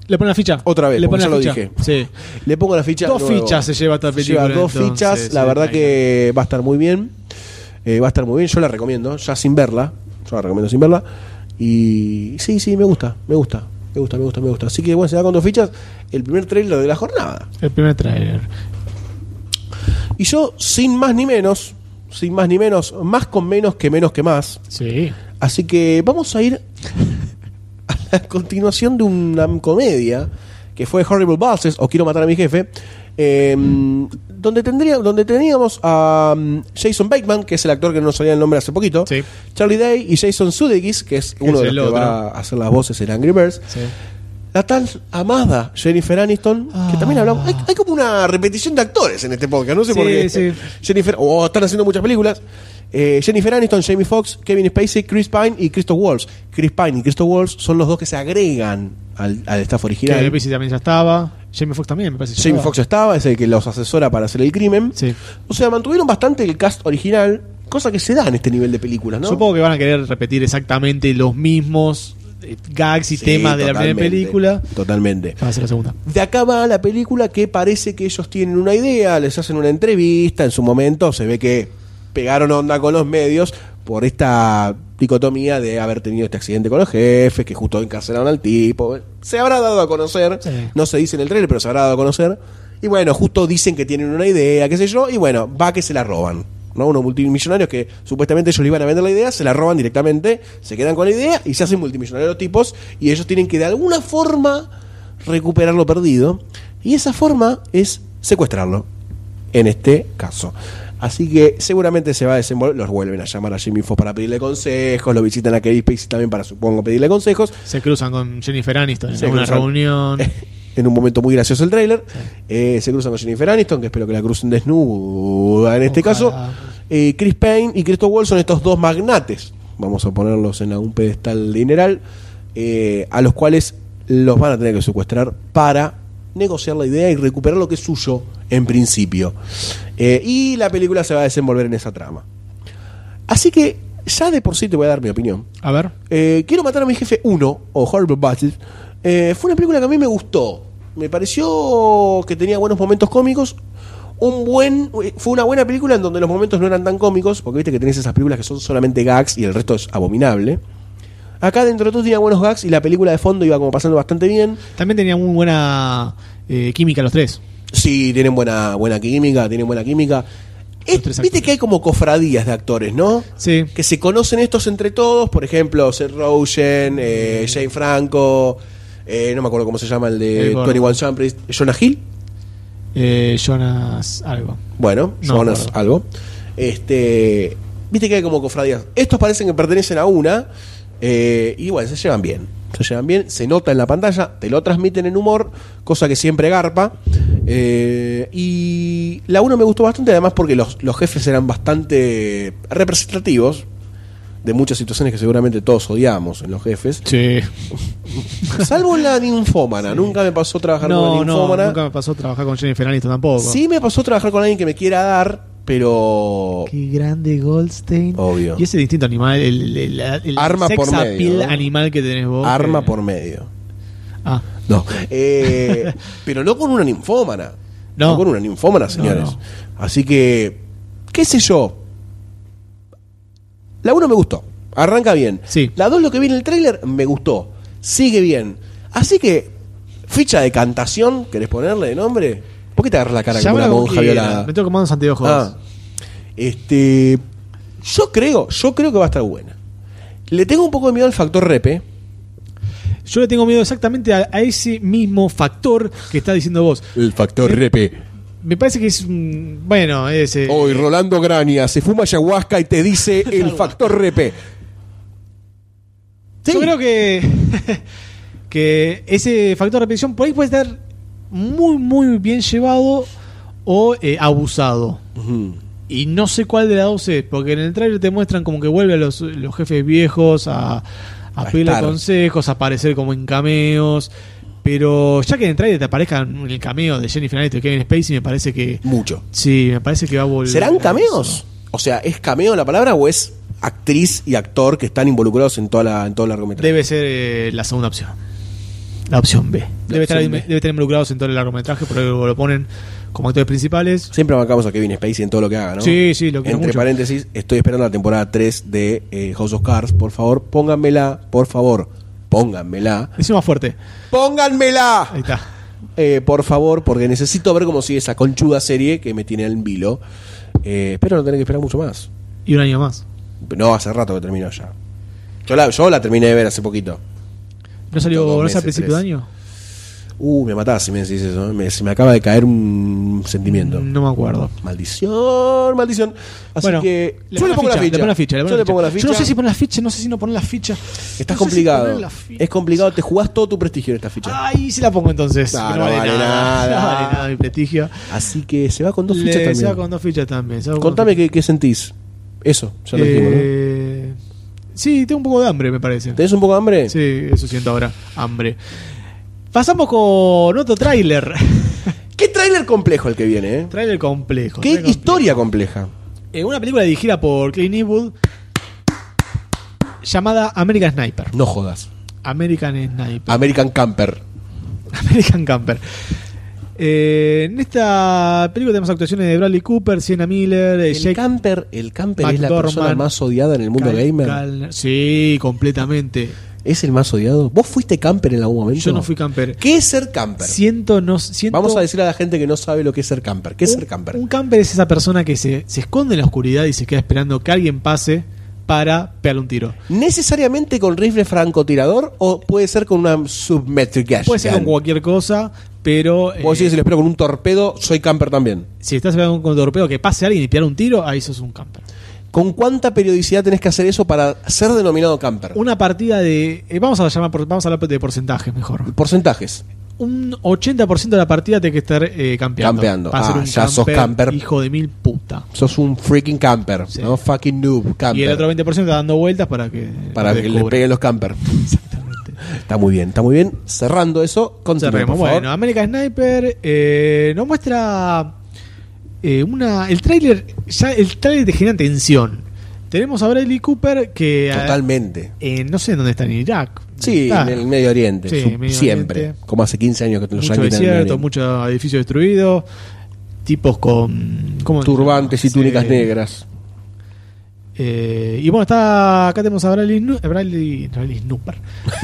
Speaker 1: Le pone la ficha.
Speaker 4: Otra vez,
Speaker 1: Le pone
Speaker 4: porque ya
Speaker 1: la
Speaker 4: lo
Speaker 1: ficha.
Speaker 4: dije.
Speaker 1: Sí.
Speaker 4: Le pongo la ficha.
Speaker 1: Dos
Speaker 4: nuevo.
Speaker 1: fichas se lleva esta película,
Speaker 4: dos
Speaker 1: entonces,
Speaker 4: fichas, la
Speaker 1: sí,
Speaker 4: verdad
Speaker 1: ahí
Speaker 4: que va a estar muy bien. Eh, va a estar muy bien, yo la recomiendo, ya sin verla. Yo la recomiendo sin verla. Y sí, sí, me gusta, me gusta, me gusta, me gusta, me gusta. Así que bueno, se da con dos fichas el primer trailer de la jornada.
Speaker 1: El primer trailer.
Speaker 4: Y yo, sin más ni menos, sin más ni menos, más con menos que menos que más.
Speaker 1: Sí.
Speaker 4: Así que vamos a ir a la continuación de una comedia que fue Horrible Bosses o Quiero matar a mi jefe, eh, donde, tendría, donde teníamos a um, Jason Bateman, que es el actor que no nos salía el nombre hace poquito,
Speaker 1: Sí.
Speaker 4: Charlie Day y Jason Sudeikis, que es uno
Speaker 1: es
Speaker 4: de los
Speaker 1: el
Speaker 4: que
Speaker 1: otro.
Speaker 4: va a hacer las voces en Angry Birds,
Speaker 1: Sí.
Speaker 4: la tan amada Jennifer Aniston,
Speaker 1: Ah.
Speaker 4: que también hablamos. Hay, hay como una repetición de actores en este podcast, no sé
Speaker 1: Sí,
Speaker 4: por qué.
Speaker 1: sí.
Speaker 4: Jennifer, o están haciendo muchas películas. Eh, Jennifer Aniston, Jamie Foxx, Kevin Spacey, Chris Pine y Christoph Waltz. Chris Pine y Christoph Waltz son los dos que se agregan al, al staff original.
Speaker 1: Que Pacey también ya estaba. Jamie Foxx también, me parece. que ya
Speaker 4: Jamie
Speaker 1: estaba.
Speaker 4: Foxx estaba, es el que los asesora para hacer el crimen.
Speaker 1: Sí.
Speaker 4: O sea, mantuvieron bastante el cast original, cosa que se da en este nivel de películas, ¿no?
Speaker 1: Supongo que van a querer repetir exactamente los mismos eh, gags y
Speaker 4: Sí,
Speaker 1: temas de la primera
Speaker 4: totalmente,
Speaker 1: película.
Speaker 4: Totalmente.
Speaker 1: Para hacer la segunda.
Speaker 4: De acá va la película que parece que ellos tienen una idea, les hacen una entrevista, en su momento se ve que pegaron onda con los medios por esta dicotomía de haber tenido este accidente con los jefes, que justo encarcelaron al tipo. Se habrá dado a conocer,
Speaker 1: Sí.
Speaker 4: no se dice en el trailer, pero se habrá dado a conocer. Y bueno, justo dicen que tienen una idea, qué sé yo, y bueno, va que se la roban. ¿no? Unos multimillonarios que supuestamente ellos le iban a vender la idea, se la roban directamente, se quedan con la idea y se hacen multimillonarios los tipos y ellos tienen que de alguna forma recuperar lo perdido. Y esa forma es secuestrarlo, en este caso. Así que seguramente se va a desenvolver. Los vuelven a llamar a Jimmy Fox para pedirle consejos, lo visitan a Kevin Spacey también para, supongo, pedirle consejos.
Speaker 1: Se cruzan con Jennifer Aniston en
Speaker 4: Se
Speaker 1: una
Speaker 4: cruzan.
Speaker 1: reunión.
Speaker 4: En un momento muy gracioso el tráiler. Eh, se cruzan con Jennifer Aniston, que espero que la crucen desnuda en este
Speaker 1: Ojalá.
Speaker 4: caso. Eh, Chris Payne y Christoph Waltz son estos dos magnates. Vamos a ponerlos en algún pedestal dineral. eh, a los cuales los van a tener que secuestrar para negociar la idea y recuperar lo que es suyo en principio. Eh, y la película se va a desenvolver en esa trama. Así que ya de por sí te voy a dar mi opinión.
Speaker 1: A ver.
Speaker 4: Eh, Quiero matar a mi jefe 1, o Horrible Bosses, eh, fue una película que a mí me gustó. Me pareció que tenía buenos momentos cómicos. Un buen, eh, fue una buena película en donde los momentos no eran tan cómicos, porque viste que tenés esas películas que son solamente gags y el resto es abominable. Acá dentro de todo tenía buenos gags y la película de fondo iba como pasando bastante bien.
Speaker 1: También tenía muy buena eh, química los tres.
Speaker 4: Sí, tienen buena, buena química, tienen buena química. Es-
Speaker 1: tres
Speaker 4: Viste
Speaker 1: actores.
Speaker 4: que hay como cofradías de actores, ¿no?
Speaker 1: Sí.
Speaker 4: Que se conocen estos entre todos, por ejemplo, Seth Rogen, eh, Jane Franco, eh, no me acuerdo cómo se llama el de
Speaker 1: El gordo.
Speaker 4: 21 Jump Street, Jonah Hill,
Speaker 1: Eh, Jonas algo.
Speaker 4: bueno,
Speaker 1: No me
Speaker 4: Jonas
Speaker 1: acuerdo.
Speaker 4: algo. Este, Viste que hay como cofradías. Estos parecen que pertenecen a una, eh, y bueno, se llevan bien. Se llevan bien, se nota en la pantalla, te lo transmiten en humor, cosa que siempre garpa. Eh, y la 1 me gustó bastante, además porque los, los jefes eran bastante representativos de muchas situaciones que seguramente todos odiamos en los jefes.
Speaker 1: Sí.
Speaker 4: Salvo la ninfómana. Nunca me pasó trabajar con
Speaker 1: No, no,
Speaker 4: la ninfómana.
Speaker 1: nunca me pasó trabajar con Jennifer Aniston tampoco.
Speaker 4: Sí me pasó trabajar con alguien que me quiera dar, pero...
Speaker 1: Qué grande Goldstein.
Speaker 4: Obvio.
Speaker 1: Y ese distinto animal, el, el- el- el
Speaker 4: Arma
Speaker 1: sex
Speaker 4: por medio,
Speaker 1: appeal
Speaker 4: ¿no?
Speaker 1: animal que tenés vos.
Speaker 4: Arma
Speaker 1: que-
Speaker 4: por medio.
Speaker 1: Ah,
Speaker 4: No. Eh, pero no con una ninfómana. No.
Speaker 1: No.
Speaker 4: con una ninfómana, señores.
Speaker 1: no.
Speaker 4: Así que, qué sé yo. La 1 me gustó. Arranca bien.
Speaker 1: Sí.
Speaker 4: La 2, lo que vi en el tráiler, me gustó. Sigue bien. Así que, ficha de cantación, ¿querés ponerle de nombre? ¿Por qué te agarras la cara como
Speaker 1: llámala
Speaker 4: una
Speaker 1: como
Speaker 4: monja
Speaker 1: quieras.
Speaker 4: violada?
Speaker 1: Me tengo que mandar unos anteojos.
Speaker 4: Ah, este, yo creo, yo creo que va a estar buena. Le tengo un poco de miedo al factor repe.
Speaker 1: Yo le tengo miedo exactamente a, a ese mismo factor que está diciendo vos.
Speaker 4: El factor repe.
Speaker 1: Me parece que es un. Bueno, eh, ese.
Speaker 4: Hoy Rolando Grania se fuma ayahuasca y te dice el factor repe.
Speaker 1: Yo creo que, que ese factor de repetición por ahí puede estar muy, muy bien llevado o eh, abusado. Y no sé cuál de las dos es, porque en el trailer te muestran como que vuelve a los, los jefes viejos a, a pedirle
Speaker 4: estar.
Speaker 1: consejos, a aparecer como en cameos. Pero ya que en el trailer te aparezcan en el cameo de Jennifer Aniston y Kevin Spacey, me parece que.
Speaker 4: Mucho.
Speaker 1: Sí, me parece que va a volver.
Speaker 4: ¿Serán
Speaker 1: a
Speaker 4: cameos?
Speaker 1: eso.
Speaker 4: O sea, ¿es cameo la palabra o es actriz y actor que están involucrados en toda la, en todo el largometraje?
Speaker 1: Debe ser eh, la segunda opción. La opción B. Debe, estar,
Speaker 4: opción B.
Speaker 1: debe estar involucrados en todo el largometraje, por ahí lo ponen como actores principales.
Speaker 4: Siempre bancamos a Kevin Spacey en todo lo que haga, ¿no?
Speaker 1: Sí, sí, lo quiero
Speaker 4: Entre
Speaker 1: mucho.
Speaker 4: paréntesis, estoy esperando la temporada 3 de eh, House of Cards. Por favor, pónganmela, por favor, pónganmela.
Speaker 1: Decimos más fuerte.
Speaker 4: ¡Pónganmela!
Speaker 1: Ahí está.
Speaker 4: Eh, por favor, porque necesito ver cómo sigue esa conchuda serie que me tiene al vilo. Eh, espero no tener que esperar mucho más.
Speaker 1: Y un año más.
Speaker 4: No, hace rato que terminó ya. Yo la, yo la terminé de ver hace poquito.
Speaker 1: ¿No salió
Speaker 4: Dos
Speaker 1: ¿no es
Speaker 4: meses,
Speaker 1: al principio
Speaker 4: tres.
Speaker 1: de año?
Speaker 4: Uh, me matás si me decís eso. ¿eh? Me- se me acaba de caer un sentimiento.
Speaker 1: No me acuerdo.
Speaker 4: Maldición, maldición. Así
Speaker 1: bueno,
Speaker 4: que
Speaker 1: le
Speaker 4: yo le pongo la
Speaker 1: Le
Speaker 4: ficha.
Speaker 1: pongo la ficha. le
Speaker 4: Yo le pongo la ficha.
Speaker 1: Yo no sé si poner la ficha, no sé si no poner la ficha.
Speaker 4: Estás
Speaker 1: No sé si
Speaker 4: complicado.
Speaker 1: poner la ficha. Ah.
Speaker 4: es complicado, te jugás todo tu prestigio en esta ficha.
Speaker 1: Ay, sí la pongo entonces.
Speaker 4: No,
Speaker 1: que
Speaker 4: no vale nada.
Speaker 1: No vale nada mi prestigio.
Speaker 4: Así que se va con dos
Speaker 1: Le-
Speaker 4: fichas
Speaker 1: Se
Speaker 4: también.
Speaker 1: va con dos fichas también. se va con dos
Speaker 4: Contame qué, qué sentís. Eso, ya lo dijimos, ¿no?
Speaker 1: Eh, Sí, tengo un poco de hambre, me parece.
Speaker 4: ¿Tenés un poco de hambre?
Speaker 1: Sí, eso siento ahora, hambre. Pasamos con otro tráiler.
Speaker 4: ¿Qué tráiler complejo el que viene, eh?
Speaker 1: tráiler complejo.
Speaker 4: ¿Qué
Speaker 1: tráiler complejo.
Speaker 4: historia compleja?
Speaker 1: Eh, una película dirigida por Clint Eastwood llamada American Sniper.
Speaker 4: No jodas.
Speaker 1: American Sniper.
Speaker 4: American Camper.
Speaker 1: American Camper. Eh, en esta película tenemos actuaciones de Bradley Cooper, Sienna Miller, eh,
Speaker 4: El
Speaker 1: Jake
Speaker 4: camper, el camper es la
Speaker 1: McDormand.
Speaker 4: persona más odiada en el mundo
Speaker 1: Cal-
Speaker 4: gamer.
Speaker 1: Calner. Sí, completamente.
Speaker 4: ¿Es el más odiado? ¿Vos fuiste camper en algún momento?
Speaker 1: Yo no fui camper.
Speaker 4: ¿Qué es ser camper?
Speaker 1: Siento, no, siento
Speaker 4: Vamos a decir a la gente que no sabe lo que es ser camper. ¿Qué es
Speaker 1: un,
Speaker 4: ser camper?
Speaker 1: un camper es esa persona que se, se esconde en la oscuridad y se queda esperando que alguien pase para pegarle un tiro.
Speaker 4: ¿Necesariamente con rifle francotirador o puede ser con una submetric
Speaker 1: Puede ser con cualquier cosa, pero eh,
Speaker 4: Vos decís, si lo espero con un torpedo, soy camper también.
Speaker 1: si estás esperando con un torpedo que pase alguien y pegar un tiro, ahí sos un camper.
Speaker 4: ¿Con cuánta periodicidad tenés que hacer eso para ser denominado camper?
Speaker 1: Una partida de. eh, vamos, a llamar por- vamos a hablar de porcentajes mejor.
Speaker 4: Porcentajes.
Speaker 1: Un 80% de la partida tiene que estar eh, campeando.
Speaker 4: Campeando.
Speaker 1: Para
Speaker 4: Ah,
Speaker 1: ser un
Speaker 4: ya sos camper.
Speaker 1: Hijo de mil puta.
Speaker 4: Sos un freaking camper.
Speaker 1: Sí.
Speaker 4: No fucking noob camper.
Speaker 1: Y el otro 20% está dando vueltas para que.
Speaker 4: para
Speaker 1: te
Speaker 4: que le
Speaker 1: descubran.
Speaker 4: peguen los camper.
Speaker 1: Exactamente.
Speaker 4: Está muy bien, está muy bien. Cerrando eso, continúe,
Speaker 1: Cerremos.
Speaker 4: por favor.
Speaker 1: Bueno, América Sniper eh, nos muestra eh, una. El tráiler. Ya el tráiler te genera tensión. Tenemos a Bradley Cooper que. eh,
Speaker 4: Totalmente.
Speaker 1: eh, no sé en dónde está, en Irak.
Speaker 4: Sí,
Speaker 1: Está.
Speaker 4: en el Medio Oriente.
Speaker 1: Sí,
Speaker 4: su-
Speaker 1: Medio
Speaker 4: siempre.
Speaker 1: Oriente.
Speaker 4: Como hace 15 años que los
Speaker 1: Mucho
Speaker 4: yanquis están en el Medio
Speaker 1: desierto,
Speaker 4: Oriente.
Speaker 1: mucho edificio destruido. Tipos con. ¿cómo se
Speaker 4: Turbantes y
Speaker 1: llama?
Speaker 4: túnicas
Speaker 1: Sí.
Speaker 4: negras.
Speaker 1: Eh, y bueno, está. Acá tenemos a Bradley. Snu- Bradley. Bradley Snooper.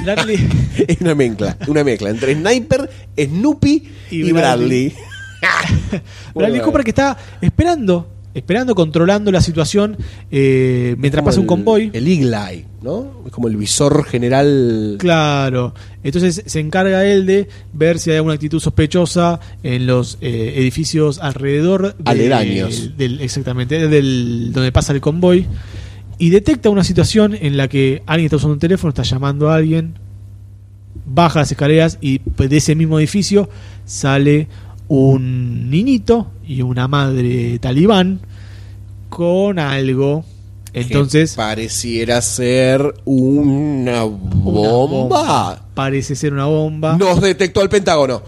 Speaker 1: Bradley.
Speaker 4: Es una mezcla, una mezcla entre Sniper, Snoopy y,
Speaker 1: Y
Speaker 4: Bradley.
Speaker 1: Bradley.
Speaker 4: Bueno,
Speaker 1: Bradley
Speaker 4: bueno.
Speaker 1: Cooper que está esperando, esperando, controlando la situación eh, mientras
Speaker 4: Como
Speaker 1: pasa un
Speaker 4: el-
Speaker 1: convoy.
Speaker 4: El Eagle Eye, ¿no? Es como el visor general.
Speaker 1: Claro. Entonces se encarga él de ver si hay alguna actitud sospechosa en los eh, edificios alrededor de-
Speaker 4: Aledaños.
Speaker 1: del- exactamente, del donde pasa el convoy y detecta una situación en la que alguien está usando un teléfono, está llamando a alguien, baja las escaleras y pues, de ese mismo edificio sale un niñito y una madre talibán con algo. Entonces,
Speaker 4: Que pareciera ser una bomba.
Speaker 1: parece ser una bomba.
Speaker 4: Nos detectó el Pentágono.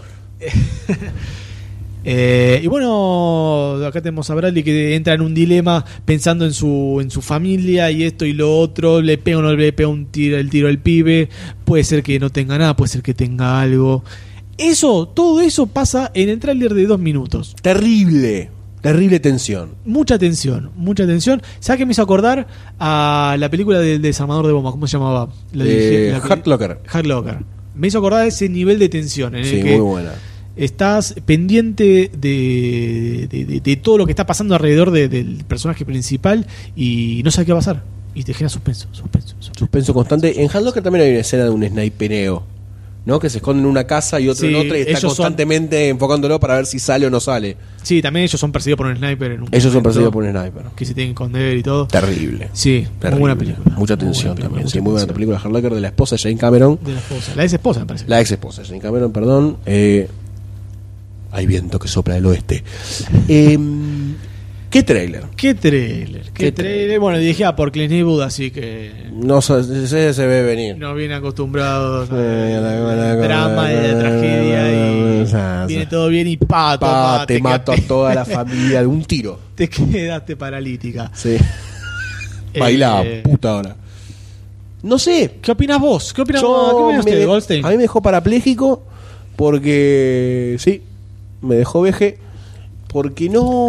Speaker 1: Eh, y bueno, acá tenemos a Bradley que entra en un dilema pensando en su, en su familia y esto y lo otro. Le pega o no le pega un tiro, el tiro al pibe. Puede ser que no tenga nada, puede ser que tenga algo. Eso, todo eso pasa en el tráiler de dos minutos.
Speaker 4: Terrible. Terrible tensión.
Speaker 1: Mucha tensión, mucha tensión. ¿Sabes qué me hizo acordar a la película del desarmador de bomba? ¿Cómo se llamaba? La dirigí-
Speaker 4: Eh,
Speaker 1: la peli-
Speaker 4: Hurt Locker.
Speaker 1: Hard Locker. Me hizo acordar a ese nivel de tensión en el
Speaker 4: Sí,
Speaker 1: que
Speaker 4: muy buena.
Speaker 1: estás pendiente de, de- de- de todo lo que está pasando alrededor de- del personaje principal y no sabes qué va a pasar. Y te genera suspenso, suspenso, suspenso.
Speaker 4: Suspenso constante. En Hard Locker también hay una escena de un snipereo. ¿No? Que se esconde en una casa y otro
Speaker 1: Sí,
Speaker 4: en otra y
Speaker 1: ellos
Speaker 4: está
Speaker 1: son-
Speaker 4: constantemente enfocándolo para ver si sale o no sale.
Speaker 1: Sí, también ellos son perseguidos por un sniper. En un
Speaker 4: Ellos son
Speaker 1: momento,
Speaker 4: perseguidos por un sniper.
Speaker 1: Que se tienen que esconder y todo.
Speaker 4: Terrible.
Speaker 1: Sí, muy
Speaker 4: Terrible.
Speaker 1: buena película.
Speaker 4: Mucha
Speaker 1: Muy buena
Speaker 4: tensión
Speaker 1: película,
Speaker 4: también.
Speaker 1: mucha
Speaker 4: Sí, muy buena
Speaker 1: tensión.
Speaker 4: película. Hard Locker de la esposa de Jane Cameron.
Speaker 1: De la esposa, la ex esposa me parece.
Speaker 4: La ex esposa de Jane Cameron, perdón. Eh, hay viento que sopla del oeste. Em, ¿Qué trailer?
Speaker 1: ¿Qué trailer? ¿Qué,
Speaker 4: ¿Qué
Speaker 1: trailer? Bueno, dirigida por Clint Eastwood, así que
Speaker 4: No se, se- se ve venir.
Speaker 1: nos viene acostumbrados al
Speaker 4: Eh, la- la- la-
Speaker 1: drama y a la
Speaker 4: la- la-
Speaker 1: tragedia
Speaker 4: la-
Speaker 1: y viene todo bien y pa,
Speaker 4: Pa,
Speaker 1: toma,
Speaker 4: te mato a
Speaker 1: quedaste-
Speaker 4: toda la familia de un tiro.
Speaker 1: Te quedaste paralítica.
Speaker 4: Sí.
Speaker 1: Eh,
Speaker 4: Baila, puta ahora. No sé.
Speaker 1: ¿Qué opinas vos? ¿Qué opinas vos? ¿Qué
Speaker 4: Yo
Speaker 1: opinas
Speaker 4: me
Speaker 1: usted,
Speaker 4: de-
Speaker 1: Goldstein?
Speaker 4: a mí me dejó parapléjico porque. Sí, me dejó veje. Porque no.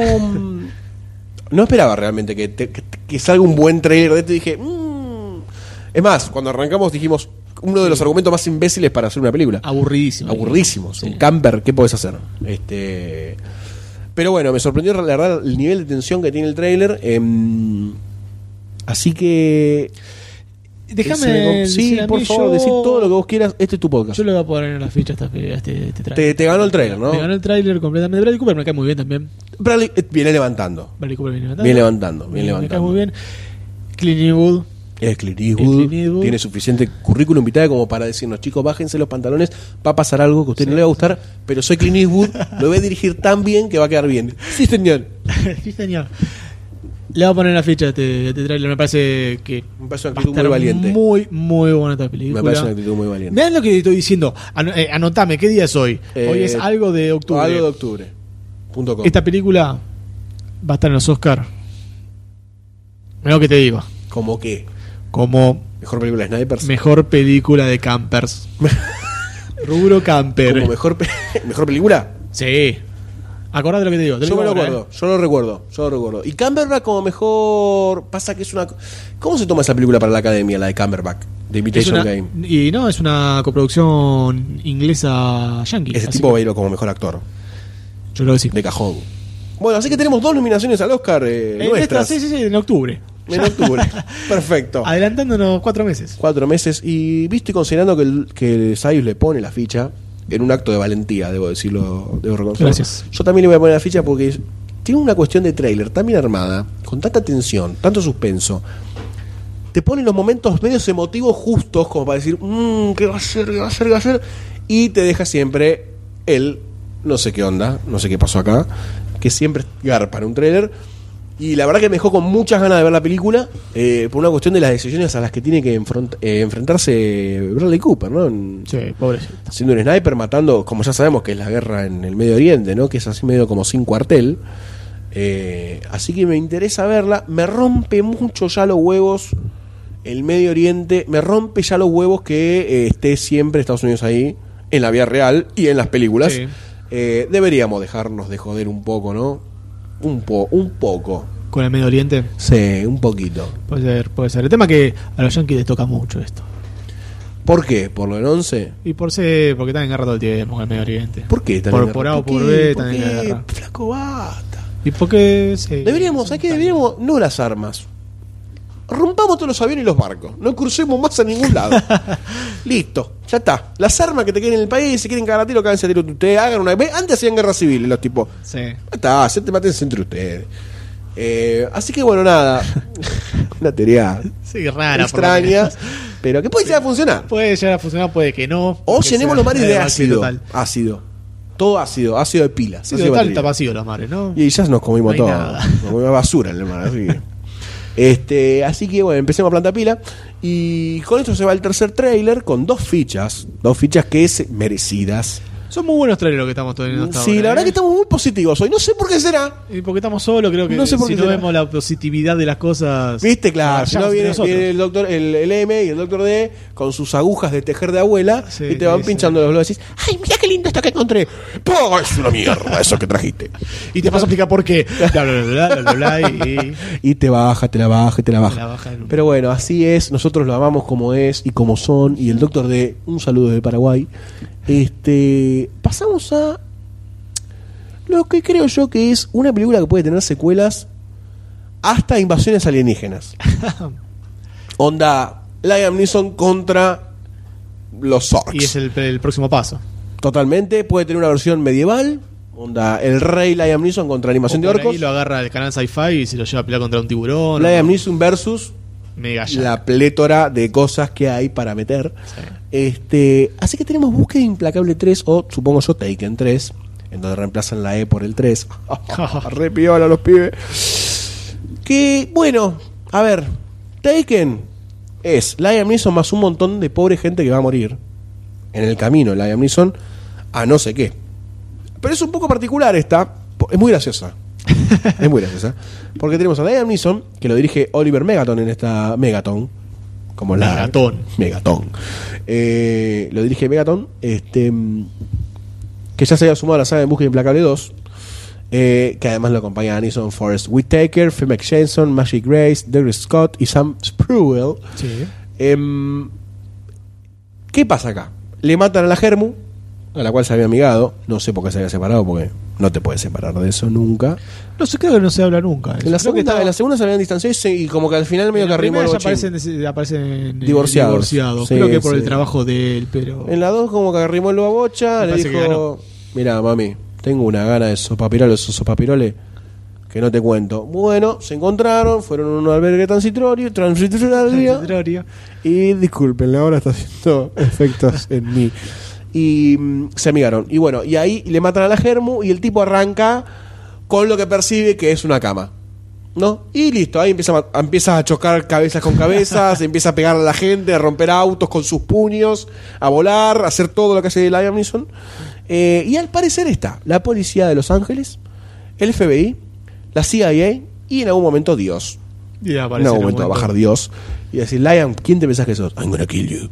Speaker 4: no esperaba realmente que, te- que- que salga un buen trailer de esto. y Dije. "Mm". Es más, cuando arrancamos dijimos uno de los argumentos más imbéciles para hacer una
Speaker 1: Ah,
Speaker 4: película.
Speaker 1: Aburridísimo.
Speaker 4: aburrísimos.
Speaker 1: Sí.
Speaker 4: Un camper, ¿qué podés hacer? Este. Pero bueno, me sorprendió la verdad el nivel de tensión que tiene el trailer. así que.
Speaker 1: Déjame
Speaker 4: ese me con- Sí,
Speaker 1: decir a
Speaker 4: por
Speaker 1: mí,
Speaker 4: favor,
Speaker 1: yo-
Speaker 4: decir todo lo que vos quieras. Este es tu podcast.
Speaker 1: Yo le voy a poner en la ficha a esta pe- a este, este trailer.
Speaker 4: Te, te ganó el trailer, ¿no?
Speaker 1: Me ganó el trailer completamente. Bradley Cooper me cae muy bien también.
Speaker 4: Bradley, eh, viene levantando.
Speaker 1: Bradley Cooper viene levantando.
Speaker 4: Viene levantando,
Speaker 1: Me-
Speaker 4: viene
Speaker 1: Me cae
Speaker 4: levantando.
Speaker 1: muy bien. Clint Eastwood.
Speaker 4: Es Clint Eastwood,
Speaker 1: Es Clint Eastwood.
Speaker 4: Tiene suficiente currículum vitae como para decirnos, chicos, bájense los pantalones. Va a pasar algo que a usted no le va a gustar, pero soy Clint Eastwood. lo voy a dirigir tan bien que va a quedar bien. Sí, señor.
Speaker 1: sí, señor. Le voy a poner la ficha a este, a este trailer. Me parece que
Speaker 4: Me parece una
Speaker 1: va a
Speaker 4: actitud
Speaker 1: estar
Speaker 4: muy valiente.
Speaker 1: muy, muy buena esta película.
Speaker 4: Me parece una actitud muy valiente.
Speaker 1: Vean lo que estoy diciendo. Ano- eh, anotame, ¿qué día es hoy? hoy
Speaker 4: Eh,
Speaker 1: es algo de octubre.
Speaker 4: Algo de octubre. Punto com.
Speaker 1: Esta película va a estar en los Oscar. Mira lo que te digo.
Speaker 4: Como que
Speaker 1: Como
Speaker 4: mejor película de Snipers.
Speaker 1: mejor película de campers. Rubro camper.
Speaker 4: Como mejor, pe- mejor película.
Speaker 1: Sí. Acordate lo que te digo. te
Speaker 4: Yo me lo
Speaker 1: digo ahora, eh.
Speaker 4: acuerdo, yo lo recuerdo, yo lo recuerdo. Y Camberback como mejor. Pasa que es una. ¿Cómo se toma esa película para la academia, la de Camberback? De
Speaker 1: ¿eh? Es
Speaker 4: Imitation
Speaker 1: una-
Speaker 4: Game.
Speaker 1: y no, es una coproducción inglesa yankee.
Speaker 4: Ese
Speaker 1: así
Speaker 4: tipo
Speaker 1: que-
Speaker 4: bailó como mejor actor,
Speaker 1: Yo lo decía.
Speaker 4: de cajón. Bueno, así que tenemos dos nominaciones al Oscar eh,
Speaker 1: En
Speaker 4: nuestras. Oh.
Speaker 1: esta, sí, sí, sí, en octubre.
Speaker 4: En octubre. Perfecto.
Speaker 1: Adelantándonos cuatro meses.
Speaker 4: Cuatro meses. Y visto y considerando que, el, que Sayus le pone la ficha, en un acto de valentía, debo decirlo, debo reconocer.
Speaker 1: Gracias.
Speaker 4: Yo también le voy a poner la ficha porque es- tiene una cuestión de trailer tan bien armada, con tanta tensión, tanto suspenso. Te pone los momentos medios emotivos justos, como para decir, mmm, ¿qué va a ser? ¿Qué va a ser? ¿Qué va a ser? Y te deja siempre el no sé qué onda, no sé qué pasó acá, que siempre garpa en un trailer. Y la verdad que me dejó con muchas ganas de ver la película eh, por una cuestión de las decisiones a las que tiene que enfront- eh, enfrentarse Bradley Cooper, ¿no? En-
Speaker 1: Sí, pobrecito.
Speaker 4: siendo un sniper matando, como ya sabemos que es la guerra en el Medio Oriente, ¿no? Que es así medio como sin cuartel. Eh, así que me interesa verla. Me rompe mucho ya los huevos el Medio Oriente. Me rompe ya los huevos que eh, esté siempre Estados Unidos ahí, en la vida real y en las películas.
Speaker 1: Sí.
Speaker 4: Eh, deberíamos dejarnos de joder un poco, ¿no? Un, po un poco.
Speaker 1: Con el Medio Oriente.
Speaker 4: Sí, un poquito.
Speaker 1: Puede ser, puede ser. El tema es que a los yankees les toca mucho esto.
Speaker 4: ¿Por qué? ¿Por lo del 11?
Speaker 1: Y por ser, porque están en guerra todo el tiempo con el Medio Oriente.
Speaker 4: ¿Por qué? están en
Speaker 1: Por,
Speaker 4: guerra?
Speaker 1: por A o por
Speaker 4: qué?
Speaker 1: B
Speaker 4: ¿Por
Speaker 1: están en
Speaker 4: qué?
Speaker 1: guerra.
Speaker 4: Flaco, basta.
Speaker 1: Y porque sí,
Speaker 4: Deberíamos,
Speaker 1: son
Speaker 4: hay que
Speaker 1: tan-
Speaker 4: deberíamos, no las armas. Rompamos todos los aviones y los barcos. No crucemos más a ningún lado. Listo, ya está. Las armas que te queden en el país, si quieren cagar a tiro, cáganse a tiro. Ustedes hagan una vez. Antes hacían guerra civil los tipos.
Speaker 1: Sí.
Speaker 4: Ya está, se te matense entre ustedes. Eh, así que bueno, nada. una teoría
Speaker 1: Sí, rara. Ah, por lo
Speaker 4: extraña,
Speaker 1: menos.
Speaker 4: pero que puede llegar a funcionar.
Speaker 1: Puede llegar a funcionar, puede que no.
Speaker 4: O
Speaker 1: porque
Speaker 4: llenemos
Speaker 1: sea
Speaker 4: los mares de
Speaker 1: desastre
Speaker 4: ácido.
Speaker 1: total.
Speaker 4: Ácido. Todo ácido, ácido de pilas.
Speaker 1: Sí,
Speaker 4: ácido de
Speaker 1: total,
Speaker 4: batería.
Speaker 1: está vacío los mares, ¿no?
Speaker 4: Y ya nos comimos
Speaker 1: No hay
Speaker 4: todo.
Speaker 1: nada.
Speaker 4: Nos comimos basura en el mar, así que. Este, así que bueno, empecemos a planta pila. Y con esto se va el tercer trailer con dos fichas. Dos fichas que es merecidas.
Speaker 1: Son muy buenos trailers los que estamos teniendo hasta
Speaker 4: Sí,
Speaker 1: ahora,
Speaker 4: la verdad
Speaker 1: ¿eh?
Speaker 4: que estamos muy positivos hoy. No sé por qué será.
Speaker 1: Y porque estamos solos, creo que
Speaker 4: No sé por
Speaker 1: si
Speaker 4: qué
Speaker 1: no
Speaker 4: será.
Speaker 1: vemos la positividad de las cosas.
Speaker 4: Viste, claro, si no
Speaker 1: vamos
Speaker 4: viene,
Speaker 1: nosotros.
Speaker 4: viene el doctor, el, el M y el doctor D con sus agujas de tejer de abuela
Speaker 1: Sí,
Speaker 4: y te
Speaker 1: te
Speaker 4: van
Speaker 1: dicen.
Speaker 4: pinchando los globos y decís, ¡ay, mira qué lindo esto que encontré! ¡Pah, Es una mierda eso que trajiste.
Speaker 1: Y te vas a explicar por qué. Bla, bla, bla, bla, bla, bla, y,
Speaker 4: Y te baja, te la baja, y te la baja.
Speaker 1: la baja en un-
Speaker 4: Pero bueno, así es, nosotros lo amamos como es y como son. Y el doctor D, un saludo de Paraguay. Este, pasamos a lo que creo yo que es una película que puede tener secuelas hasta invasiones alienígenas. Onda, Liam Neeson contra los orcs.
Speaker 1: y es el, el próximo paso.
Speaker 4: Totalmente, puede tener una versión medieval. Onda, el rey Liam Neeson contra animación
Speaker 1: O
Speaker 4: de
Speaker 1: por
Speaker 4: orcos.
Speaker 1: ahí lo agarra el canal Sci-Fi y se lo lleva a pelear contra un tiburón.
Speaker 4: Liam
Speaker 1: o-
Speaker 4: Neeson versus
Speaker 1: Mega Jack.
Speaker 4: la plétora de cosas que hay para meter.
Speaker 1: Sí.
Speaker 4: Este, así que tenemos Búsqueda Implacable 3 o supongo yo Taken 3, en donde reemplazan la E por el 3. Re piola los pibes. Que bueno, a ver, Taken es Liam Neeson más un montón de pobre gente que va a morir en el camino, Liam Neeson a no sé qué. Pero es un poco particular esta, po- es muy graciosa. es muy graciosa. Porque tenemos a Liam Neeson, que lo dirige Oliver Megaton en esta Megaton. Como la,
Speaker 1: Megaton.
Speaker 4: Megaton. Eh, lo dirige Megaton, este, mm, que ya se había sumado a la saga de Búsqueda Implacable 2. eh, que además lo acompaña Anison Forrest Whitaker, Phil Jason, Magic Grace, Derrick Scott y Sam Spruill.
Speaker 1: Sí.
Speaker 4: Em, ¿Qué pasa acá? Le matan a la Germu, a la cual se había amigado. No sé por qué se había separado, porque no te puedes separar de eso nunca.
Speaker 1: No sé, creo que no se habla nunca.
Speaker 4: En la,
Speaker 1: Creo que
Speaker 4: segunda,
Speaker 1: estaba-
Speaker 4: en la segunda se habían distanciado y, se- y como que al final medio
Speaker 1: en
Speaker 4: que
Speaker 1: la
Speaker 4: arrimó
Speaker 1: primera
Speaker 4: el
Speaker 1: ya
Speaker 4: bochín.
Speaker 1: aparecen, des- aparecen, eh,
Speaker 4: Divorciados.
Speaker 1: divorciados.
Speaker 4: Sí,
Speaker 1: creo que por
Speaker 4: sí.
Speaker 1: el trabajo de él, pero.
Speaker 4: En la dos como que arrimó el bocha,
Speaker 1: Me
Speaker 4: le
Speaker 1: parece que
Speaker 4: dijo,
Speaker 1: ganó.
Speaker 4: mira mami, tengo una gana de sopapiroles, esos sopapiroles que no te cuento. Bueno, se encontraron, fueron a un albergue transitorio, transitorio,
Speaker 1: Contrario.
Speaker 4: Y disculpen, ahora está haciendo efectos en mí. Y mm, se amigaron. Y bueno, y ahí le matan a la Germu y el tipo arranca con lo que percibe que es una cama. ¿No? Y listo, ahí empieza a, ma- empieza a chocar cabezas con cabezas, empieza a pegar a la gente, a romper autos con sus puños, a volar, a hacer todo lo que hace Liam Neeson. Eh, y al parecer está la policía de Los Ángeles, el FBI, la CIA y en algún momento Dios
Speaker 1: Y
Speaker 4: en
Speaker 1: aparece
Speaker 4: algún
Speaker 1: en un
Speaker 4: momento va a bajar
Speaker 1: momento.
Speaker 4: Dios y decir, Liam, ¿quién te pensás que sos? I'm gonna kill you.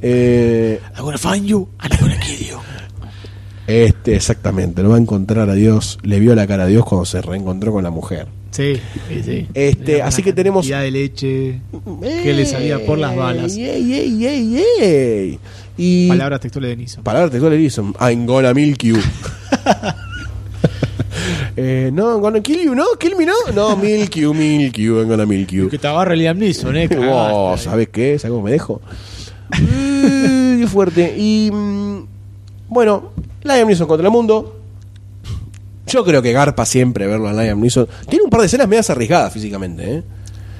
Speaker 4: Eh,
Speaker 1: I'm gonna find you and I'm gonna kill you.
Speaker 4: este, exactamente, lo va a encontrar a Dios. Le vio la cara a Dios cuando se reencontró con la mujer.
Speaker 1: Sí, sí, sí.
Speaker 4: Este,
Speaker 1: Era
Speaker 4: así
Speaker 1: una
Speaker 4: que tenemos-
Speaker 1: cantidad de leche que le salía por las balas.
Speaker 4: Ey, ey, ey, ey. Y
Speaker 1: Palabras textuales de Niso.
Speaker 4: Palabra textual le dicen, I'm gonna milk you. Eh, no, I'm gonna kill you, no, kill me, no. No, milk you, milk you, I'm gonna milk you.
Speaker 1: Que te agarra Liam Neeson, eh.
Speaker 4: Wow,
Speaker 1: cagaste.
Speaker 4: ¿sabes qué? ¿Sabes cómo me dejo? Eh, qué fuerte. Y mm, bueno, Liam Neeson contra el mundo. Yo creo que garpa siempre verlo a Liam Neeson. Tiene un par de escenas medias arriesgadas físicamente, ¿eh?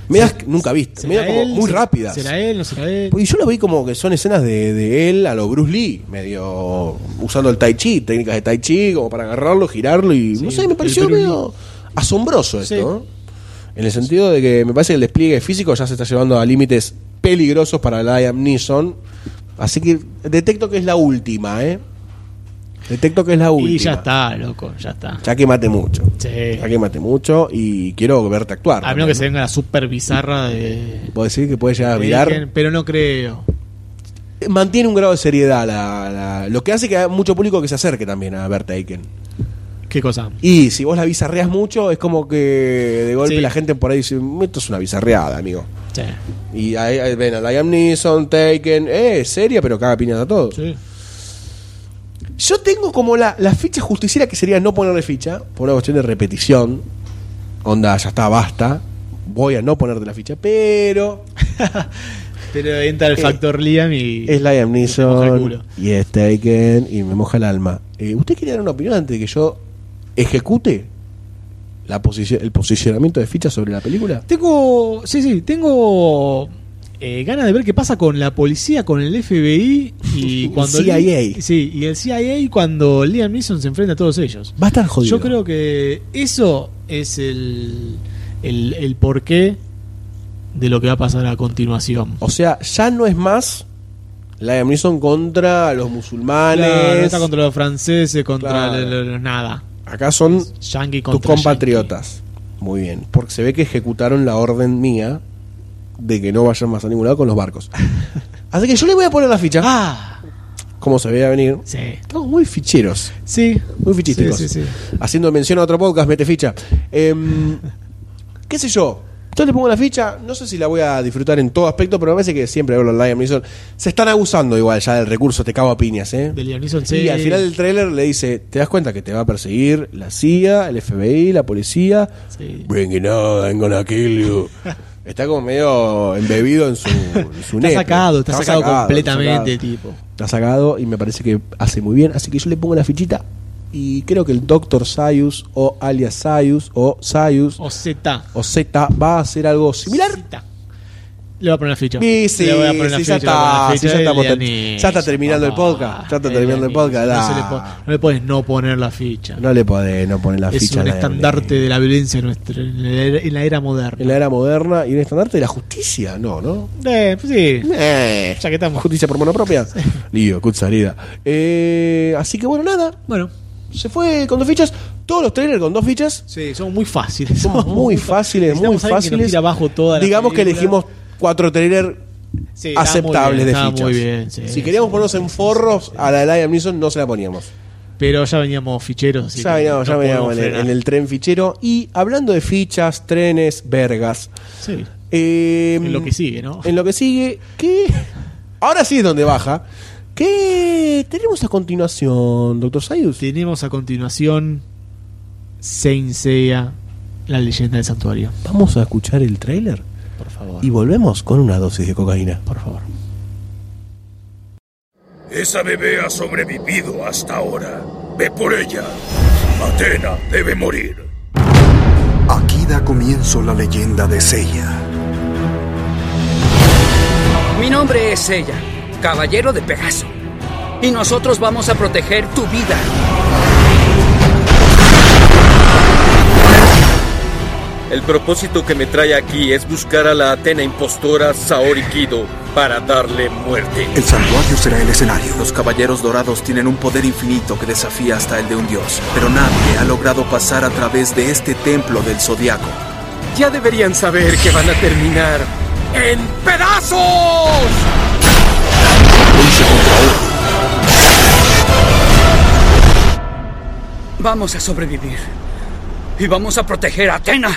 Speaker 4: Medias que nunca vistas,
Speaker 1: ¿Será
Speaker 4: medias como
Speaker 1: él?
Speaker 4: muy
Speaker 1: ¿Será-
Speaker 4: rápidas.
Speaker 1: ¿Será él? ¿No será él?
Speaker 4: Y yo lo vi como que son escenas de, de él a lo Bruce Lee, medio usando el tai chi, técnicas de tai chi, como para agarrarlo, girarlo y no
Speaker 1: Sí,
Speaker 4: sé, me
Speaker 1: el
Speaker 4: pareció
Speaker 1: Bruce
Speaker 4: medio asombroso esto.
Speaker 1: Sí.
Speaker 4: ¿no? En el sentido de que me parece que el despliegue físico ya se está llevando a límites peligrosos para Liam Neeson. Así que detecto que es la última, ¿eh? Detecto que es la última.
Speaker 1: Y ya está, loco, ya está.
Speaker 4: Ya que mate mucho.
Speaker 1: Sí.
Speaker 4: Ya que mate mucho y quiero verte actuar.
Speaker 1: A menos que se
Speaker 4: también,
Speaker 1: venga la super bizarra de.
Speaker 4: ¿no? Puedo decir que puede llegar a
Speaker 1: de
Speaker 4: virar.
Speaker 1: Aiken, pero no creo.
Speaker 4: mantiene un grado de seriedad la- la- lo que hace que haya mucho público que se acerque también a ver Taken.
Speaker 1: ¿Qué cosa?
Speaker 4: Y si vos la bizarreas mucho, es como que de golpe
Speaker 1: Sí.
Speaker 4: la gente por ahí dice, "Mm, esto es una bizarreada, amigo.
Speaker 1: Sí.
Speaker 4: Y ahí, ahí ven a Liam Neeson, Taken, eh, seria, pero caga piñas a todos.
Speaker 1: Sí.
Speaker 4: Yo tengo como la, la ficha justiciera que sería no ponerle ficha, por una cuestión de repetición. Onda, ya está, basta. Voy a no ponerte la ficha, pero
Speaker 1: Pero entra el factor Liam y.
Speaker 4: Eh, Es Liam
Speaker 1: moja el
Speaker 4: Neeson
Speaker 1: culo.
Speaker 4: y es Taken y me moja el alma. Eh, ¿Usted quiere dar una opinión antes de que yo ejecute la posici- el posicionamiento de fichas sobre la película?
Speaker 1: Tengo. Sí, sí, tengo. eh, ganas de ver qué pasa con la policía, con el FBI y cuando
Speaker 4: CIA.
Speaker 1: sí, y el CIA cuando Liam Neeson se enfrenta a todos ellos.
Speaker 4: Va a estar jodido.
Speaker 1: Yo creo que eso es el, el, el porqué de lo que va a pasar a continuación.
Speaker 4: O sea, ya no es más Liam Neeson contra los musulmanes.
Speaker 1: Claro, no está contra los franceses, contra
Speaker 4: Claro.
Speaker 1: el- el- el- nada.
Speaker 4: Acá son
Speaker 1: Yankee
Speaker 4: tus
Speaker 1: contra
Speaker 4: compatriotas. Muy bien. Porque se ve que ejecutaron la orden mía de que no vayan más a ningún lado con los barcos. Así que yo le voy a poner la ficha.
Speaker 1: yankee. Ah,
Speaker 4: Como se veía venir.
Speaker 1: sí.
Speaker 4: Estamos muy ficheros.
Speaker 1: Sí,
Speaker 4: Muy fichísticos.
Speaker 1: Sí, sí, sí.
Speaker 4: Haciendo mención a otro podcast, mete ficha. Em, ¿Qué sé yo? Yo le pongo la ficha, no sé si la voy a disfrutar en todo aspecto, pero me parece que siempre hablo en Liam Neeson. Se están abusando igual ya del recurso, te cago a piñas, ¿eh?
Speaker 1: De Liam Neeson, sí.
Speaker 4: Y al final del tráiler le dice, te das cuenta que te va a perseguir la CIA, el FBI, la policía.
Speaker 1: Sí.
Speaker 4: Bring it on, I'm gonna kill you. Está como medio embebido en su, en su
Speaker 1: Está
Speaker 4: nepe.
Speaker 1: sacado, está, sacado, completamente,
Speaker 4: está sacado.
Speaker 1: tipo.
Speaker 4: Está sacado y me parece que hace muy bien. Así que yo le pongo la fichita y creo que el Dr. Sayus o alias Sayus o Sayus
Speaker 1: O Z.
Speaker 4: o Z va a hacer algo similar.
Speaker 1: Z. Le voy a poner la ficha.
Speaker 4: Sí, sí,
Speaker 1: le voy a poner la
Speaker 4: sí,
Speaker 1: ficha. le
Speaker 4: ya
Speaker 1: voy a poner la
Speaker 4: está,
Speaker 1: ficha.
Speaker 4: sí, ya estamos
Speaker 1: Liam
Speaker 4: ter- ya
Speaker 1: Neeson,
Speaker 4: está terminando el
Speaker 1: papá.
Speaker 4: podcast, ya está
Speaker 1: Liam
Speaker 4: terminando el
Speaker 1: Neeson,
Speaker 4: podcast,
Speaker 1: Ah, eh, No, se le
Speaker 4: da.
Speaker 1: po- no le puedes no poner la ficha.
Speaker 4: No le podés no poner la
Speaker 1: es
Speaker 4: ficha. a
Speaker 1: un
Speaker 4: la-
Speaker 1: estandarte de la violencia en, nuestra, en, la, era, en la era moderna.
Speaker 4: En la era moderna y un estandarte de la justicia, no, ¿no?
Speaker 1: Eh, pues sí,
Speaker 4: Eh,
Speaker 1: ya que estamos.
Speaker 4: justicia por mano propia. Lío, cut salida. Eh, así que bueno, nada.
Speaker 1: Bueno,
Speaker 4: Se fue con dos fichas. Todos los trailers con dos fichas.
Speaker 1: sí, somos muy fáciles.
Speaker 4: Somos muy fáciles, muy
Speaker 1: Necesitamos alguien que nos
Speaker 4: fáciles.
Speaker 1: tire abajo toda la
Speaker 4: Digamos que
Speaker 1: película.
Speaker 4: elegimos cuatro trailers
Speaker 1: Sí, está muy
Speaker 4: aceptables
Speaker 1: bien,
Speaker 4: de
Speaker 1: está
Speaker 4: fichas.
Speaker 1: muy bien, sí,
Speaker 4: si queríamos
Speaker 1: sí,
Speaker 4: ponernos en forros, a la de Liam Neeson no se la poníamos.
Speaker 1: Pero ya veníamos ficheros. así
Speaker 4: ya
Speaker 1: que
Speaker 4: veníamos,
Speaker 1: no
Speaker 4: ya veníamos
Speaker 1: podemos
Speaker 4: en el,
Speaker 1: frenar.
Speaker 4: en el tren fichero. Y hablando de fichas, trenes, vergas.
Speaker 1: Sí,
Speaker 4: eh,
Speaker 1: en lo que sigue, ¿no?
Speaker 4: En lo que sigue, que ahora sí es donde baja. ¿Qué tenemos a continuación, Doctor Sayus?
Speaker 1: Tenemos a continuación Saint Seiya, la leyenda del santuario.
Speaker 4: Vamos a escuchar el tráiler
Speaker 1: Por favor,
Speaker 4: y volvemos con una dosis de cocaína.
Speaker 1: por favor.
Speaker 7: Esa bebé ha sobrevivido hasta ahora. Ve por ella. Atena debe morir.
Speaker 8: Aquí da comienzo la leyenda de Seiya.
Speaker 9: Mi nombre es ella, Caballero de Pegaso. Y nosotros vamos a proteger tu vida.
Speaker 10: El propósito que me trae aquí es buscar a la Atena impostora Saori Kido para darle muerte.
Speaker 8: El santuario será el escenario.
Speaker 11: Los caballeros dorados tienen un poder infinito que desafía hasta el de un dios, pero nadie ha logrado pasar a través de este templo del zodiaco.
Speaker 10: Ya deberían saber que van a terminar en pedazos.
Speaker 9: Vamos a sobrevivir. Y vamos a proteger a Atena.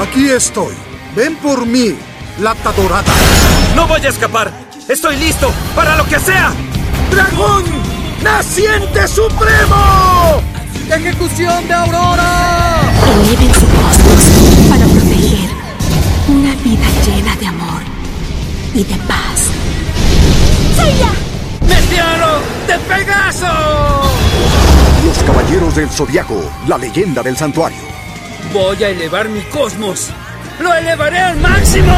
Speaker 8: Aquí estoy. Ven por mí, lata dorada.
Speaker 10: No voy a escapar. Estoy listo para lo que sea. Dragón naciente supremo.
Speaker 9: ¡Ejecución de Aurora!
Speaker 12: Eleven su cosmos para proteger una vida llena de amor y de paz.
Speaker 9: ¡Mestiano de Pegaso!
Speaker 8: Los caballeros del zodiaco, la leyenda del santuario.
Speaker 9: Voy a elevar mi cosmos. ¡Lo elevaré al máximo!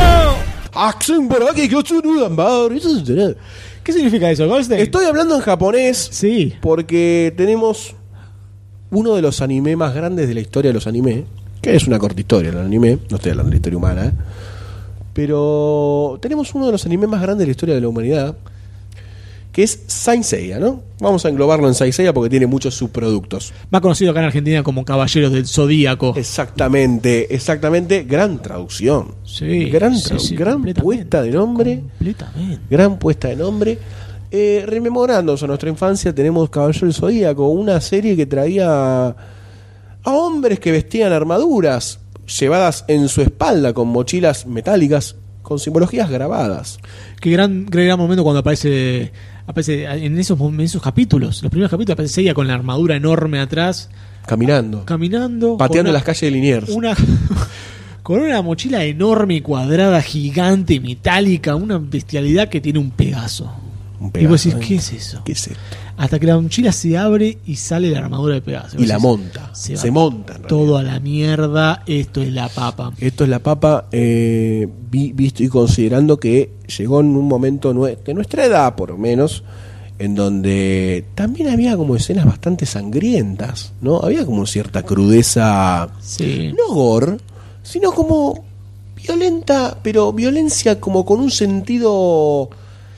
Speaker 1: ¿Qué significa eso, Goldstein?
Speaker 4: Estoy hablando en japonés
Speaker 1: Sí.
Speaker 4: porque tenemos uno de los anime más grandes de la historia de los anime, que es una corta historia el anime, no estoy hablando de la historia humana, ¿eh? pero tenemos uno de los anime más grandes de la historia de la humanidad, que es Saint Seiya, ¿no? Vamos a englobarlo en Saint Seiya porque tiene muchos subproductos.
Speaker 1: Más conocido acá en Argentina como Caballeros del Zodíaco.
Speaker 4: Exactamente, exactamente, gran traducción.
Speaker 1: Sí,
Speaker 4: gran,
Speaker 1: sí,
Speaker 4: trau-
Speaker 1: sí,
Speaker 4: gran
Speaker 1: completamente.
Speaker 4: puesta de nombre.
Speaker 1: Completamente.
Speaker 4: Gran puesta de nombre. Eh, rememorándonos a nuestra infancia, tenemos Caballero del Zodíaco, una serie que traía a hombres que vestían armaduras llevadas en su espalda con mochilas metálicas con simbologías grabadas.
Speaker 1: Qué gran, qué gran momento cuando aparece aparece en esos, mom- en esos capítulos. Los primeros capítulos aparece Seiya con la armadura enorme atrás,
Speaker 4: Caminando,
Speaker 1: caminando.
Speaker 4: pateando
Speaker 1: con
Speaker 4: las calles de Liniers.
Speaker 1: una con una mochila enorme, cuadrada, gigante, metálica, una bestialidad que tiene un Pegaso.
Speaker 4: un
Speaker 1: Y vos
Speaker 4: Pegaso,
Speaker 1: decís,
Speaker 4: ¿eh?
Speaker 1: ¿qué es eso?
Speaker 4: ¿Qué es esto?
Speaker 1: Hasta que la mochila se abre y sale la armadura de Pegaso.
Speaker 4: Y la monta, se monta, en
Speaker 1: Todo a la mierda, esto es la papa.
Speaker 4: Esto es la papa, eh, vi- visto y considerando que llegó en un momento nue- de nuestra edad, por lo menos, en donde también había como escenas bastante sangrientas, ¿no? Había como cierta crudeza, no gore, sino como violenta, pero violencia como con un sentido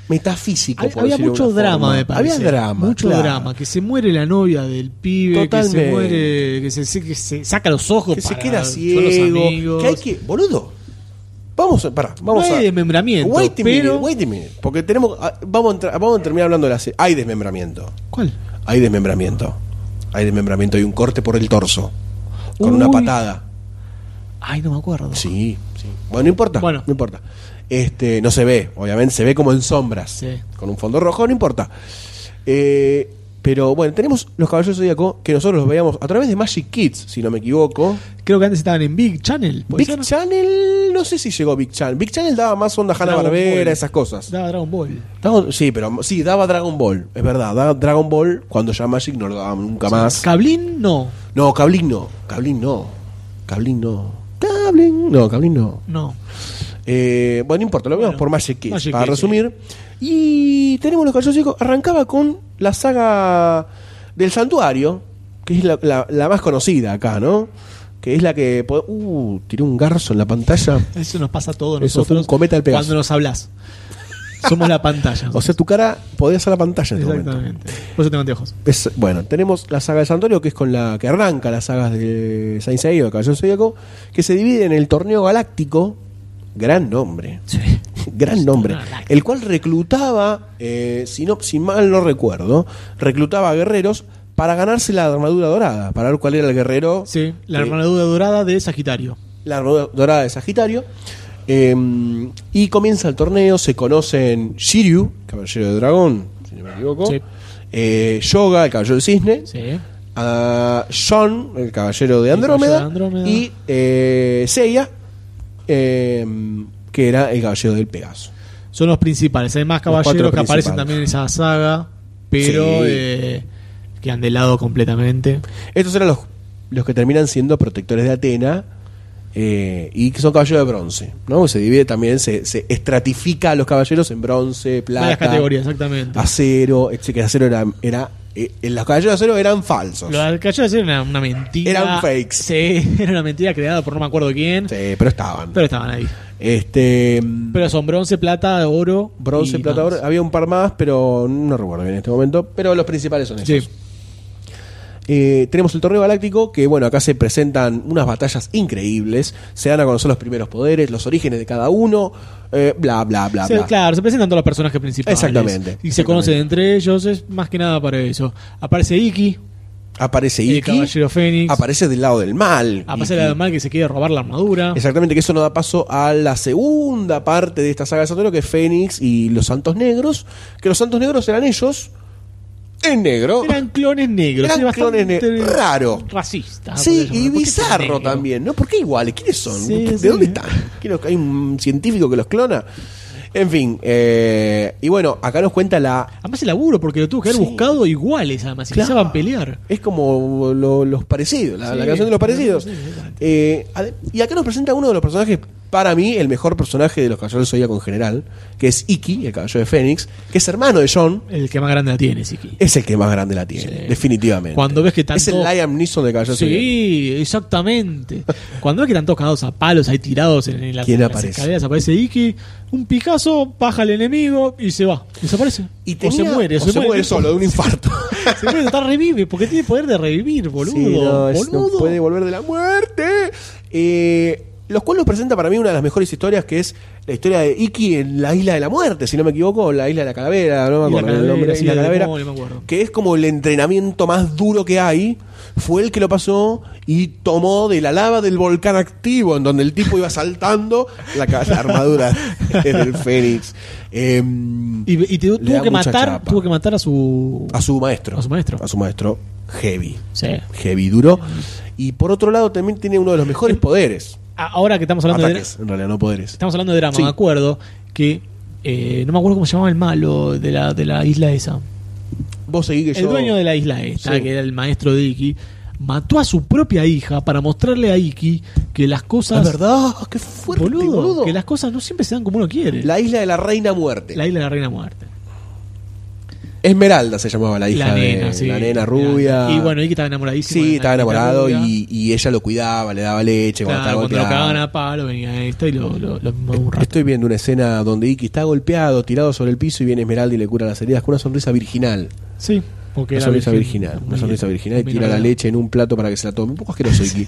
Speaker 4: metafísico.
Speaker 1: Había,
Speaker 4: por
Speaker 1: había
Speaker 4: decirlo de
Speaker 1: mucho
Speaker 4: alguna
Speaker 1: drama,
Speaker 4: forma.
Speaker 1: me parece.
Speaker 4: Había drama.
Speaker 1: Mucho
Speaker 4: claro.
Speaker 1: drama. Que se muere la novia del pibe, que
Speaker 4: Totalmente.
Speaker 1: se muere, que se, que se saca los ojos,
Speaker 4: que se
Speaker 1: para-
Speaker 4: queda
Speaker 1: con los
Speaker 4: ciego,
Speaker 1: amigos.
Speaker 4: que hay que, boludo. Vamos a, pará,
Speaker 1: No
Speaker 4: vamos
Speaker 1: hay
Speaker 4: a
Speaker 1: desmembramiento,
Speaker 4: Wait a
Speaker 1: pero-
Speaker 4: minute, wait a minute, porque tenemos ah, vamos a, entrar- vamos a terminar hablando de la se- hay desmembramiento.
Speaker 1: ¿Cuál?
Speaker 4: Hay desmembramiento. Hay desmembramiento y un corte por el torso con una
Speaker 1: Uy.
Speaker 4: patada.
Speaker 1: Ay, no me acuerdo.
Speaker 4: Sí, sí. Bueno, no importa,
Speaker 1: Bueno.
Speaker 4: no importa. Este, no se ve, obviamente se ve como en sombras,
Speaker 1: Sí.
Speaker 4: con un fondo rojo, no importa. Eh, pero bueno, tenemos los caballeros zodíacos que nosotros los veíamos a través de Magic Kids, si no me equivoco.
Speaker 1: Creo que antes estaban en Big Channel. ¿puede
Speaker 4: Big
Speaker 1: ser?
Speaker 4: Channel, no sé si llegó Big Channel. Big Channel daba más onda Hanna
Speaker 1: Dragon Ball.
Speaker 4: Barbera, esas cosas.
Speaker 1: Daba Dragon Ball.
Speaker 4: Dragon- sí, pero sí, daba Dragon Ball, es verdad. Daba Dragon Ball cuando ya Magic no lo daba nunca más.
Speaker 1: Cablín, no.
Speaker 4: No, Cablín no. Cablín no. Cablín no. Cablín no, Cablín no.
Speaker 1: No.
Speaker 4: Eh, bueno, no importa, lo vemos por Magic Kids,
Speaker 1: Magic
Speaker 4: para
Speaker 1: Kids,
Speaker 4: resumir. Y tenemos los caballeros zodíacos. Arrancaba con la saga del santuario, que es la, la- la más conocida acá, ¿no? Que es la que... po- Uh, tiré un garzo en la pantalla.
Speaker 1: Eso nos pasa a todos
Speaker 4: Eso
Speaker 1: nosotros.
Speaker 4: fue un cometa del Pegaso.
Speaker 1: Cuando nos hablas. Somos la pantalla.
Speaker 4: O sea, tu cara podía ser la pantalla en este momento.
Speaker 1: Exactamente. Por eso tengo anteojos.
Speaker 4: Es- bueno, tenemos la saga de Santorio, que es con la que arranca las sagas de Saint Seiya, Caballero Zodíaco, que se divide en el Torneo Galáctico, gran nombre, gran nombre,
Speaker 1: Galáctico.
Speaker 4: el cual reclutaba, eh, si, no, si mal no recuerdo, reclutaba guerreros para ganarse la armadura dorada, para ver cuál era el guerrero,
Speaker 1: Sí, la
Speaker 4: Eh,
Speaker 1: armadura dorada de Sagitario.
Speaker 4: la armadura dorada de Sagitario. eh, y comienza el torneo, se conocen Shiryu, Caballero de Dragón, si no me equivoco,
Speaker 1: Sí.
Speaker 4: eh, Yoga, el Caballero del Cisne,
Speaker 1: Sí.
Speaker 4: a John, el caballero de
Speaker 1: El
Speaker 4: Andrómeda,
Speaker 1: caballero de Andrómeda.
Speaker 4: y eh, Seiya, eh, que era el caballero del Pegaso.
Speaker 1: Son los principales. Hay más
Speaker 4: cuatro
Speaker 1: caballeros que aparecen
Speaker 4: principales.
Speaker 1: también en esa saga, pero
Speaker 4: Sí.
Speaker 1: eh, quedan de lado completamente.
Speaker 4: Estos eran los, los que terminan siendo protectores de Atena eh, y que son caballeros de bronce. ¿no? Se divide también, se, se estratifica a los caballeros en bronce, plata,
Speaker 1: Varias categorías, exactamente.
Speaker 4: acero, eh, etc. Acero era, era, eh, los caballeros de acero eran falsos.
Speaker 1: Lo del cachorro era una, una mentira.
Speaker 4: Eran fakes.
Speaker 1: Sí, era una mentira creada por no me acuerdo quién.
Speaker 4: Sí, pero estaban.
Speaker 1: Pero estaban ahí.
Speaker 4: este,
Speaker 1: Pero son bronce, plata, oro.
Speaker 4: Bronce,
Speaker 1: y
Speaker 4: plata,
Speaker 1: más.
Speaker 4: oro. Había un par más, pero no recuerdo bien en este momento. Pero los principales son
Speaker 1: Sí.
Speaker 4: esos. Eh, tenemos el torneo galáctico, que bueno, acá se presentan unas batallas increíbles. Se dan a conocer los primeros poderes, los orígenes de cada uno, eh, bla, bla, bla,
Speaker 1: Se-
Speaker 4: bla.
Speaker 1: claro, se presentan todos los personajes principales.
Speaker 4: Exactamente,
Speaker 1: Y se
Speaker 4: exactamente.
Speaker 1: conocen entre ellos, es más que nada para eso. Aparece Iki,
Speaker 4: Aparece
Speaker 1: el
Speaker 4: Iki,
Speaker 1: caballero Fénix.
Speaker 4: aparece del lado del mal.
Speaker 1: aparece
Speaker 4: Iki.
Speaker 1: el mal que se quiere robar la armadura.
Speaker 4: Exactamente, que eso nos da paso a la segunda parte de esta saga de Santoro, que es Fénix y los Santos Negros. Que los Santos Negros eran ellos en negro.
Speaker 1: Eran clones negros.
Speaker 4: Eran
Speaker 1: es bastante
Speaker 4: clones negros, raro.
Speaker 1: Racista.
Speaker 4: Sí,
Speaker 1: Ah, por ejemplo. ¿Por
Speaker 4: y
Speaker 1: qué tan
Speaker 4: bizarro
Speaker 1: negro?
Speaker 4: también, ¿no? ¿Por qué iguales? ¿Quiénes son?
Speaker 1: Sí,
Speaker 4: ¿De
Speaker 1: sí.
Speaker 4: dónde están? ¿Quién los- ¿Hay un científico que los clona? En fin, eh, y bueno, acá nos cuenta la...
Speaker 1: Además el laburo, porque lo tuvo que haber
Speaker 4: Sí.
Speaker 1: buscado iguales, además. Y
Speaker 4: Claro.
Speaker 1: empezaban a pelear.
Speaker 4: Es como lo- los parecidos, la,
Speaker 1: Sí,
Speaker 4: la canción de los parecidos.
Speaker 1: sí, exactamente.
Speaker 4: Eh, ade- y acá nos presenta uno de los personajes, para mí, el mejor personaje de los Caballeros del Zodíaco en general, que es Iki, el caballero de Fénix, que es hermano de John.
Speaker 1: El que más grande la tiene, Iki.
Speaker 4: Es el que más grande la tiene,
Speaker 1: Sí.
Speaker 4: definitivamente.
Speaker 1: Cuando ves que tanto-
Speaker 4: Es el Liam Neeson de Caballeros del Zodíaco.
Speaker 1: Sí, exactamente. Cuando ves que están todos cagados a palos, ahí tirados en, en la-
Speaker 4: ¿Quién
Speaker 1: en las
Speaker 4: aparece?
Speaker 1: escaleras, aparece Iki, un Picasso, baja al enemigo y se va. Desaparece.
Speaker 4: Y
Speaker 1: o se
Speaker 4: tenía-
Speaker 1: muere,
Speaker 4: o se muere solo de un infarto.
Speaker 1: Se muere, está revive, porque tiene poder de revivir, boludo.
Speaker 4: Sí, no, es- no
Speaker 1: boludo.
Speaker 4: puede volver de la muerte. Eh, los cuales nos presenta para mí una de las mejores historias, que es la historia de Iki en la isla de la muerte, si no me equivoco, o la isla de la calavera, no me
Speaker 1: Y la
Speaker 4: acuerdo el nombre,
Speaker 1: calavera, sí,
Speaker 4: Isla de la
Speaker 1: la de-
Speaker 4: Calavera,
Speaker 1: oh, no me acuerdo.
Speaker 4: que es como el entrenamiento más duro que hay. Fue el que lo pasó y tomó de la lava del volcán activo, en donde el tipo iba saltando la, ca- la armadura del Fénix. Em,
Speaker 1: Y, y te-
Speaker 4: le da
Speaker 1: tuvo que
Speaker 4: mucha
Speaker 1: matar,
Speaker 4: chapa.
Speaker 1: tuvo que matar a su.
Speaker 4: a su maestro.
Speaker 1: A su maestro.
Speaker 4: A su maestro, heavy
Speaker 1: Sí.
Speaker 4: heavy duro. Y por otro lado, también tiene uno de los mejores poderes.
Speaker 1: A- Ahora que estamos hablando de
Speaker 4: Ataques, en realidad, no poderes.
Speaker 1: estamos hablando de drama,
Speaker 4: Sí.
Speaker 1: me acuerdo que Eh, no me acuerdo cómo se llamaba el malo de la, de la isla esa.
Speaker 4: Vos seguís que
Speaker 1: El
Speaker 4: yo.
Speaker 1: dueño de la isla esta,
Speaker 4: Sí.
Speaker 1: que era el maestro de Iki, mató a su propia hija para mostrarle a Iki que las cosas.
Speaker 4: Es verdad, qué fuerte,
Speaker 1: Boludo,
Speaker 4: boludo.
Speaker 1: Que las cosas no siempre se dan como uno quiere.
Speaker 4: La isla de la reina muerte.
Speaker 1: La isla de la reina muerte.
Speaker 4: Esmeralda se llamaba la hija
Speaker 1: la
Speaker 4: de-
Speaker 1: nena, sí.
Speaker 4: la nena rubia.
Speaker 1: Y bueno, Iki estaba enamoradísimo. de
Speaker 4: sí,
Speaker 1: la
Speaker 4: estaba
Speaker 1: nena
Speaker 4: enamorado
Speaker 1: rubia.
Speaker 4: y, y ella lo cuidaba, le daba leche
Speaker 1: Claro,
Speaker 4: cuando
Speaker 1: cuando lo
Speaker 4: estaba
Speaker 1: cagaban
Speaker 4: golpeado.
Speaker 1: a palo, venía esta y lo, lo, lo mismo un rato.
Speaker 4: Estoy viendo una escena donde Iki está golpeado, tirado sobre el piso y viene Esmeralda y le cura las heridas con una sonrisa virginal.
Speaker 1: Sí, porque
Speaker 4: Una
Speaker 1: era
Speaker 4: sonrisa
Speaker 1: virgen,
Speaker 4: virginal, una
Speaker 1: muy
Speaker 4: sonrisa
Speaker 1: bien,
Speaker 4: virginal y
Speaker 1: muy
Speaker 4: tira la
Speaker 1: enamorada.
Speaker 4: leche en un plato para que se la tome. Un poco asqueroso, Iki.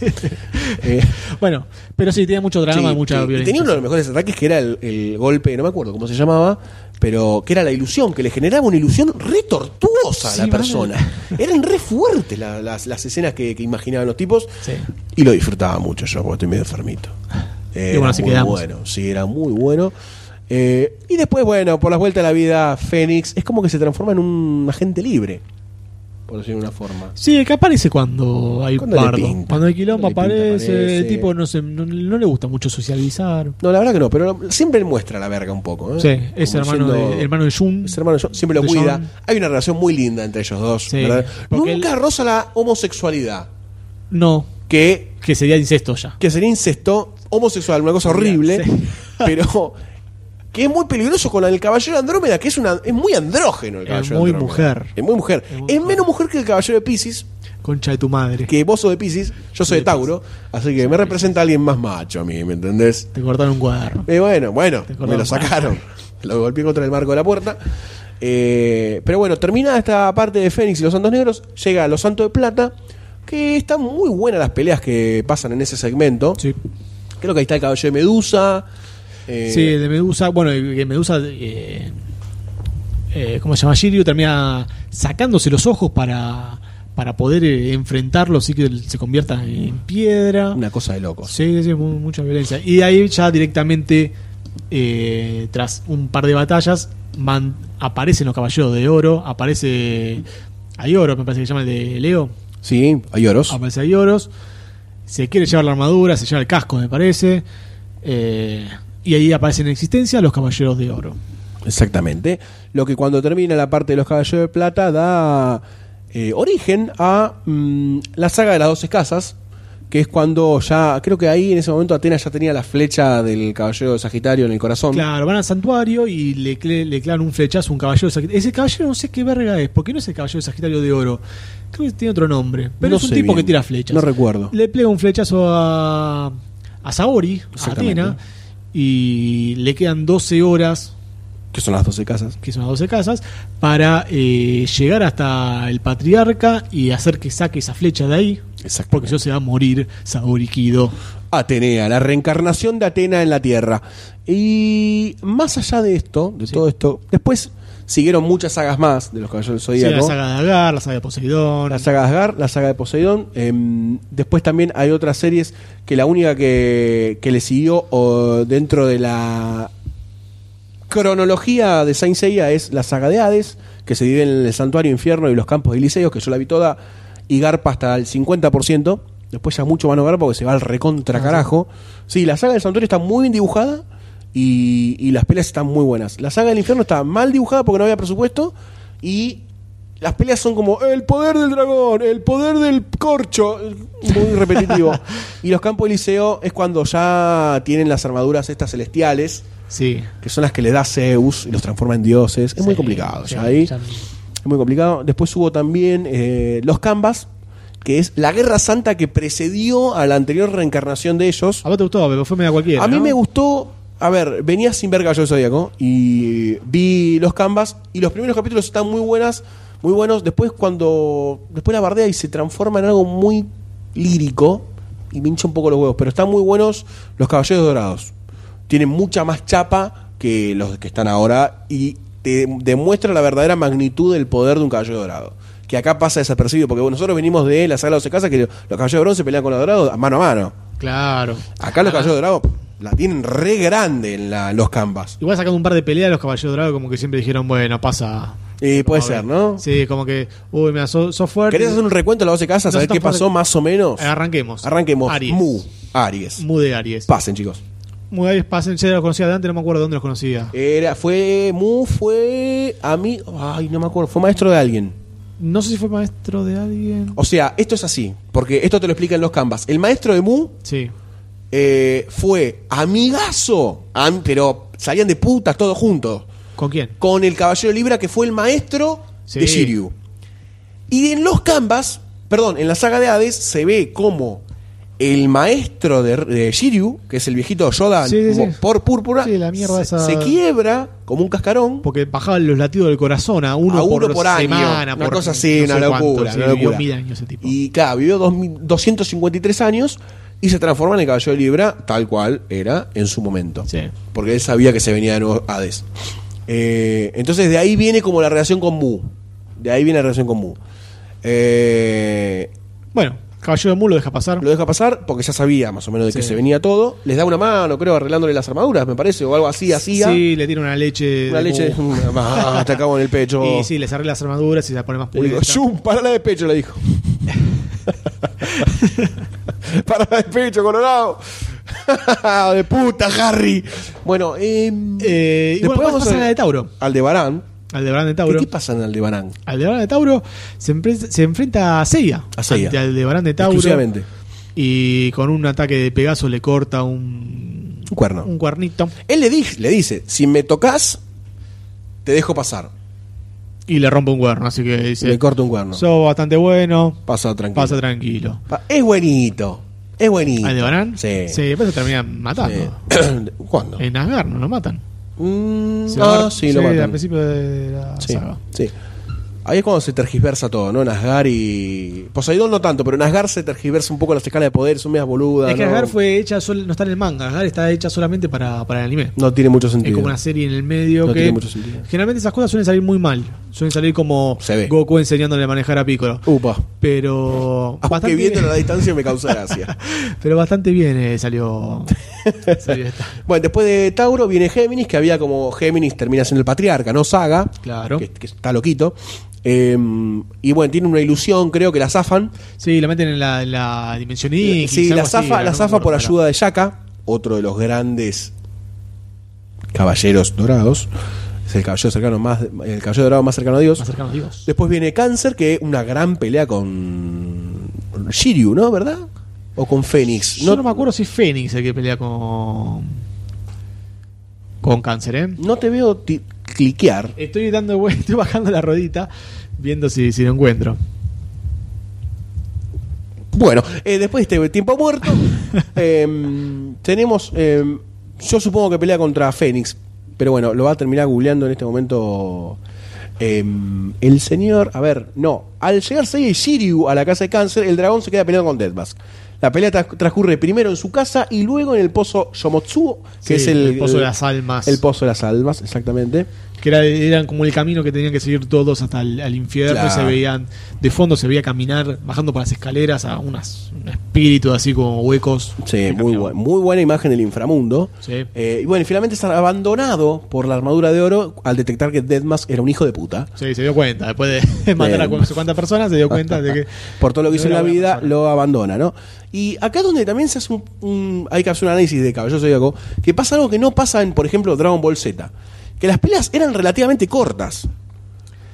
Speaker 4: Eh,
Speaker 1: Bueno, pero sí, tiene mucho drama
Speaker 4: sí,
Speaker 1: y mucha
Speaker 4: sí. Y
Speaker 1: violencia.
Speaker 4: Tenía uno de los mejores ataques que era el, el golpe, no me acuerdo cómo se llamaba, pero que era la ilusión, que le generaba una ilusión re tortuosa
Speaker 1: Sí,
Speaker 4: a
Speaker 1: mal.
Speaker 4: la persona. Eran re fuertes la- las, las escenas que, que imaginaban los tipos
Speaker 1: Sí.
Speaker 4: y lo disfrutaba mucho yo porque estoy medio enfermito. Era
Speaker 1: bueno, así
Speaker 4: muy
Speaker 1: quedamos.
Speaker 4: bueno, sí, era muy bueno. Eh, y después, bueno, por las vueltas de la vida, Fénix es como que se transforma en un agente libre, por decirlo de una forma.
Speaker 1: Sí, que aparece cuando hay
Speaker 4: Cuando le
Speaker 1: bardo.
Speaker 4: pinta.
Speaker 1: Cuando hay quilombo
Speaker 4: Cuando le pinta,
Speaker 1: aparece, el
Speaker 4: aparece.
Speaker 1: tipo no, se, no, no le gusta mucho socializar.
Speaker 4: No, la verdad que no, pero siempre muestra la verga un poco. ¿eh?
Speaker 1: Sí, es
Speaker 4: Como
Speaker 1: hermano,
Speaker 4: diciendo-
Speaker 1: de, hermano de Jun.
Speaker 4: Es hermano, yo siempre lo
Speaker 1: De
Speaker 4: cuida.
Speaker 1: John.
Speaker 4: Hay una relación muy linda entre ellos dos.
Speaker 1: Sí,
Speaker 4: ¿verdad?
Speaker 1: porque
Speaker 4: Nunca roza la homosexualidad,
Speaker 1: No,
Speaker 4: que,
Speaker 1: que sería incesto ya.
Speaker 4: que sería incesto homosexual, una cosa horrible,
Speaker 1: Sí.
Speaker 4: pero que es muy peligroso con el caballero de Andrómeda, que es, una, es muy andrógeno el
Speaker 1: Es
Speaker 4: caballero de
Speaker 1: muy
Speaker 4: Andrómeda.
Speaker 1: mujer.
Speaker 4: Es muy mujer.
Speaker 1: Es muy
Speaker 4: Es menos mujer que el caballero de Pisces,
Speaker 1: Concha de tu madre.
Speaker 4: que vos sos de Pisces, yo soy de Tauro, así que me representa alguien más macho a mí, ¿me entendés?
Speaker 1: Te cortaron un cuaderno.
Speaker 4: Eh, bueno, bueno,
Speaker 1: Te acordás.
Speaker 4: me lo sacaron. lo golpeé contra el marco de la puerta. Eh, pero bueno, terminada esta parte de Fénix y los Santos Negros, llega a los Santos de Plata, que están muy buenas las peleas que pasan en ese segmento.
Speaker 1: Sí.
Speaker 4: Creo que ahí está el caballero de Medusa. eh,
Speaker 1: Sí, de Medusa. Bueno, y que Medusa. Eh, eh, ¿Cómo se llama? Shiryu termina sacándose los ojos para, para poder eh, enfrentarlos y que él se convierta en piedra.
Speaker 4: Una cosa de locos.
Speaker 1: Sí, sí, mu- mucha violencia. Y de ahí ya directamente, eh, tras un par de batallas, man- aparecen los caballeros de oro, aparece Ayoros, me parece que se llama el de Leo,
Speaker 4: Sí, hay oros.
Speaker 1: aparece Ayoros, se quiere llevar la armadura, se lleva el casco, me parece, eh, y ahí aparecen en existencia los caballeros de oro.
Speaker 4: Exactamente. Lo que cuando termina la parte de los caballeros de plata da eh, origen a mm, la saga de las 12 casas, que es cuando ya, creo que ahí en ese momento Atenas ya tenía la flecha del caballero de Sagitario en el corazón.
Speaker 1: Claro, van al santuario y le, cle- le clavan un flechazo a un caballero de Sagitario. Ese caballero no sé qué verga es, porque no es el caballero de Sagitario de Oro. Creo que tiene otro nombre. Pero
Speaker 4: No
Speaker 1: es un
Speaker 4: sé
Speaker 1: tipo
Speaker 4: bien,
Speaker 1: que tira flechas.
Speaker 4: no recuerdo.
Speaker 1: Le plega un flechazo a, a Saori, a
Speaker 4: Exactamente.
Speaker 1: Atena, y le quedan 12 horas,
Speaker 4: Que son las 12 casas.
Speaker 1: que son las 12 casas, para eh, llegar hasta el patriarca y hacer que saque esa flecha de ahí.
Speaker 4: Exactamente.
Speaker 1: Porque si no se va a morir Saori Kido.
Speaker 4: Atenea, la reencarnación de Atena en la Tierra. Y más allá de esto, de todo esto, después siguieron muchas sagas más de los caballeros del
Speaker 1: Sí,
Speaker 4: Zodíaco.
Speaker 1: la saga de Agar, la saga de Poseidón.
Speaker 4: La saga de Asgard, la saga de Poseidón. em, después también hay otras series que la única que, que le siguió o, dentro de la cronología de Saint Seiya es la saga de Hades, que se divide en el Santuario Infierno y los Campos Elíseos, que yo la vi toda y garpa hasta el 50%. Después ya mucho más no garpa porque se va al recontra carajo. Sí, la saga del Santuario está muy bien dibujada y, y las peleas están muy buenas. La saga del Infierno está mal dibujada porque no había presupuesto y las peleas son como el poder del dragón, el poder del corcho, muy repetitivo. y los Campos Elíseos es cuando ya tienen las armaduras estas celestiales
Speaker 1: Sí.
Speaker 4: que son las que le da Zeus y los transforma en dioses. Es muy
Speaker 1: Sí,
Speaker 4: complicado, ya
Speaker 1: sí,
Speaker 4: ahí.
Speaker 1: ya-
Speaker 4: Es muy complicado. Después hubo también eh, los Canvas, que es la guerra santa que precedió a la anterior reencarnación de ellos.
Speaker 1: A vos te gustó, pero fue media cualquiera.
Speaker 4: A mí
Speaker 1: ¿no?
Speaker 4: me gustó. A ver, venía sin ver Gallo Zodíaco y vi los Canvas y los primeros capítulos están muy buenas, muy buenos. Después cuando después la bardea y se transforma en algo muy lírico y me hincha un poco los huevos, pero están muy buenos los Caballeros Dorados. Tienen mucha más chapa que los que están ahora y te demuestra la verdadera magnitud del poder de un caballero dorado. Que acá pasa desapercibido, porque bueno, nosotros venimos de la sala de los casas que los caballeros de bronce pelean con los dorados a mano a mano.
Speaker 1: Claro.
Speaker 4: Acá los caballeros dorados la tienen re grande en la- los canvas.
Speaker 1: Igual sacando un par de peleas, los caballeros dorados como que siempre dijeron, bueno, pasa.
Speaker 4: Eh, puede
Speaker 1: A ver.
Speaker 4: ser, ¿no?
Speaker 1: Sí, como que, uy, mira, sos, sos fuerte.
Speaker 4: ¿Querés hacer un recuento de las 12
Speaker 1: No
Speaker 4: casas? A ver
Speaker 1: está
Speaker 4: qué
Speaker 1: fuerte.
Speaker 4: pasó más o menos.
Speaker 1: Arranquemos.
Speaker 4: Arranquemos.
Speaker 1: Aries.
Speaker 4: Mu. Aries.
Speaker 1: Mu de Aries.
Speaker 4: Pasen, chicos.
Speaker 1: Muy ahí pasen, ya los conocía de antes, no me acuerdo dónde los conocía.
Speaker 4: Era, fue Mu, fue a mí. Ay, no me acuerdo. Fue maestro de alguien.
Speaker 1: No sé si fue maestro de alguien.
Speaker 4: O sea, esto es así, porque esto te lo explican los canvas. El maestro de Mu
Speaker 1: Sí.
Speaker 4: eh, fue amigazo, am- pero salían de putas todos juntos,
Speaker 1: ¿Con quién?
Speaker 4: con el caballero Libra que fue el maestro
Speaker 1: Sí.
Speaker 4: de Shiryu. Y en los canvas, perdón, en la saga de Hades se ve como el maestro de, de Shiryu, que es el viejito Yoda
Speaker 1: Sí, sí,
Speaker 4: mo-
Speaker 1: sí.
Speaker 4: por púrpura,
Speaker 1: Sí, la mierda
Speaker 4: se,
Speaker 1: esa.
Speaker 4: se quiebra como un cascarón.
Speaker 1: Porque bajaban los latidos del corazón a uno,
Speaker 4: A uno por año,
Speaker 1: semana,
Speaker 4: una
Speaker 1: por
Speaker 4: cosa así, una locura,
Speaker 1: sí,
Speaker 4: una
Speaker 1: vivió
Speaker 4: locura.
Speaker 1: mil años ese tipo.
Speaker 4: Y claro, vivió 2000 253 años y se transforma en el caballero de Libra, tal cual era en su momento.
Speaker 1: Sí.
Speaker 4: Porque él sabía que se venía de nuevo Hades. Eh, entonces de ahí viene como la relación con Mu. De ahí viene la relación con Mu. Eh,
Speaker 1: Bueno, Caballero de Mu lo deja pasar.
Speaker 4: lo deja pasar porque ya sabía más o menos de que
Speaker 1: Sí.
Speaker 4: se venía todo. Les da una mano, creo, arreglándole las armaduras, me parece, o algo así, hacía.
Speaker 1: Sí, le tira una leche.
Speaker 4: Una
Speaker 1: de
Speaker 4: leche.
Speaker 1: Mu.
Speaker 4: Ah, te acabo en el pecho.
Speaker 1: Y sí, les arregla las armaduras y se la pone más
Speaker 4: Le digo,
Speaker 1: pulida.
Speaker 4: Shum, parala de pecho, le dijo. parala de pecho, Colorado. de puta, Harry. Bueno, eh,
Speaker 1: Eh, y bueno, vamos a pasar a la de Tauro.
Speaker 4: Al de Barán.
Speaker 1: Aldebarán de
Speaker 4: ¿Qué,
Speaker 1: Tauro.
Speaker 4: qué pasa en Aldebarán?
Speaker 1: Aldebarán de Tauro se, enfre- se enfrenta a Seiya.
Speaker 4: A Seiya.
Speaker 1: Ante Aldebarán de Tauro.
Speaker 4: Exclusivamente.
Speaker 1: Y con un ataque de Pegaso le corta un,
Speaker 4: Un cuerno.
Speaker 1: un cuernito
Speaker 4: Él le, di- le dice, si me tocas, te dejo pasar.
Speaker 1: y le rompe un cuerno. Así que dice:
Speaker 4: Le corto un cuerno.
Speaker 1: Sos bastante bueno,
Speaker 4: pasa tranquilo.
Speaker 1: pasa tranquilo.
Speaker 4: Pa- es buenito. Es buenito.
Speaker 1: ¿Aldebarán?
Speaker 4: Sí.
Speaker 1: Sí, después se terminan matando.
Speaker 4: Eh, ¿Cuándo?
Speaker 1: En Asgard no lo matan.
Speaker 4: Mm,
Speaker 1: Se
Speaker 4: ah,
Speaker 1: va-
Speaker 4: sí, lo matan.
Speaker 1: Al principio de la
Speaker 4: Sí,
Speaker 1: saga.
Speaker 4: sí. Ahí es cuando se tergiversa todo, ¿no? En Asgard y. Poseidón no tanto, pero en Asgard se tergiversa un poco las escalas de poder, son medias boludas.
Speaker 1: Es que
Speaker 4: ¿no?
Speaker 1: Asgard fue hecha, sol- no está en el manga, Asgard está hecha solamente para, para el anime.
Speaker 4: No tiene mucho
Speaker 1: Es
Speaker 4: sentido.
Speaker 1: como una serie en el medio
Speaker 4: No
Speaker 1: que
Speaker 4: tiene mucho sentido.
Speaker 1: generalmente esas cosas suelen salir muy mal. Suelen salir como
Speaker 4: Se ve.
Speaker 1: Goku enseñándole a manejar a Piccolo.
Speaker 4: Upa.
Speaker 1: Pero
Speaker 4: Aunque
Speaker 1: bastante
Speaker 4: viendo
Speaker 1: bien,
Speaker 4: la distancia me causa gracia.
Speaker 1: pero bastante bien eh, salió. salió esta.
Speaker 4: bueno, después de Tauro viene Géminis, que había como Géminis termina siendo el patriarca, no Saga.
Speaker 1: Claro.
Speaker 4: Que, que está loquito. Eh, y bueno, tiene una ilusión, creo que la zafan.
Speaker 1: Sí, la meten en la, en la dimensión X,
Speaker 4: sí, la
Speaker 1: algo así,
Speaker 4: zafa,
Speaker 1: no me
Speaker 4: la zafa
Speaker 1: acuerdo,
Speaker 4: por
Speaker 1: pero-
Speaker 4: ayuda de Yaka, otro de los grandes caballeros dorados. Es el caballero cercano más, el caballero dorado más cercano a Dios.
Speaker 1: Más cercano a Dios.
Speaker 4: Después viene Cáncer, que es una gran pelea con Shiryu, ¿no? ¿Verdad? O con Fénix.
Speaker 1: Yo
Speaker 4: No,
Speaker 1: no me acuerdo si es Fénix el que pelea con con cáncer, ¿eh?
Speaker 4: no te veo ti- cliquear.
Speaker 1: Estoy dando vuel- estoy bajando la rodita viendo si, si lo encuentro.
Speaker 4: Bueno, eh, después de este tiempo muerto, em, tenemos. em, yo supongo que pelea contra Fénix, pero bueno, lo va a terminar googleando en este momento. em, el señor. A ver, no. Al llegar Seiya y Shiryu a la casa de cáncer, el dragón se queda peleando con Deathmask. La pelea tra- transcurre primero en su casa y luego en el pozo Yomotsuo,
Speaker 1: Sí,
Speaker 4: que es el,
Speaker 1: el pozo de las almas.
Speaker 4: El pozo de las almas, exactamente.
Speaker 1: Que era, eran como el camino que tenían que seguir todos hasta el al infierno.
Speaker 4: Claro.
Speaker 1: y se veían, de fondo se veía caminar, bajando por las escaleras a unas, un espíritu así como huecos.
Speaker 4: Sí,
Speaker 1: Que
Speaker 4: muy,
Speaker 1: caminaban.
Speaker 4: bu- muy buena imagen del inframundo.
Speaker 1: Sí.
Speaker 4: Eh, y bueno, y finalmente es abandonado por la armadura de oro al detectar que Deadmask era un hijo de puta.
Speaker 1: Sí, se dio cuenta. Después de matar a
Speaker 4: Bien.
Speaker 1: no sé cuántas personas, se dio cuenta de que.
Speaker 4: por todo lo que hizo en
Speaker 1: no
Speaker 4: la
Speaker 1: era buena
Speaker 4: vida,
Speaker 1: persona.
Speaker 4: lo abandona, ¿no? Y acá es donde también se hace un, un- hay que hacer un análisis de Caballero Zodíaco, que pasa algo que no pasa en, por ejemplo, Dragon Ball Z. Que las peleas eran relativamente cortas.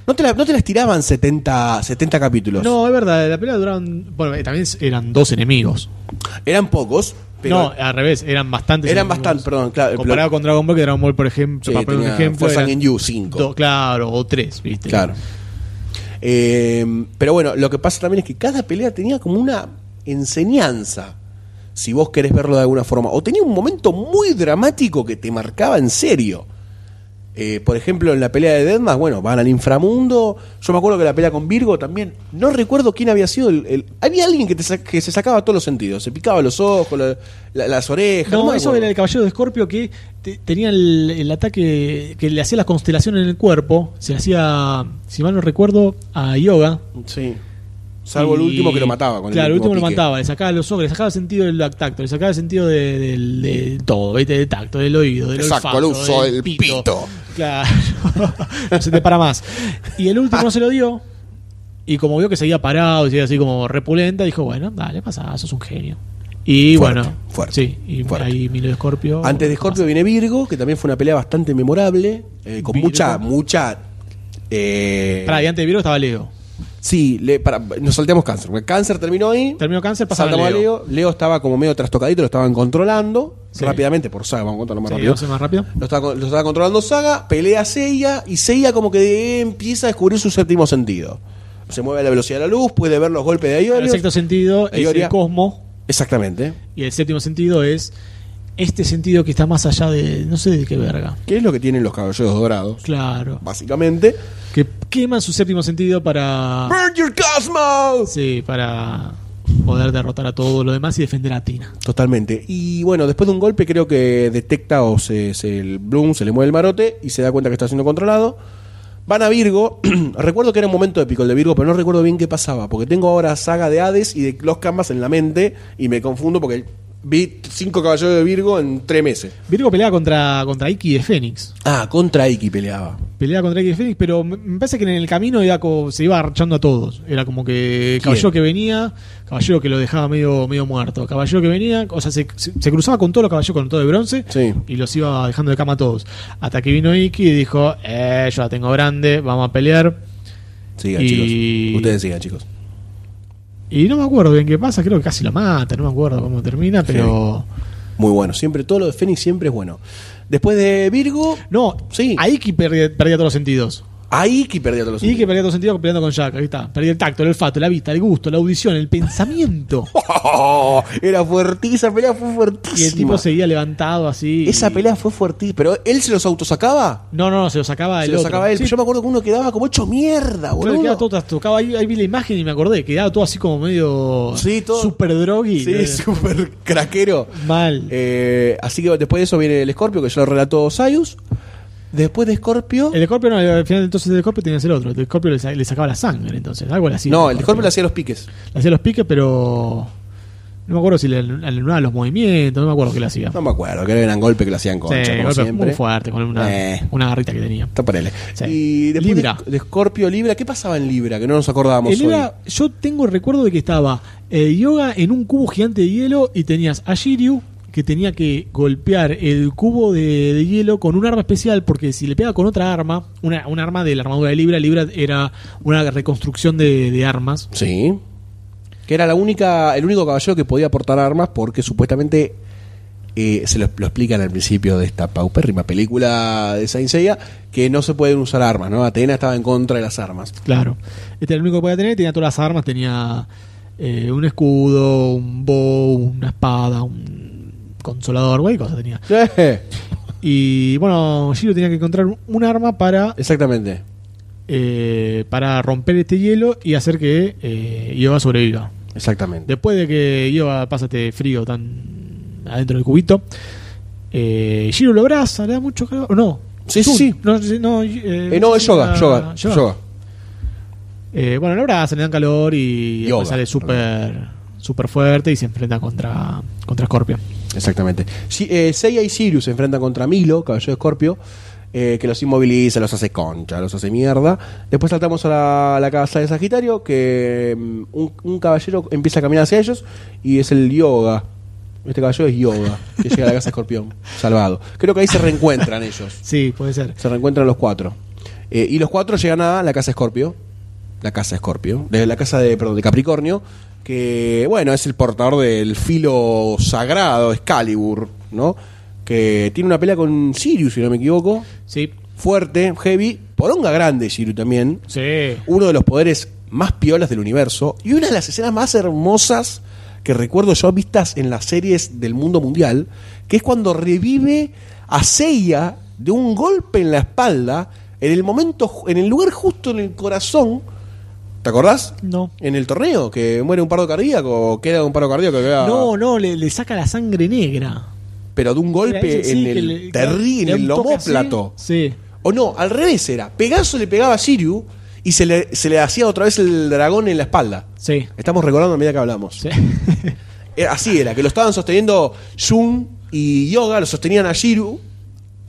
Speaker 4: No te, la- no te las tiraban 70, 70 capítulos.
Speaker 1: No, es verdad, la pelea duraron. Bueno, eh, también eran dos enemigos.
Speaker 4: Eran pocos, pero...
Speaker 1: no, al revés, eran bastantes.
Speaker 4: Eran
Speaker 1: enemigos.
Speaker 4: bastante, perdón, claro,
Speaker 1: Comparado
Speaker 4: pero-
Speaker 1: con Dragon Ball, que Dragon Ball, por ejemplo,
Speaker 4: Sí,
Speaker 1: para poner un
Speaker 4: tenía
Speaker 1: ejemplo.
Speaker 4: Force
Speaker 1: eran
Speaker 4: Sangyu cinco.
Speaker 1: dos, claro, o tres, ¿viste?
Speaker 4: Claro. Eh, Este, pero bueno, lo que pasa también es que cada pelea tenía como una enseñanza. Si vos querés verlo de alguna forma. O tenía un momento muy dramático que te marcaba en serio. Eh, por ejemplo, en la pelea de Deadmas, bueno, van al inframundo. Yo me acuerdo que la pelea con Virgo también. No recuerdo quién había sido el. el- había alguien que, te sa- que se sacaba todos los sentidos. Se picaba los ojos, la- la- las orejas.
Speaker 1: No,
Speaker 4: no me
Speaker 1: eso
Speaker 4: acuerdo.
Speaker 1: era el caballero de Escorpio que te- tenía el, el ataque que le hacía las constelaciones en el cuerpo. Se le hacía, si mal no recuerdo, a Yoga.
Speaker 4: Sí. Salvo el
Speaker 1: Y-
Speaker 4: último que lo mataba. Con
Speaker 1: claro, el último, lo
Speaker 4: pique.
Speaker 1: mataba. Le sacaba los ojos, le sacaba el sentido del tacto, le sacaba el sentido de, del- de todo, ¿viste? Del tacto, del oído, del
Speaker 4: Le sacó
Speaker 1: olfato,
Speaker 4: el uso
Speaker 1: del
Speaker 4: del pito.
Speaker 1: Claro. no se te para más. Y el
Speaker 4: Ah.
Speaker 1: último no se lo dio. Y como vio que seguía parado y seguía así como repulenta, dijo, bueno, dale, pasa, sos un genio. Y
Speaker 4: Fuerte,
Speaker 1: bueno,
Speaker 4: fuerte,
Speaker 1: sí, y
Speaker 4: fuerte.
Speaker 1: ahí Milo de Scorpio.
Speaker 4: Antes de Scorpio viene Virgo, que también fue una pelea bastante memorable, eh, con
Speaker 1: Virgo.
Speaker 4: mucha, mucha... eh,
Speaker 1: Pará, y antes de Virgo estaba Leo.
Speaker 4: sí, le- para- nos salteamos cáncer. porque Cáncer terminó ahí.
Speaker 1: Terminó cáncer, pasaron
Speaker 4: Saltamos
Speaker 1: a
Speaker 4: a
Speaker 1: Leo.
Speaker 4: Leo. Leo estaba como medio trastocadito, lo estaban controlando
Speaker 1: Sí.
Speaker 4: rápidamente por saga. Vamos a contarlo más
Speaker 1: Sí,
Speaker 4: rápido.
Speaker 1: vamos a ir más rápido.
Speaker 4: Lo estaba, con- lo estaba controlando Saga, pelea Seiya y Seiya como que de- empieza a descubrir su séptimo sentido. Se mueve a la velocidad de la luz, puede ver los golpes de
Speaker 1: El
Speaker 4: Aioria.
Speaker 1: sexto sentido es
Speaker 4: Ioria.
Speaker 1: el cosmo
Speaker 4: Exactamente.
Speaker 1: y el séptimo sentido es este sentido que está más allá de no sé de qué verga.
Speaker 4: ¿Qué es lo que tienen los caballeros dorados?
Speaker 1: Claro.
Speaker 4: Básicamente.
Speaker 1: Que queman su séptimo sentido para
Speaker 4: ¡Burn your cosmos!
Speaker 1: sí, para poder derrotar a todo lo demás y defender a Tina.
Speaker 4: Totalmente. Y bueno, después de un golpe creo que detecta o se, se- el Bloom se le mueve el marote y se da cuenta que está siendo controlado. Van a Virgo. recuerdo que era un momento épico el de Virgo, pero no recuerdo bien qué pasaba, porque tengo ahora saga de Hades y de los Camas en la mente y me confundo porque vi cinco caballeros de Virgo en tres meses.
Speaker 1: Virgo pelea contra contra Iki de Fénix.
Speaker 4: Ah, contra Iki peleaba.
Speaker 1: Pelea contra Iki de Fénix, pero me- me parece que en el camino iba co- se iba archando a todos. Era como que caballero que venía, caballero que lo dejaba medio medio muerto, caballero que venía, o sea, se, se- se cruzaba con todos los caballeros con todo de bronce
Speaker 4: Sí.
Speaker 1: y los iba dejando de cama a todos. Hasta que vino Iki y dijo, eh, yo la tengo grande, vamos a pelear.
Speaker 4: Sigan,
Speaker 1: Y-
Speaker 4: chicos. Ustedes sigan, chicos.
Speaker 1: Y no me acuerdo bien qué pasa, creo que casi la mata, no me acuerdo cómo termina, pero...
Speaker 4: Muy bueno. Siempre, todo lo de Fénix siempre es bueno. Después de Virgo,
Speaker 1: No,
Speaker 4: Sí.
Speaker 1: a Iki perdía, perdía todos los sentidos.
Speaker 4: a Iki perdía todos los
Speaker 1: Iki perdía todos los sentidos peleando con Jack, ahí está. Perdía el tacto, el olfato, la vista, el gusto, la audición, el pensamiento.
Speaker 4: Era fuertísima, esa pelea fue fuertísima.
Speaker 1: y el tipo seguía levantado así.
Speaker 4: Esa
Speaker 1: y-
Speaker 4: pelea fue fuertísima. Pero él se los autosacaba.
Speaker 1: No, no, no, se lo sacaba
Speaker 4: Se
Speaker 1: Ah, el
Speaker 4: los
Speaker 1: otro.
Speaker 4: sacaba él.
Speaker 1: Sí,
Speaker 4: Yo me acuerdo que uno quedaba como hecho mierda,
Speaker 1: claro, quedaba
Speaker 4: boludo.
Speaker 1: todo trastocado. Ahí, ahí vi la imagen y me acordé, quedaba todo así como medio...
Speaker 4: Sí, todo-
Speaker 1: Super drogui.
Speaker 4: Sí,
Speaker 1: Eh,
Speaker 4: súper craquero.
Speaker 1: Mal.
Speaker 4: Eh, así que después de eso viene el Scorpio, que ya lo relató Sayus. Después de Scorpio.
Speaker 1: El Scorpio no, al final entonces el Scorpio tenías el otro. El Scorpio le, sa- le sacaba la sangre entonces, algo así.
Speaker 4: no, el Scorpio le hacía los piques.
Speaker 1: Le hacía los piques, pero. No me acuerdo si le anulaba los movimientos, no me acuerdo qué le hacía.
Speaker 4: No me acuerdo, que eran golpes que le hacían concha,
Speaker 1: Sí,
Speaker 4: como
Speaker 1: golpe
Speaker 4: siempre.
Speaker 1: muy fuerte, con una,
Speaker 4: Eh.
Speaker 1: una garrita que tenía.
Speaker 4: Está para él.
Speaker 1: Sí.
Speaker 4: Y después
Speaker 1: Libra.
Speaker 4: de- de Scorpio Libra, ¿qué pasaba en Libra? Que no nos acordábamos
Speaker 1: En Libra, yo tengo el recuerdo de que estaba eh, Yoga en un cubo gigante de hielo y tenías a Shiryu que tenía que golpear el cubo de, de hielo con un arma especial porque si le pega con otra arma, una, un arma de la armadura de Libra, Libra era una reconstrucción de, de armas.
Speaker 4: hoy. Sí. Que era la única, el único caballero que podía portar armas porque supuestamente eh, se lo, lo explican al principio de esta paupérrima película de Saint Seiya que no se pueden usar armas, ¿no? Atena estaba en contra de las armas.
Speaker 1: Claro. Este era el único que podía tener, tenía todas las armas, tenía eh, un escudo, un bow, una espada, un consolador, güey, cosas tenía. Y bueno, Shiryu tenía que encontrar un arma para
Speaker 4: Exactamente.
Speaker 1: eh, para romper este hielo y hacer que eh, Iowa sobreviva.
Speaker 4: Exactamente.
Speaker 1: Después de que Iowa pasa este frío tan adentro del cubito, eh, Shiro lo abraza, le da mucho calor. ¿o No,
Speaker 4: Sí, sí,
Speaker 1: Sun,
Speaker 4: sí.
Speaker 1: No, sí, no, eh,
Speaker 4: Eh, no, es yoga,
Speaker 1: era-
Speaker 4: yoga, yoga.
Speaker 1: Eh, bueno, lo abrazan, le dan calor y después
Speaker 4: Yoga,
Speaker 1: sale súper super fuerte y se enfrenta contra, contra Scorpio.
Speaker 4: Exactamente. Si- eh, Seiya y Sirius se enfrentan contra Milo, caballero de Escorpio, eh, que los inmoviliza, los hace concha, los hace mierda. Después saltamos a la, a la casa de Sagitario, que mm, un, un caballero empieza a caminar hacia ellos y es el yoga. Este caballero es yoga, que llega a la casa de Escorpión, salvado. Creo que ahí se reencuentran ellos.
Speaker 1: Sí, puede ser.
Speaker 4: Se reencuentran los cuatro. Eh, y los cuatro llegan a la casa de Escorpio. La casa de Escorpio. De la casa de, perdón, de Capricornio. Que, bueno, es el portador del filo sagrado, Excalibur, ¿no? Que tiene una pelea con Sirius, si no me equivoco.
Speaker 1: Sí,
Speaker 4: Fuerte, heavy. Poronga grande, Sirius también.
Speaker 1: sí.
Speaker 4: Uno de los poderes más piolas del universo. Y una de las escenas más hermosas que recuerdo yo vistas en las series del mundo mundial. Que es cuando revive a Seiya de un golpe en la espalda. En el momento, ju- en el lugar justo en el corazón. ¿Te acordás?
Speaker 1: No.
Speaker 4: En el torneo, que muere un paro cardíaco, queda un paro cardíaco. que queda-
Speaker 1: No, no, le, le saca la sangre negra.
Speaker 4: Pero de un
Speaker 1: Era
Speaker 4: golpe
Speaker 1: ese, sí,
Speaker 4: en
Speaker 1: que
Speaker 4: el
Speaker 1: le-
Speaker 4: terri- en
Speaker 1: le da
Speaker 4: el
Speaker 1: un toque
Speaker 4: homóplato.
Speaker 1: así. Sí.
Speaker 4: O no, al revés era. Pegaso le pegaba a Sirius y se le, se le hacía otra vez el dragón en la espalda.
Speaker 1: Sí.
Speaker 4: Estamos recordando a medida que hablamos.
Speaker 1: Sí.
Speaker 4: Eh, Así era, que lo estaban sosteniendo Jun y Yoga, lo sostenían a Shiru,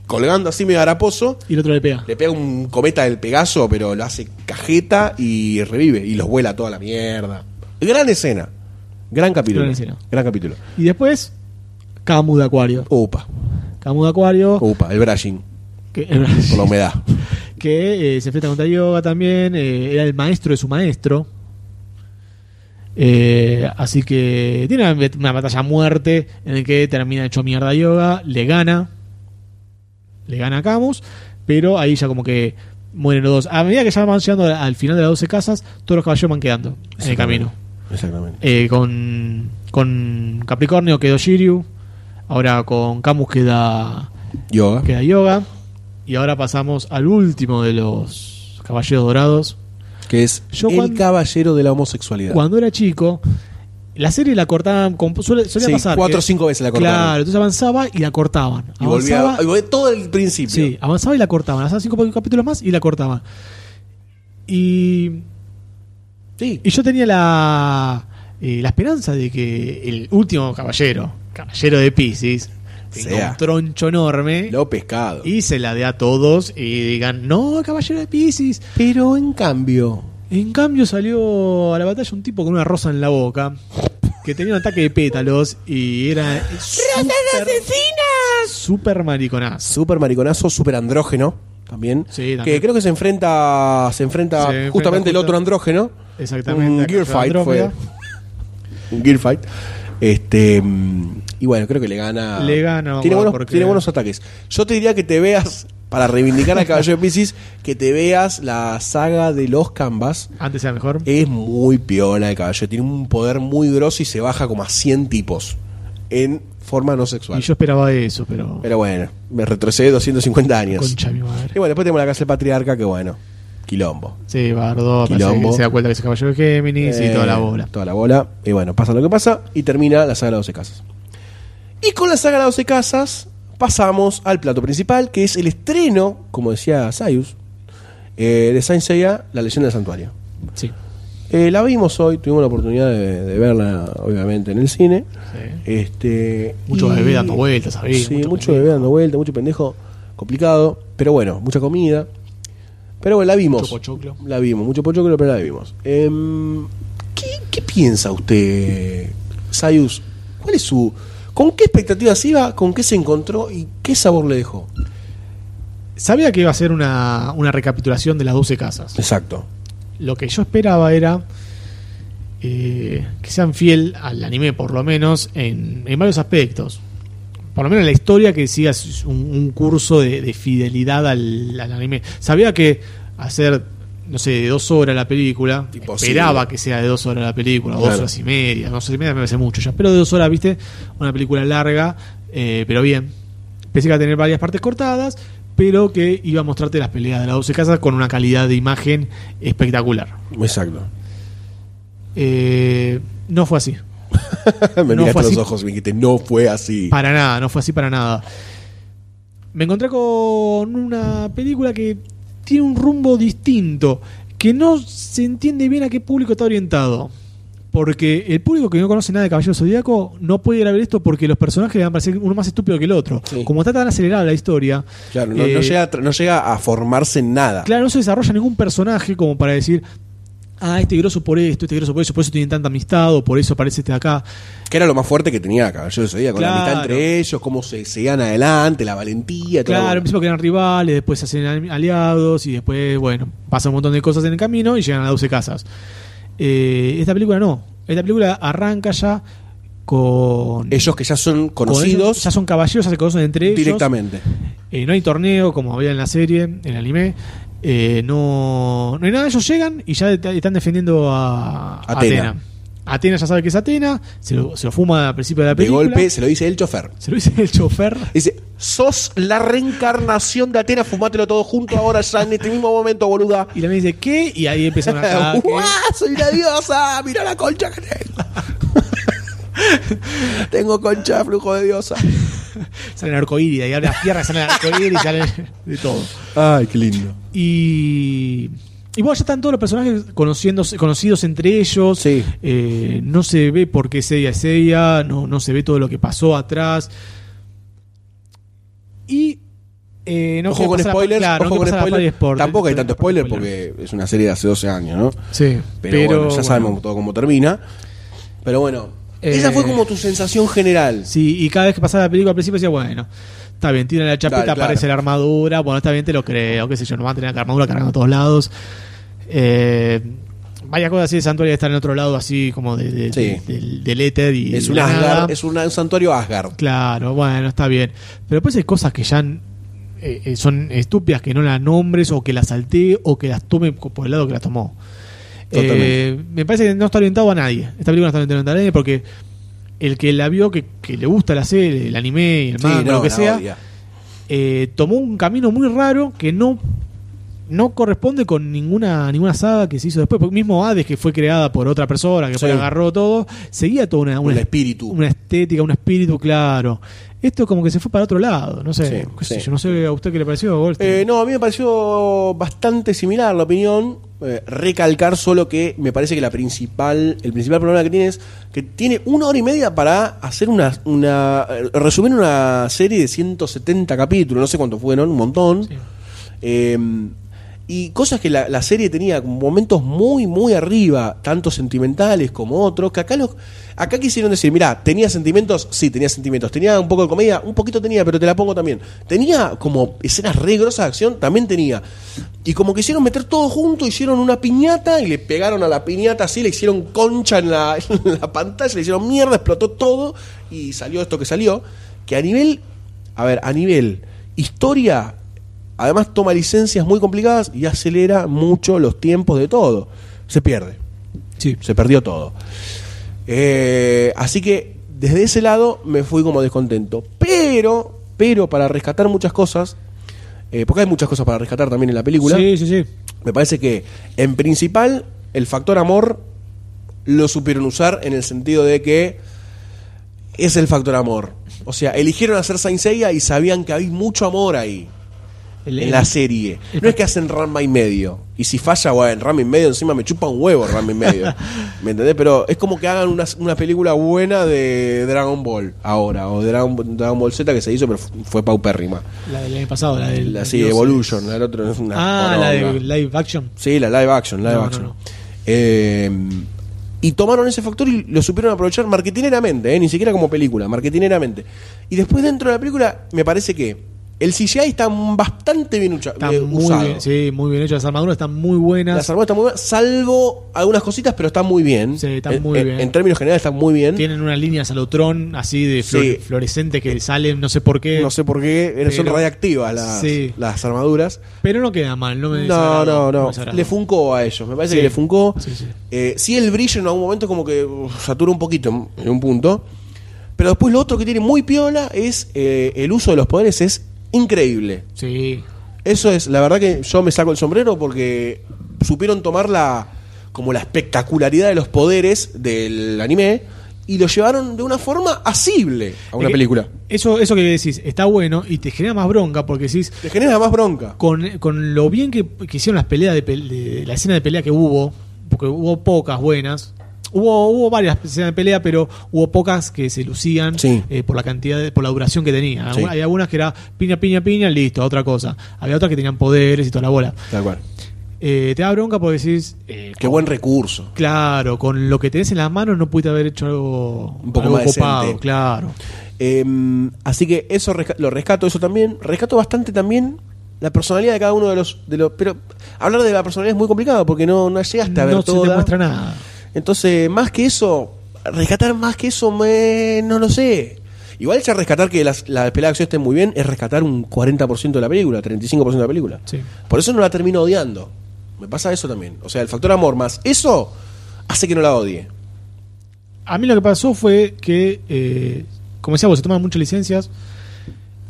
Speaker 4: colgando así medio haraposo.
Speaker 1: y el otro le pega.
Speaker 4: Le pega un cometa del Pegaso, pero lo hace cajeta y revive. Y los vuela a toda la mierda. Gran escena. Gran capítulo.
Speaker 1: Gran escena.
Speaker 4: Gran capítulo.
Speaker 1: Y después, Camus de Acuario.
Speaker 4: Upa.
Speaker 1: Camus de Acuario.
Speaker 4: Upa, el brushing.
Speaker 1: Que,
Speaker 4: Por la humedad.
Speaker 1: que, eh, se enfrenta contra Yoga también. eh, era el maestro de su maestro. Eh, así que tiene una, una batalla a muerte en la que termina hecho mierda a Yoga. Le gana. Le gana a Camus. Pero ahí ya como que mueren los dos. A medida que ya van llegando al, al final de las 12 casas, todos los caballeros van quedando en el camino.
Speaker 4: Exactamente.
Speaker 1: Eh, con, con Capricornio quedó Shiryu. Ahora con Camus queda,
Speaker 4: Yoga.
Speaker 1: queda Yoga. Y ahora pasamos al último de los Caballeros Dorados.
Speaker 4: Que es
Speaker 1: Yo
Speaker 4: el
Speaker 1: cuando-
Speaker 4: caballero de la homosexualidad.
Speaker 1: Cuando era chico, la serie la cortaban. con- suele, solía
Speaker 4: Sí,
Speaker 1: pasar.
Speaker 4: cuatro o
Speaker 1: que-
Speaker 4: cinco veces la
Speaker 1: Claro,
Speaker 4: cortaron.
Speaker 1: entonces avanzaba y la cortaban.
Speaker 4: Y volvía,
Speaker 1: Avanzaba-
Speaker 4: y volvía todo el principio.
Speaker 1: Sí, avanzaba y la cortaban. Avanzaba cinco capítulos más y la cortaban. Y.
Speaker 4: Sí.
Speaker 1: Y yo tenía la. eh, la esperanza de que el último caballero, caballero de Pisces, tenga
Speaker 4: Sea.
Speaker 1: un troncho enorme
Speaker 4: Lo pescado.
Speaker 1: y se la dé a todos y digan, no, caballero de Pisces.
Speaker 4: Pero en cambio,
Speaker 1: En cambio salió a la batalla un tipo con una rosa en la boca que tenía un ataque de pétalos y era super, super mariconazo.
Speaker 4: super mariconazo, super andrógeno también.
Speaker 1: Sí, también.
Speaker 4: Que creo que se enfrenta se enfrenta
Speaker 1: Se enfrenta
Speaker 4: justamente el
Speaker 1: justo-
Speaker 4: otro andrógeno.
Speaker 1: Exactamente.
Speaker 4: Un gear
Speaker 1: acá
Speaker 4: fight
Speaker 1: Andrómeda.
Speaker 4: fue. Un gear fight. Este, mm, y bueno, creo que le gana.
Speaker 1: Le gana, bueno,
Speaker 4: Tiene buenos,
Speaker 1: porque-
Speaker 4: tiene buenos ataques. Yo te diría que te veas, para reivindicar al Caballero de Pisces, que te veas la saga de los Canvas.
Speaker 1: Antes era mejor.
Speaker 4: Es muy piola el caballero. Tiene un poder muy grosso y se baja como a 100 tipos. En forma no sexual.
Speaker 1: Y yo esperaba eso, pero.
Speaker 4: Pero bueno, me retrocede 250 años.
Speaker 1: Concha de mi madre.
Speaker 4: Y bueno, después tenemos la casa del patriarca, que bueno, quilombo.
Speaker 1: Sí, Bardo, parece
Speaker 4: Quilombo.
Speaker 1: que se da cuenta que es el caballero de Géminis y
Speaker 4: Eh,
Speaker 1: toda la bola.
Speaker 4: Toda la bola. Y bueno, pasa lo que pasa y termina la saga de las 12 casas. Y con la saga de las 12 casas pasamos al plato principal, que es el estreno, como decía Sayus, eh, de Saint Seiya, La leyenda del santuario.
Speaker 1: Sí.
Speaker 4: Eh, la vimos hoy, tuvimos la oportunidad de, de verla, obviamente, en el cine. Este,
Speaker 1: Mucho
Speaker 4: y-
Speaker 1: bebé dando vueltas, ¿sabés?
Speaker 4: Sí,
Speaker 1: Mucho
Speaker 4: mucho,
Speaker 1: pendejo.
Speaker 4: bebé dando vueltas, mucho pendejo complicado, pero bueno, mucha comida. Pero bueno, la vimos.
Speaker 1: Mucho pochoclo.
Speaker 4: La vimos, mucho pochoclo, pero la vimos. Em, ¿qué, qué piensa usted, Sayus? ¿Cuál es su. ¿Con qué expectativas iba? ¿Con qué se encontró? ¿Y qué sabor le dejó?
Speaker 1: Sabía que iba a ser una, una recapitulación de las 12 casas.
Speaker 4: Exacto.
Speaker 1: Lo que yo esperaba era eh, que sean fiel al anime, por lo menos, en, en varios aspectos. Por lo menos en la historia que siga s- un, un curso de, de fidelidad al, al anime. Sabía que hacer, no sé, de dos horas la película,
Speaker 4: Imposible.
Speaker 1: esperaba que sea de dos horas la película, o dos
Speaker 4: Claro.
Speaker 1: horas y media, dos horas y media me parece mucho ya. Pero de dos horas, viste, una película larga, eh, pero bien. Pensé que iba a tener varias partes cortadas, pero que iba a mostrarte las peleas de las 12 casas con una calidad de imagen espectacular.
Speaker 4: Exacto.
Speaker 1: Eh, no fue así.
Speaker 4: me
Speaker 1: No
Speaker 4: miraste
Speaker 1: fue
Speaker 4: los
Speaker 1: así.
Speaker 4: ojos y me dijiste, no fue así.
Speaker 1: Para nada, no fue así para nada. Me encontré con una película que tiene un rumbo distinto, que no se entiende bien a qué público está orientado. Porque el público que no conoce nada de Caballero Zodíaco no puede ir a ver esto porque los personajes van a parecer uno más estúpido que el otro.
Speaker 4: Sí.
Speaker 1: Como está tan acelerada la historia,
Speaker 4: Claro, no, no
Speaker 1: eh,
Speaker 4: llega, a tra- no llega a formarse en nada.
Speaker 1: Claro, no se desarrolla ningún personaje como para decir, ah, este grosso por esto, este grosso por eso, por eso tienen tanta amistad, o por eso aparece este de acá.
Speaker 4: Que era lo más fuerte que tenía Caballero de Zodíaco, con la
Speaker 1: Claro.
Speaker 4: amistad entre ellos, cómo se seguían adelante, la valentía, todo
Speaker 1: Claro,
Speaker 4: lo
Speaker 1: al
Speaker 4: bueno.
Speaker 1: principio que eran rivales, después se hacen ali- aliados y después, bueno, pasa un montón de cosas en el camino y llegan a las 12 casas. Eh, esta película no. Esta película arranca ya con.
Speaker 4: Ellos que ya son
Speaker 1: con
Speaker 4: conocidos
Speaker 1: ellos, ya son caballeros, ya se conocen entre ellos.
Speaker 4: directamente.
Speaker 1: Eh, no hay torneo como había en la serie, en el anime. Eh, no, no hay nada, ellos llegan y ya te- están defendiendo a
Speaker 4: Atena.
Speaker 1: Atena. Atena. ya sabe que es Atena, se lo, se lo fuma al principio de la
Speaker 4: De
Speaker 1: película.
Speaker 4: golpe se lo dice el chofer.
Speaker 1: Se lo dice el chofer.
Speaker 4: Dice, sos la reencarnación de Atenas, fumátelo todo junto ahora ya en este mismo momento, boluda.
Speaker 1: Y la me dice, ¿qué? Y ahí empieza un
Speaker 4: ¡Guau!
Speaker 1: ataque.
Speaker 4: ¡Soy la diosa! ¡Mirá la concha que tengo! tengo concha de flujo de diosa.
Speaker 1: salen arcoíris, y ahora las piernas salen arcoíris, salen de todo.
Speaker 4: Ay, qué lindo.
Speaker 1: Y. Y bueno, ya están todos los personajes conociéndose, conocidos entre ellos.
Speaker 4: Sí.
Speaker 1: Eh, no se ve por qué Seiya es Seiya, no, no se ve todo lo que pasó atrás. Y. eh, no
Speaker 4: ojo
Speaker 1: quiero
Speaker 4: con
Speaker 1: pasar la-
Speaker 4: spoilers,
Speaker 1: claro, no quiero
Speaker 4: ojo con
Speaker 1: pasar la parte de
Speaker 4: spoilers.
Speaker 1: spoiler.
Speaker 4: Tampoco hay
Speaker 1: Quiero
Speaker 4: tanto
Speaker 1: pasar la
Speaker 4: spoiler
Speaker 1: parte de
Speaker 4: porque es una serie de hace 12 años, ¿no?
Speaker 1: spoiler. Sí,
Speaker 4: Pero, bueno, ya sabemos todo cómo termina. Pero bueno, Esa
Speaker 1: Eh,
Speaker 4: fue como tu sensación general.
Speaker 1: Sí, y cada vez que pasaba la película al principio decía, bueno, está bien, tiene la chapeta,
Speaker 4: Claro, claro.
Speaker 1: aparece la armadura, bueno, está bien, te lo creo, qué sé yo, no van a tener la armadura cargando a todos lados. Eh, varias cosas así de Santuario estar en otro lado, así como de, de-
Speaker 4: Sí.
Speaker 1: de- del, del éter y.
Speaker 4: Es
Speaker 1: de
Speaker 4: un,
Speaker 1: la nada.
Speaker 4: Asgard, es una- un santuario Asgard.
Speaker 1: Claro, bueno, está bien. Pero después hay cosas que ya n- eh, eh, son estúpidas, que no las nombres o que las salté o que las tome co- por el lado que las tomó.
Speaker 4: Totalmente.
Speaker 1: Eh, me parece que no está orientado a nadie. Esta película no está orientada a nadie porque el que la vio, que, que le gusta la serie, el anime, el
Speaker 4: Sí,
Speaker 1: manga,
Speaker 4: no,
Speaker 1: lo que
Speaker 4: la
Speaker 1: sea,
Speaker 4: odia.
Speaker 1: eh, tomó un camino muy raro que no no corresponde con ninguna ninguna saga que se hizo después. Porque mismo Hades, que fue creada por otra persona, que fue
Speaker 4: Sí.
Speaker 1: agarró todo, seguía toda una,
Speaker 4: Un
Speaker 1: una,
Speaker 4: espíritu.
Speaker 1: una estética, un espíritu claro. Esto como que se fue para otro lado, no sé,
Speaker 4: Sí,
Speaker 1: qué sé
Speaker 4: sí.
Speaker 1: yo no sé a usted qué le pareció Goldstein.
Speaker 4: Eh, no, a mí me pareció bastante similar la opinión. Eh, recalcar solo que me parece que la principal, el principal problema que tiene es que tiene una hora y media para hacer una, una eh, resumir una serie de 170 capítulos, no sé cuánto fueron, un montón. Eh, y cosas que la, la serie tenía como momentos muy, muy arriba, tanto sentimentales como otros, que acá los, acá quisieron decir, mirá, tenía sentimientos, sí, tenía sentimientos, tenía un poco de comedia, un poquito tenía, pero te la pongo también. Tenía como escenas re grosas de acción, también tenía. Y como quisieron meter todo junto, hicieron una piñata y le pegaron a la piñata así, le hicieron concha en la, en la pantalla, le hicieron mierda, explotó todo y salió esto que salió. Que a nivel, a ver, a nivel historia, Además toma licencias muy complicadas y acelera mucho los tiempos de todo. Se pierde.
Speaker 1: Sí.
Speaker 4: Se perdió todo. Eh, así que desde ese lado me fui como descontento. Pero, pero para rescatar muchas cosas, eh, porque hay muchas cosas para rescatar también en la película,
Speaker 1: Sí, sí, sí.
Speaker 4: me parece que en principal el factor amor lo supieron usar en el sentido de que es el factor amor. O sea, eligieron hacer Saint Seiya y sabían que hay mucho amor ahí
Speaker 1: El-
Speaker 4: en
Speaker 1: el-
Speaker 4: la serie. No es que hacen rama y medio. Y si falla, bueno, rama y medio encima me chupa un huevo rama y medio. ¿Me entendés? Pero es como que hagan una, una película buena de Dragon Ball ahora. O de Dragon, Dragon Ball Z que se hizo, pero fu- fue paupérrima.
Speaker 1: la del año pasado, la del
Speaker 4: La, sí,
Speaker 1: Dios,
Speaker 4: Evolution, la del otro es una
Speaker 1: Ah, la
Speaker 4: poronga.
Speaker 1: de live action.
Speaker 4: Sí, la live action, live
Speaker 1: No, no,
Speaker 4: action.
Speaker 1: no.
Speaker 4: Eh, y tomaron ese factor y lo supieron aprovechar marketineramente, eh, ni siquiera como película, marketineramente. Y después dentro de la película, me parece que el CGI está bastante bien, ucha-
Speaker 1: Está
Speaker 4: eh,
Speaker 1: muy
Speaker 4: usado.
Speaker 1: bien, sí, muy bien hecho. Las armaduras están muy buenas.
Speaker 4: Las armaduras están muy buenas, salvo algunas cositas, pero están muy bien.
Speaker 1: Sí, están
Speaker 4: En-
Speaker 1: muy
Speaker 4: en,
Speaker 1: bien.
Speaker 4: En términos generales están muy bien.
Speaker 1: Tienen unas líneas alotron así de flor-
Speaker 4: Sí. Eh,
Speaker 1: fluorescente que salen, no sé por qué.
Speaker 4: no sé por qué, eh, son
Speaker 1: Pero-
Speaker 4: radiactivas las,
Speaker 1: Sí.
Speaker 4: las armaduras.
Speaker 1: Pero no queda mal, no me
Speaker 4: No,
Speaker 1: desagradó,
Speaker 4: no,
Speaker 1: me
Speaker 4: no.
Speaker 1: desagradó.
Speaker 4: Le funcó a ellos. Me parece
Speaker 1: Sí.
Speaker 4: que le funcó.
Speaker 1: Sí, sí.
Speaker 4: Eh, sí, el brillo en algún momento como que uf, satura un poquito en- en un punto. Pero después lo otro que tiene muy piola es eh, el uso de los poderes. Es increíble.
Speaker 1: Sí.
Speaker 4: Eso es, la verdad que yo me saco el sombrero porque supieron tomar la como la espectacularidad de los poderes del anime y lo llevaron de una forma asible a una
Speaker 1: Es que
Speaker 4: película.
Speaker 1: Eso, eso que decís, está bueno y te genera más bronca porque decís,
Speaker 4: Te genera más bronca.
Speaker 1: con, con lo bien que, que hicieron las peleas de, pel- de- la escena de pelea que hubo, porque hubo pocas buenas. Hubo, hubo varias escenas de pelea, pero hubo pocas que se lucían
Speaker 4: Sí.
Speaker 1: eh, por la cantidad, de- por la duración que tenía.
Speaker 4: Sí.
Speaker 1: Había algunas que era piña, piña, piña, listo, otra cosa. Había otras que tenían poderes y toda la bola.
Speaker 4: Tal cual.
Speaker 1: Eh, te da bronca porque decís, eh,
Speaker 4: Qué buen recurso.
Speaker 1: claro, con lo que tenés en las manos no pudiste haber hecho algo,
Speaker 4: Un poco
Speaker 1: algo
Speaker 4: más
Speaker 1: copado,
Speaker 4: decente.
Speaker 1: claro.
Speaker 4: Eh, así que eso resca- lo rescato, eso también. Rescato bastante también la personalidad de cada uno de los, de los. Pero hablar de la personalidad es muy complicado porque no, no llegaste a ver
Speaker 1: No se
Speaker 4: toda.
Speaker 1: te muestra nada.
Speaker 4: Entonces, más que eso, rescatar más que eso, me, no lo sé. Igual ya rescatar que las, las peleas de acción estén muy bien es rescatar un 40% de la película, 35% de la película.
Speaker 1: Sí.
Speaker 4: Por eso no la termino odiando. Me pasa eso también. O sea, el factor amor más eso hace que no la odie.
Speaker 1: A mí lo que pasó fue que, eh, como decía vos, se toman muchas licencias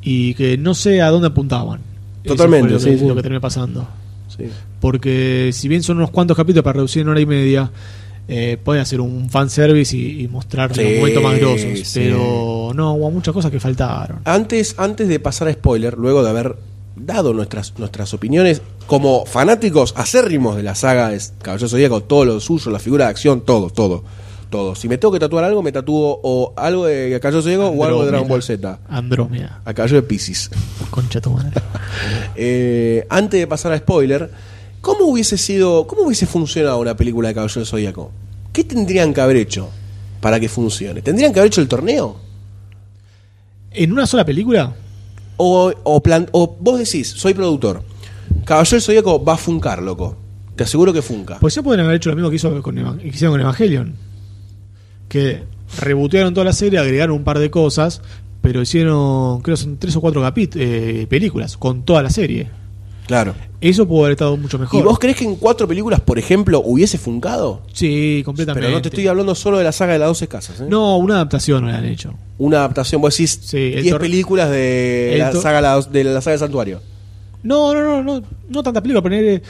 Speaker 1: y que no sé a dónde apuntaban. Eso
Speaker 4: Totalmente,
Speaker 1: fue lo que,
Speaker 4: sí, sí.
Speaker 1: lo que terminé pasando.
Speaker 4: Sí.
Speaker 1: Porque si bien son unos cuantos capítulos para reducir en hora y media, eh, pueden hacer un fanservice y, y mostrar
Speaker 4: Sí,
Speaker 1: los momentos más grosos.
Speaker 4: sí.
Speaker 1: Pero no, hubo muchas cosas que faltaron.
Speaker 4: Antes, antes de pasar a spoiler, luego de haber dado nuestras, nuestras opiniones como fanáticos acérrimos de la saga de Caballero Zodíaco, todo lo suyo, la figura de acción, todo, todo, todo. Si me tengo que tatuar algo, me tatúo o algo de Caballero Zodíaco o algo de Dragon Ball Z.
Speaker 1: Andrómeda,
Speaker 4: A Caballo de Pisces.
Speaker 1: concha tu madre.
Speaker 4: Eh, antes de pasar a spoiler, ¿cómo hubiese sido, cómo hubiese funcionado una película de Caballero Zodíaco? ¿Qué tendrían que haber hecho? para que funcione. ¿Tendrían que haber hecho el torneo?
Speaker 1: ¿En una sola película?
Speaker 4: O, o plan- o vos decís, soy productor. Caballero del Zodíaco va a funcar, loco. Te aseguro que funca.
Speaker 1: Pues ya podrían haber hecho lo mismo que, hizo con Eva- que hicieron con Evangelion. Que rebotearon toda la serie, agregaron un par de cosas, pero hicieron, creo, son tres o cuatro capit eh, películas con toda la serie.
Speaker 4: Claro.
Speaker 1: Eso pudo haber estado mucho mejor.
Speaker 4: ¿Y vos crees que en cuatro películas, por ejemplo, hubiese funcado?
Speaker 1: Sí, completamente.
Speaker 4: Pero no te estoy hablando solo de la saga de las 12 casas. ¿eh?
Speaker 1: No, una adaptación no la han hecho.
Speaker 4: Una adaptación, vos decís,
Speaker 1: Sí, el
Speaker 4: 10
Speaker 1: tor-
Speaker 4: películas de
Speaker 1: el
Speaker 4: la,
Speaker 1: tor-
Speaker 4: saga, la- de la saga del santuario.
Speaker 1: No, no, no, no, no tanta película, poner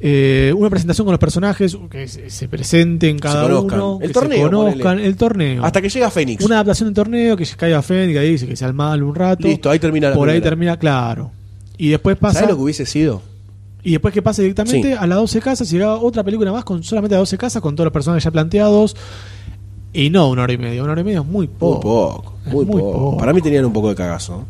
Speaker 1: eh, una presentación con los personajes, que se, se presenten cada
Speaker 4: conozcan.
Speaker 1: uno,
Speaker 4: El
Speaker 1: que
Speaker 4: torneo,
Speaker 1: se conozcan,
Speaker 4: ponele.
Speaker 1: el torneo.
Speaker 4: Hasta que llega Fénix.
Speaker 1: una adaptación del torneo, que se caiga Fénix, ahí dice que sea al mal un rato.
Speaker 4: Listo, ahí termina la
Speaker 1: Por ahí
Speaker 4: primera.
Speaker 1: termina, claro. Y después pasa.
Speaker 4: ¿Sabés lo que hubiese sido?
Speaker 1: Y después que pasa directamente
Speaker 4: Sí.
Speaker 1: a las 12 casas, llegaba otra película más con solamente las 12 casas, con todos los personajes ya planteados. Y no una hora y media. Una hora y media es muy
Speaker 4: Muy
Speaker 1: poco.
Speaker 4: poco,
Speaker 1: Es
Speaker 4: muy,
Speaker 1: muy
Speaker 4: poco.
Speaker 1: poco.
Speaker 4: Para mí tenían un poco de cagazo.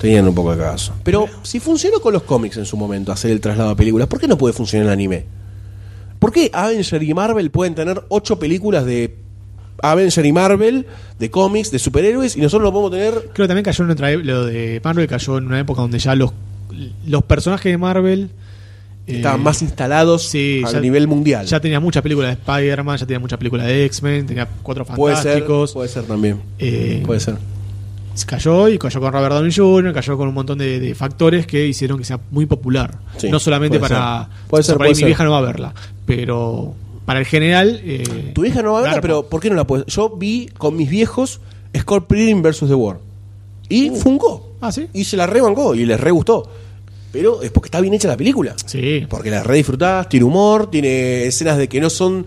Speaker 4: Tenían un poco de cagazo. Pero si funcionó con los cómics en su momento hacer el traslado a películas, ¿por qué no puede funcionar en anime? ¿Por qué Avenger y Marvel pueden tener ocho películas de Avenger y Marvel, de cómics, de superhéroes, y nosotros lo podemos tener
Speaker 1: Creo que también cayó en otra e- lo de Marvel cayó en una época donde ya los, los personajes de Marvel eh,
Speaker 4: estaban más instalados
Speaker 1: sí,
Speaker 4: a
Speaker 1: ya-
Speaker 4: nivel mundial?
Speaker 1: ya tenía muchas películas de Spider-Man, ya tenía muchas películas de X-Men, tenía cuatro
Speaker 4: puede ser,
Speaker 1: fantásticos.
Speaker 4: puede ser también.
Speaker 1: eh,
Speaker 4: Puede ser.
Speaker 1: se cayó y cayó con Robert Downey Jr., cayó con un montón de, de factores que hicieron que sea muy popular.
Speaker 4: Sí,
Speaker 1: no solamente
Speaker 4: puede
Speaker 1: para.
Speaker 4: ser. Puede
Speaker 1: o sea,
Speaker 4: ser,
Speaker 1: por ahí
Speaker 4: puede
Speaker 1: mi
Speaker 4: ser.
Speaker 1: vieja no va a verla, pero para el general. eh,
Speaker 4: Tu vieja no va a verla,
Speaker 1: garpa.
Speaker 4: pero ¿por qué no la puedes? Yo vi con mis viejos Scorpion versus The War. Y funcó.
Speaker 1: Ah, sí.
Speaker 4: Y se la rebancó y les re gustó. Pero es porque está bien hecha la película.
Speaker 1: Sí.
Speaker 4: Porque la re disfrutás, tiene humor, tiene escenas de que no son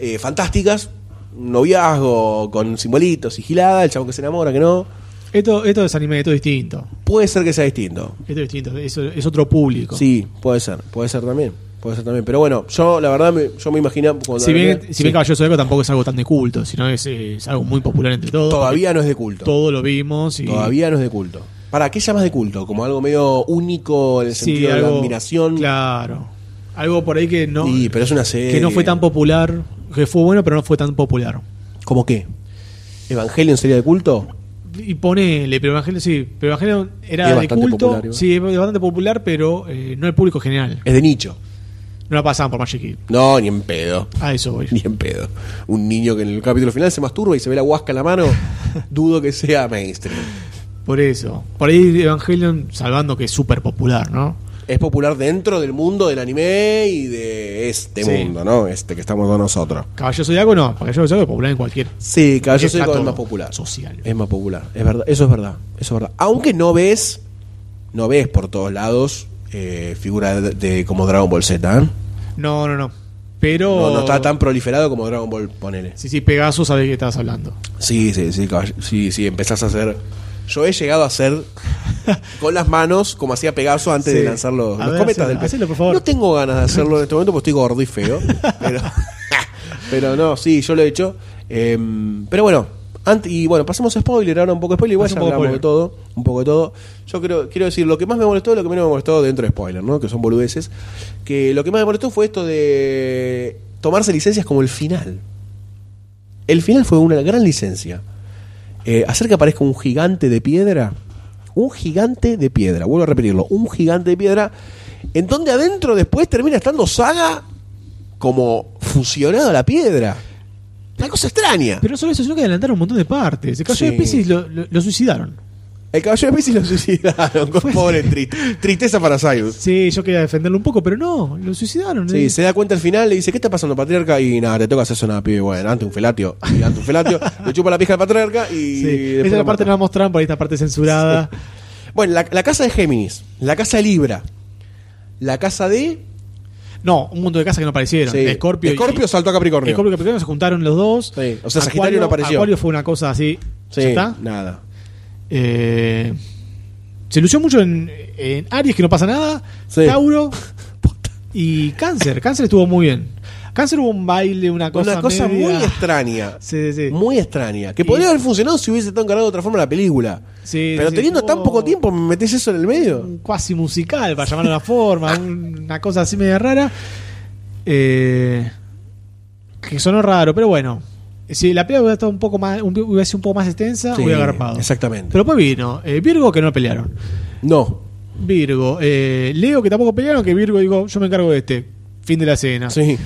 Speaker 4: eh, fantásticas. Noviazgo con simbolitos, sigilada, el chavo que se enamora, que no.
Speaker 1: Esto, esto es anime, esto es distinto.
Speaker 4: Puede ser que sea distinto.
Speaker 1: Esto es distinto, es, es otro público.
Speaker 4: Sí, puede ser, puede ser también. Puede ser también. Pero bueno, yo la verdad me, yo me imaginaba cuando
Speaker 1: Si bien,
Speaker 4: la-
Speaker 1: si
Speaker 4: sí.
Speaker 1: bien Caballero Zodíaco tampoco es algo tan de culto, sino es, eh, es algo muy popular entre todos.
Speaker 4: todavía no es de culto.
Speaker 1: Todo lo vimos y.
Speaker 4: Todavía no es de culto. ¿Para qué llamas de culto? Como algo medio único en el
Speaker 1: Sí,
Speaker 4: sentido de
Speaker 1: algo-
Speaker 4: la admiración.
Speaker 1: Claro. Algo por ahí que no.
Speaker 4: Sí, pero eh, es una serie.
Speaker 1: que no fue tan popular. Que fue bueno, pero no fue tan popular.
Speaker 4: ¿Cómo qué? ¿Evangelion sería de culto?
Speaker 1: Y ponele, pero Evangelion sí. Pero Evangelion era
Speaker 4: Es
Speaker 1: de
Speaker 4: bastante
Speaker 1: culto.
Speaker 4: popular, igual.
Speaker 1: sí, es bastante popular, pero eh, no el público general.
Speaker 4: Es de nicho.
Speaker 1: No la pasaban por Magic Kid.
Speaker 4: No, ni en pedo.
Speaker 1: A eso voy.
Speaker 4: Ni en pedo. Un niño que en el capítulo final se masturba y se ve la huasca en la mano, dudo que sea mainstream.
Speaker 1: Por eso. Por ahí Evangelion, salvando que es súper popular, ¿no?
Speaker 4: Es popular dentro del mundo del anime y de este
Speaker 1: Sí.
Speaker 4: mundo, ¿no? Este que estamos con nosotros.
Speaker 1: Caballero Zodíaco no. Caballero Zodíaco es popular en cualquier
Speaker 4: Sí, Caballero
Speaker 1: Está
Speaker 4: Zodíaco es
Speaker 1: todo
Speaker 4: más popular.
Speaker 1: social.
Speaker 4: Es más popular, es verdad, eso es verdad, eso es verdad. Aunque no ves, no ves por todos lados eh, figuras de, de- como Dragon Ball Z, ¿eh?
Speaker 1: No, no, no. Pero.
Speaker 4: No, no está tan proliferado como Dragon Ball, ponele.
Speaker 1: Sí, sí, Pegaso, sabés que estabas hablando.
Speaker 4: Sí, sí, sí, caball- sí, sí, empezás a hacer... Yo he llegado a hacer con las manos como hacía Pegaso antes
Speaker 1: Sí.
Speaker 4: de lanzar los,
Speaker 1: A
Speaker 4: los
Speaker 1: ver,
Speaker 4: cometas
Speaker 1: hacelo,
Speaker 4: del pe-
Speaker 1: hacelo, por favor.
Speaker 4: No tengo ganas de hacerlo en este momento porque estoy gordo y feo, pero, pero no, sí, yo lo he hecho. Em, pero bueno, ant- y bueno, pasemos a spoiler, ahora un poco de spoiler, igual ya
Speaker 1: Pasemos un
Speaker 4: hablamos
Speaker 1: poco
Speaker 4: de todo, un poco de todo. Yo creo, quiero decir, lo que más me molestó y lo que menos me molestó dentro de spoiler, ¿no? Que son boludeces, que lo que más me molestó fue esto de tomarse licencias como el final. El final fue una gran licencia. Eh, hacer que aparezca un gigante de piedra. Un gigante de piedra, vuelvo a repetirlo, un gigante de piedra. En donde adentro después termina estando Saga como fusionado a la piedra. Una cosa extraña.
Speaker 1: Pero no solo eso, sino que adelantaron un montón de partes. El Caballero
Speaker 4: Sí.
Speaker 1: de Pisces lo, lo- lo suicidaron.
Speaker 4: El caballero de Pisces lo suicidaron. con Pobre tri- tristeza para Cyrus.
Speaker 1: Sí, yo quería defenderlo un poco, pero no, lo suicidaron.
Speaker 4: Sí,
Speaker 1: Eh,
Speaker 4: se da cuenta al final, le dice, ¿qué está pasando, patriarca? Y nada, te toca hacer eso, nada, pibe, bueno, ante un felatio, y ante un felatio, le chupa la pija al patriarca y...
Speaker 1: sí.
Speaker 4: después
Speaker 1: Esa
Speaker 4: lo
Speaker 1: parte
Speaker 4: mata.
Speaker 1: no la mostraron, por ahí esta parte censurada.
Speaker 4: Bueno, la, la casa de Géminis, la casa de Libra, la casa de...
Speaker 1: No, un montón de casas que no aparecieron.
Speaker 4: Sí,
Speaker 1: Escorpio. y-
Speaker 4: Escorpio saltó a Capricornio.
Speaker 1: Escorpio y Capricornio se juntaron los dos.
Speaker 4: Sí, o sea, Sagitario no apareció.
Speaker 1: Acuario fue una cosa así.
Speaker 4: Sí,
Speaker 1: ¿Ya está?
Speaker 4: nada.
Speaker 1: Eh, se lució mucho en, en Aries, que no pasa nada.
Speaker 4: Sí.
Speaker 1: Tauro. y Cáncer. Cáncer estuvo muy bien. Cáncer hubo un baile, una cosa.
Speaker 4: Una cosa
Speaker 1: media-
Speaker 4: muy extraña.
Speaker 1: Sí, sí, sí.
Speaker 4: Muy extraña. Que
Speaker 1: Y-
Speaker 4: podría haber funcionado si hubiese estado encargado de otra forma la película.
Speaker 1: Sí,
Speaker 4: Pero
Speaker 1: sí, Oh.
Speaker 4: teniendo
Speaker 1: sí.
Speaker 4: tan poco tiempo, ¿me metes eso en el medio?
Speaker 1: un cuasi musical, para llamarlo de una forma, un- una cosa así media rara. Eh, que sonó raro, pero bueno. Si la pelea hubiera estado un poco más, un- hubiera sido un poco más extensa,
Speaker 4: Sí,
Speaker 1: hubiera agarpado.
Speaker 4: exactamente.
Speaker 1: Pero después vino eh, Virgo que no pelearon.
Speaker 4: No.
Speaker 1: Virgo, eh, Leo que tampoco pelearon, que Virgo dijo, yo me encargo de este. Fin de la cena.
Speaker 4: Sí.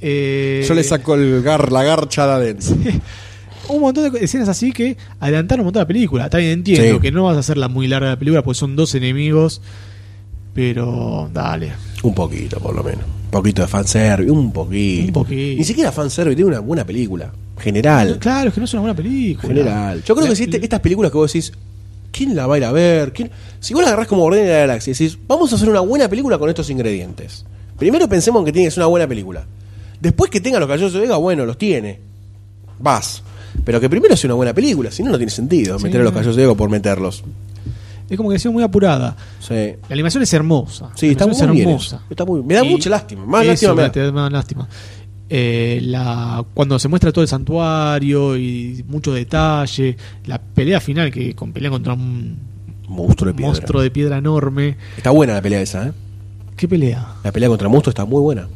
Speaker 1: Eh,
Speaker 4: Yo le saco el gar, la garcha de adentro.
Speaker 1: un montón de escenas así que adelantaron un montón la película. También entiendo
Speaker 4: Sí.
Speaker 1: que no vas a hacerla muy larga la película porque son dos enemigos. Pero dale.
Speaker 4: Un poquito, por lo menos. Un poquito de fanservice, un poquito.
Speaker 1: Un poquito.
Speaker 4: Ni siquiera fanservice, tiene una buena película. General.
Speaker 1: Claro, es que no es una buena película.
Speaker 4: General. Yo creo que si este- estas películas que vos decís, ¿quién la va a ir a ver? ¿Quién? Si vos la agarrás como Guardián de la Galaxia y decís, vamos a hacer una buena película con estos ingredientes. Primero pensemos en que tiene que ser una buena película. Después que tenga los callos de Vega, bueno, los tiene. Vas. Pero que primero sea una buena película, si no, no tiene sentido
Speaker 1: Sí,
Speaker 4: meter a los
Speaker 1: no.
Speaker 4: callos de Vega por meterlos.
Speaker 1: Es como que ha sido muy apurada.
Speaker 4: Sí.
Speaker 1: La animación es hermosa.
Speaker 4: Sí,
Speaker 1: La
Speaker 4: está
Speaker 1: animación
Speaker 4: muy
Speaker 1: es
Speaker 4: bien
Speaker 1: hermosa.
Speaker 4: eso. Está muy- me da
Speaker 1: Y
Speaker 4: mucha lástima, más
Speaker 1: eso
Speaker 4: lástima me da.
Speaker 1: te da más lástima. Eh, la, cuando se muestra todo el santuario y mucho detalle, la pelea final que con pelea contra un
Speaker 4: Monstruo de piedra.
Speaker 1: monstruo de piedra enorme.
Speaker 4: Está buena la pelea esa, ¿eh?
Speaker 1: ¿Qué pelea?
Speaker 4: La pelea contra monstruo está muy buena.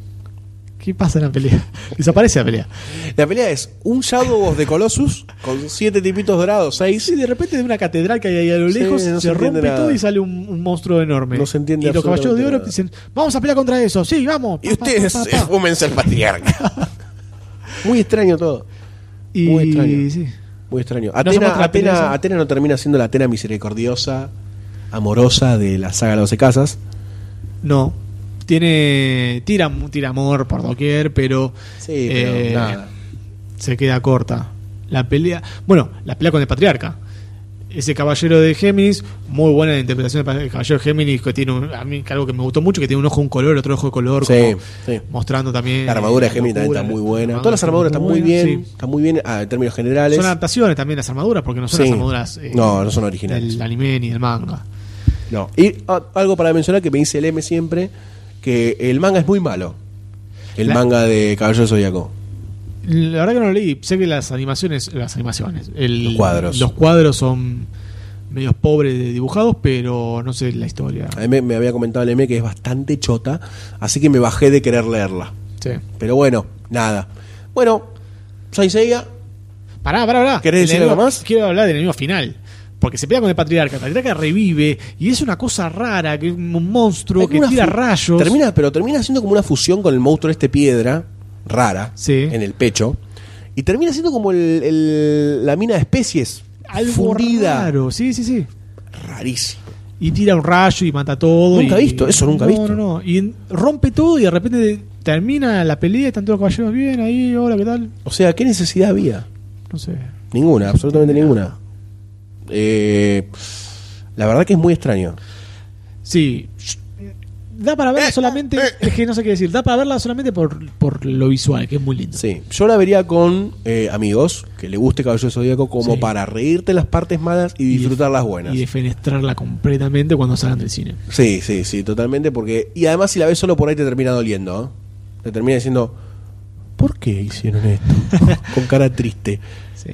Speaker 1: ¿Qué pasa en la pelea? Desaparece la pelea.
Speaker 4: La pelea es un Shadow of the Colossus con siete tipitos dorados, seis.
Speaker 1: Sí, de repente de una catedral que hay ahí a lo
Speaker 4: Sí,
Speaker 1: lejos
Speaker 4: no
Speaker 1: se,
Speaker 4: se entiende
Speaker 1: rompe
Speaker 4: nada.
Speaker 1: todo y sale un, un monstruo enorme.
Speaker 4: No se entiende
Speaker 1: Y los caballeros de oro
Speaker 4: absolutamente
Speaker 1: dicen, vamos a pelear contra eso, sí, vamos.
Speaker 4: Y
Speaker 1: pa, pa,
Speaker 4: ustedes
Speaker 1: pa, pa, pa".
Speaker 4: fúmense el patriarca. muy extraño todo.
Speaker 1: Y
Speaker 4: Muy extraño.
Speaker 1: sí.
Speaker 4: Muy extraño.
Speaker 1: se
Speaker 4: Atena,
Speaker 1: muestra la pelea
Speaker 4: Atena-
Speaker 1: esa?
Speaker 4: Atena no termina siendo la Atena misericordiosa, amorosa de la saga Los Casas.
Speaker 1: No. Tiene. Tira, tira amor por doquier, pero.
Speaker 4: Sí, pero
Speaker 1: eh,
Speaker 4: nada.
Speaker 1: Se queda corta. La pelea. Bueno, la pelea con el patriarca. Ese caballero de Géminis, muy buena la interpretación del pa- el caballero de Géminis, que tiene un- a mí algo que me gustó mucho, que tiene un ojo de un color, otro ojo de color,
Speaker 4: Sí,
Speaker 1: como
Speaker 4: sí.
Speaker 1: mostrando también.
Speaker 4: La armadura de
Speaker 1: eh,
Speaker 4: Gemini también
Speaker 1: locura,
Speaker 4: está muy
Speaker 1: la-
Speaker 4: buena.
Speaker 1: la
Speaker 4: Todas las armaduras están muy
Speaker 1: buena,
Speaker 4: bien.
Speaker 1: sí.
Speaker 4: Están muy bien ah, en términos generales.
Speaker 1: Son adaptaciones también las armaduras, porque no son
Speaker 4: Sí.
Speaker 1: las armaduras eh,
Speaker 4: No, no son originales.
Speaker 1: del anime ni del manga.
Speaker 4: No. Y ah, algo para mencionar que me dice el M siempre, que el manga es muy malo. El
Speaker 1: La-
Speaker 4: manga de Caballero Zodíaco.
Speaker 1: La verdad que no lo leí. Sé que las animaciones, las animaciones, el-
Speaker 4: Los cuadros.
Speaker 1: los cuadros son medios pobres de dibujados, pero no sé la historia.
Speaker 4: A mí me, me había comentado el M que es bastante chota, así que me bajé de querer leerla.
Speaker 1: Sí.
Speaker 4: Pero bueno, nada. Bueno, Saint Seiya,
Speaker 1: Pará, pará, pará.
Speaker 4: ¿Querés
Speaker 1: El
Speaker 4: decir
Speaker 1: enemigo-
Speaker 4: algo más?
Speaker 1: Quiero hablar del enemigo final. Porque se pelea con el patriarca. El patriarca revive y es una cosa rara, que es un monstruo
Speaker 4: Hay
Speaker 1: que
Speaker 4: una
Speaker 1: tira
Speaker 4: fu-
Speaker 1: rayos.
Speaker 4: Termina, pero termina siendo como una fusión con el monstruo este piedra, rara,
Speaker 1: Sí.
Speaker 4: en el pecho. Y termina siendo como el- el- la mina de especies.
Speaker 1: Algo
Speaker 4: fundida.
Speaker 1: raro. Sí, sí, sí.
Speaker 4: Rarísimo.
Speaker 1: Y tira un rayo y mata todo.
Speaker 4: Nunca
Speaker 1: y-
Speaker 4: visto, eso nunca
Speaker 1: no,
Speaker 4: visto.
Speaker 1: No, no, Y en- rompe todo y de repente termina la pelea, están todos los caballeros bien ahí, hola, ¿qué tal?
Speaker 4: O sea, ¿qué necesidad había?
Speaker 1: No sé.
Speaker 4: Ninguna, absolutamente ninguna. Eh, la verdad que es muy extraño.
Speaker 1: Sí. Da para verla solamente. Es que no sé qué decir. Da para verla solamente por, por lo visual, que es muy lindo.
Speaker 4: Sí, yo la vería con eh, amigos que le guste Caballero Zodíaco como
Speaker 1: Sí.
Speaker 4: para reírte las partes malas y disfrutar las buenas.
Speaker 1: Y defenestrarla completamente cuando salgan del cine.
Speaker 4: Sí, sí, sí, totalmente. Porque y además si la ves solo por ahí te termina doliendo. ¿eh? Te termina diciendo, ¿por qué hicieron esto? con cara triste.
Speaker 1: Sí.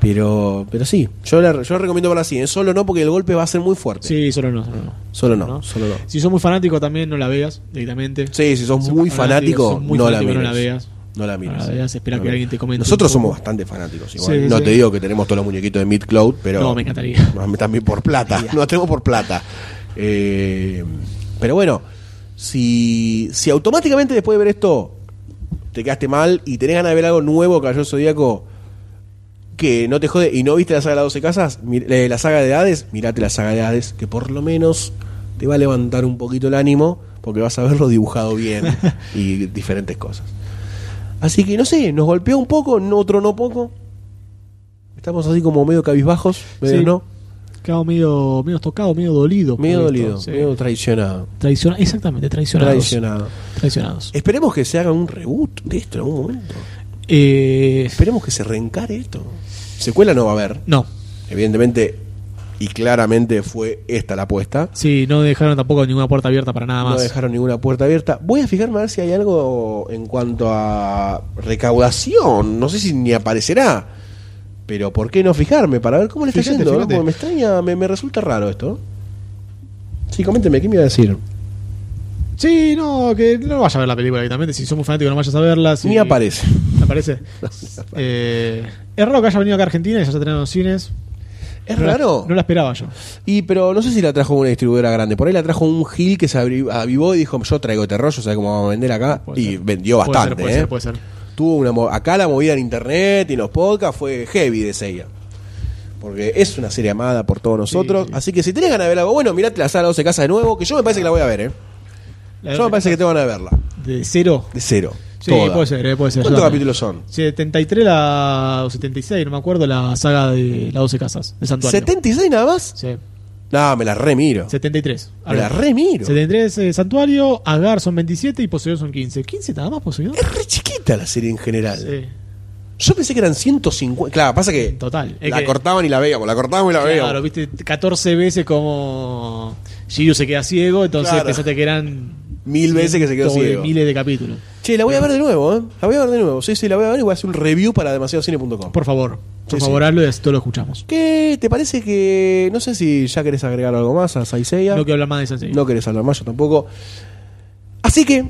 Speaker 4: Pero, pero sí, yo la, yo la recomiendo para así. ¿eh? Solo no, porque el golpe va a ser muy fuerte.
Speaker 1: Sí, solo no, solo no.
Speaker 4: Solo no,
Speaker 1: ¿No?
Speaker 4: solo no.
Speaker 1: Si sos muy fanático también, no la veas directamente.
Speaker 4: Sí, si sos
Speaker 1: Sos
Speaker 4: muy fanático,
Speaker 1: sos muy
Speaker 4: no, la
Speaker 1: fanático, no
Speaker 4: mires.
Speaker 1: la veas.
Speaker 4: No la mires.
Speaker 1: No la veas, espera que
Speaker 4: la-
Speaker 1: alguien te comente
Speaker 4: Nosotros
Speaker 1: un poco.
Speaker 4: somos bastante fanáticos. Igual.
Speaker 1: Sí,
Speaker 4: no
Speaker 1: sí.
Speaker 4: te digo que tenemos todos los muñequitos de Mid Cloud, pero.
Speaker 1: No, me encantaría.
Speaker 4: También por plata. No tenemos por plata. Eh, pero bueno, si, si automáticamente después de ver esto te quedaste mal y tenés ganas de ver algo nuevo, Caballero Zodíaco, que no te jode y no viste la saga de las 12 casas, mir- eh, la saga de Hades, mirate la saga de Hades, que por lo menos te va a levantar un poquito el ánimo porque vas a verlo dibujado bien y diferentes cosas. Así que no sé, nos golpeó un poco, no otro no poco. Estamos así como medio cabizbajos, medio
Speaker 1: Sí.
Speaker 4: no,
Speaker 1: Quedado medio, medio tocado, medio dolido. por
Speaker 4: medio
Speaker 1: esto,
Speaker 4: dolido,
Speaker 1: sí.
Speaker 4: medio traicionado.
Speaker 1: Traiciona- exactamente, traicionados.
Speaker 4: Traicionado.
Speaker 1: Traicionados.
Speaker 4: Esperemos que se haga un reboot de esto en algún momento.
Speaker 1: Eh,
Speaker 4: Esperemos que se reencare esto. Secuela no va a haber.
Speaker 1: no.
Speaker 4: Evidentemente y claramente fue esta la apuesta.
Speaker 1: Sí, no dejaron tampoco ninguna puerta abierta para nada más.
Speaker 4: No dejaron ninguna puerta abierta. Voy a fijarme a ver si hay algo en cuanto a recaudación. No sé si ni aparecerá. Pero ¿por qué no fijarme? Para ver cómo le está
Speaker 1: Fíjate,
Speaker 4: yendo. ¿no?
Speaker 1: fíjate.
Speaker 4: Porque me extraña, me, me resulta raro esto. Sí, coménteme, ¿qué me iba a decir?
Speaker 1: Sí, no, que no vaya a ver la película directamente. Si somos fanáticos, no vayas a verla. Si...
Speaker 4: Ni aparece.
Speaker 1: ¿Aparece? Eh, es raro que haya venido acá a Argentina y ya se traen los cines.
Speaker 4: Es
Speaker 1: No la-
Speaker 4: raro.
Speaker 1: no la esperaba yo.
Speaker 4: Y pero no sé si la trajo una distribuidora grande. Por ahí la trajo un Gil que se abri- avivó y dijo, yo traigo terror, yo sé cómo vamos a vender acá.
Speaker 1: Puede
Speaker 4: Y
Speaker 1: ser.
Speaker 4: vendió
Speaker 1: Puede ser,
Speaker 4: bastante.
Speaker 1: puede
Speaker 4: ¿eh?
Speaker 1: ser, puede ser.
Speaker 4: Tuvo una mo- acá la movida en internet y en los podcasts fue heavy de Seiya. Porque es una serie amada por todos nosotros. Así que si tenés ganas de ver algo bueno, mirate la sala 12 casa de nuevo, que yo me parece que la voy a ver, ¿eh?
Speaker 1: La-
Speaker 4: yo me parece que te van a verla.
Speaker 1: ¿De cero?
Speaker 4: De cero.
Speaker 1: Sí,
Speaker 4: Toda.
Speaker 1: puede ser, eh, puede ser.
Speaker 4: ¿Cuántos
Speaker 1: Yo también.
Speaker 4: capítulos son?
Speaker 1: 73 la, o 76, no me acuerdo, la saga de las 12 casas, de Santuario.
Speaker 4: ¿76 nada más?
Speaker 1: Sí.
Speaker 4: No, me la remiro.
Speaker 1: 73.
Speaker 4: Me la remiro.
Speaker 1: 73 eh, Santuario, Agar son 27 y Poseidón son 15. ¿15 nada más Poseidón?
Speaker 4: Es re chiquita la serie en general.
Speaker 1: Sí.
Speaker 4: Yo pensé que eran 150. Claro, pasa que
Speaker 1: Total. Es
Speaker 4: la
Speaker 1: que-
Speaker 4: cortaban y la veíamos, la cortábamos y la veíamos.
Speaker 1: Claro, viste 14 veces como Shiryu se queda ciego, entonces
Speaker 4: Claro.
Speaker 1: pensaste que eran
Speaker 4: Mil veces que se quedó
Speaker 1: cientos de
Speaker 4: ciego.
Speaker 1: miles de capítulos.
Speaker 4: Che, la voy a ver de nuevo, ¿eh? La voy a ver de nuevo. Sí, sí, la voy a ver y voy a hacer un review para demasiadocine.com.
Speaker 1: Por favor, por
Speaker 4: Sí,
Speaker 1: favor,
Speaker 4: sí.
Speaker 1: hazlo y así todos lo escuchamos.
Speaker 4: ¿Qué te parece que.? No sé si ya querés agregar algo más a Saiseya.
Speaker 1: No quiero hablar más de esa serie.
Speaker 4: No querés hablar más, yo tampoco. Así que.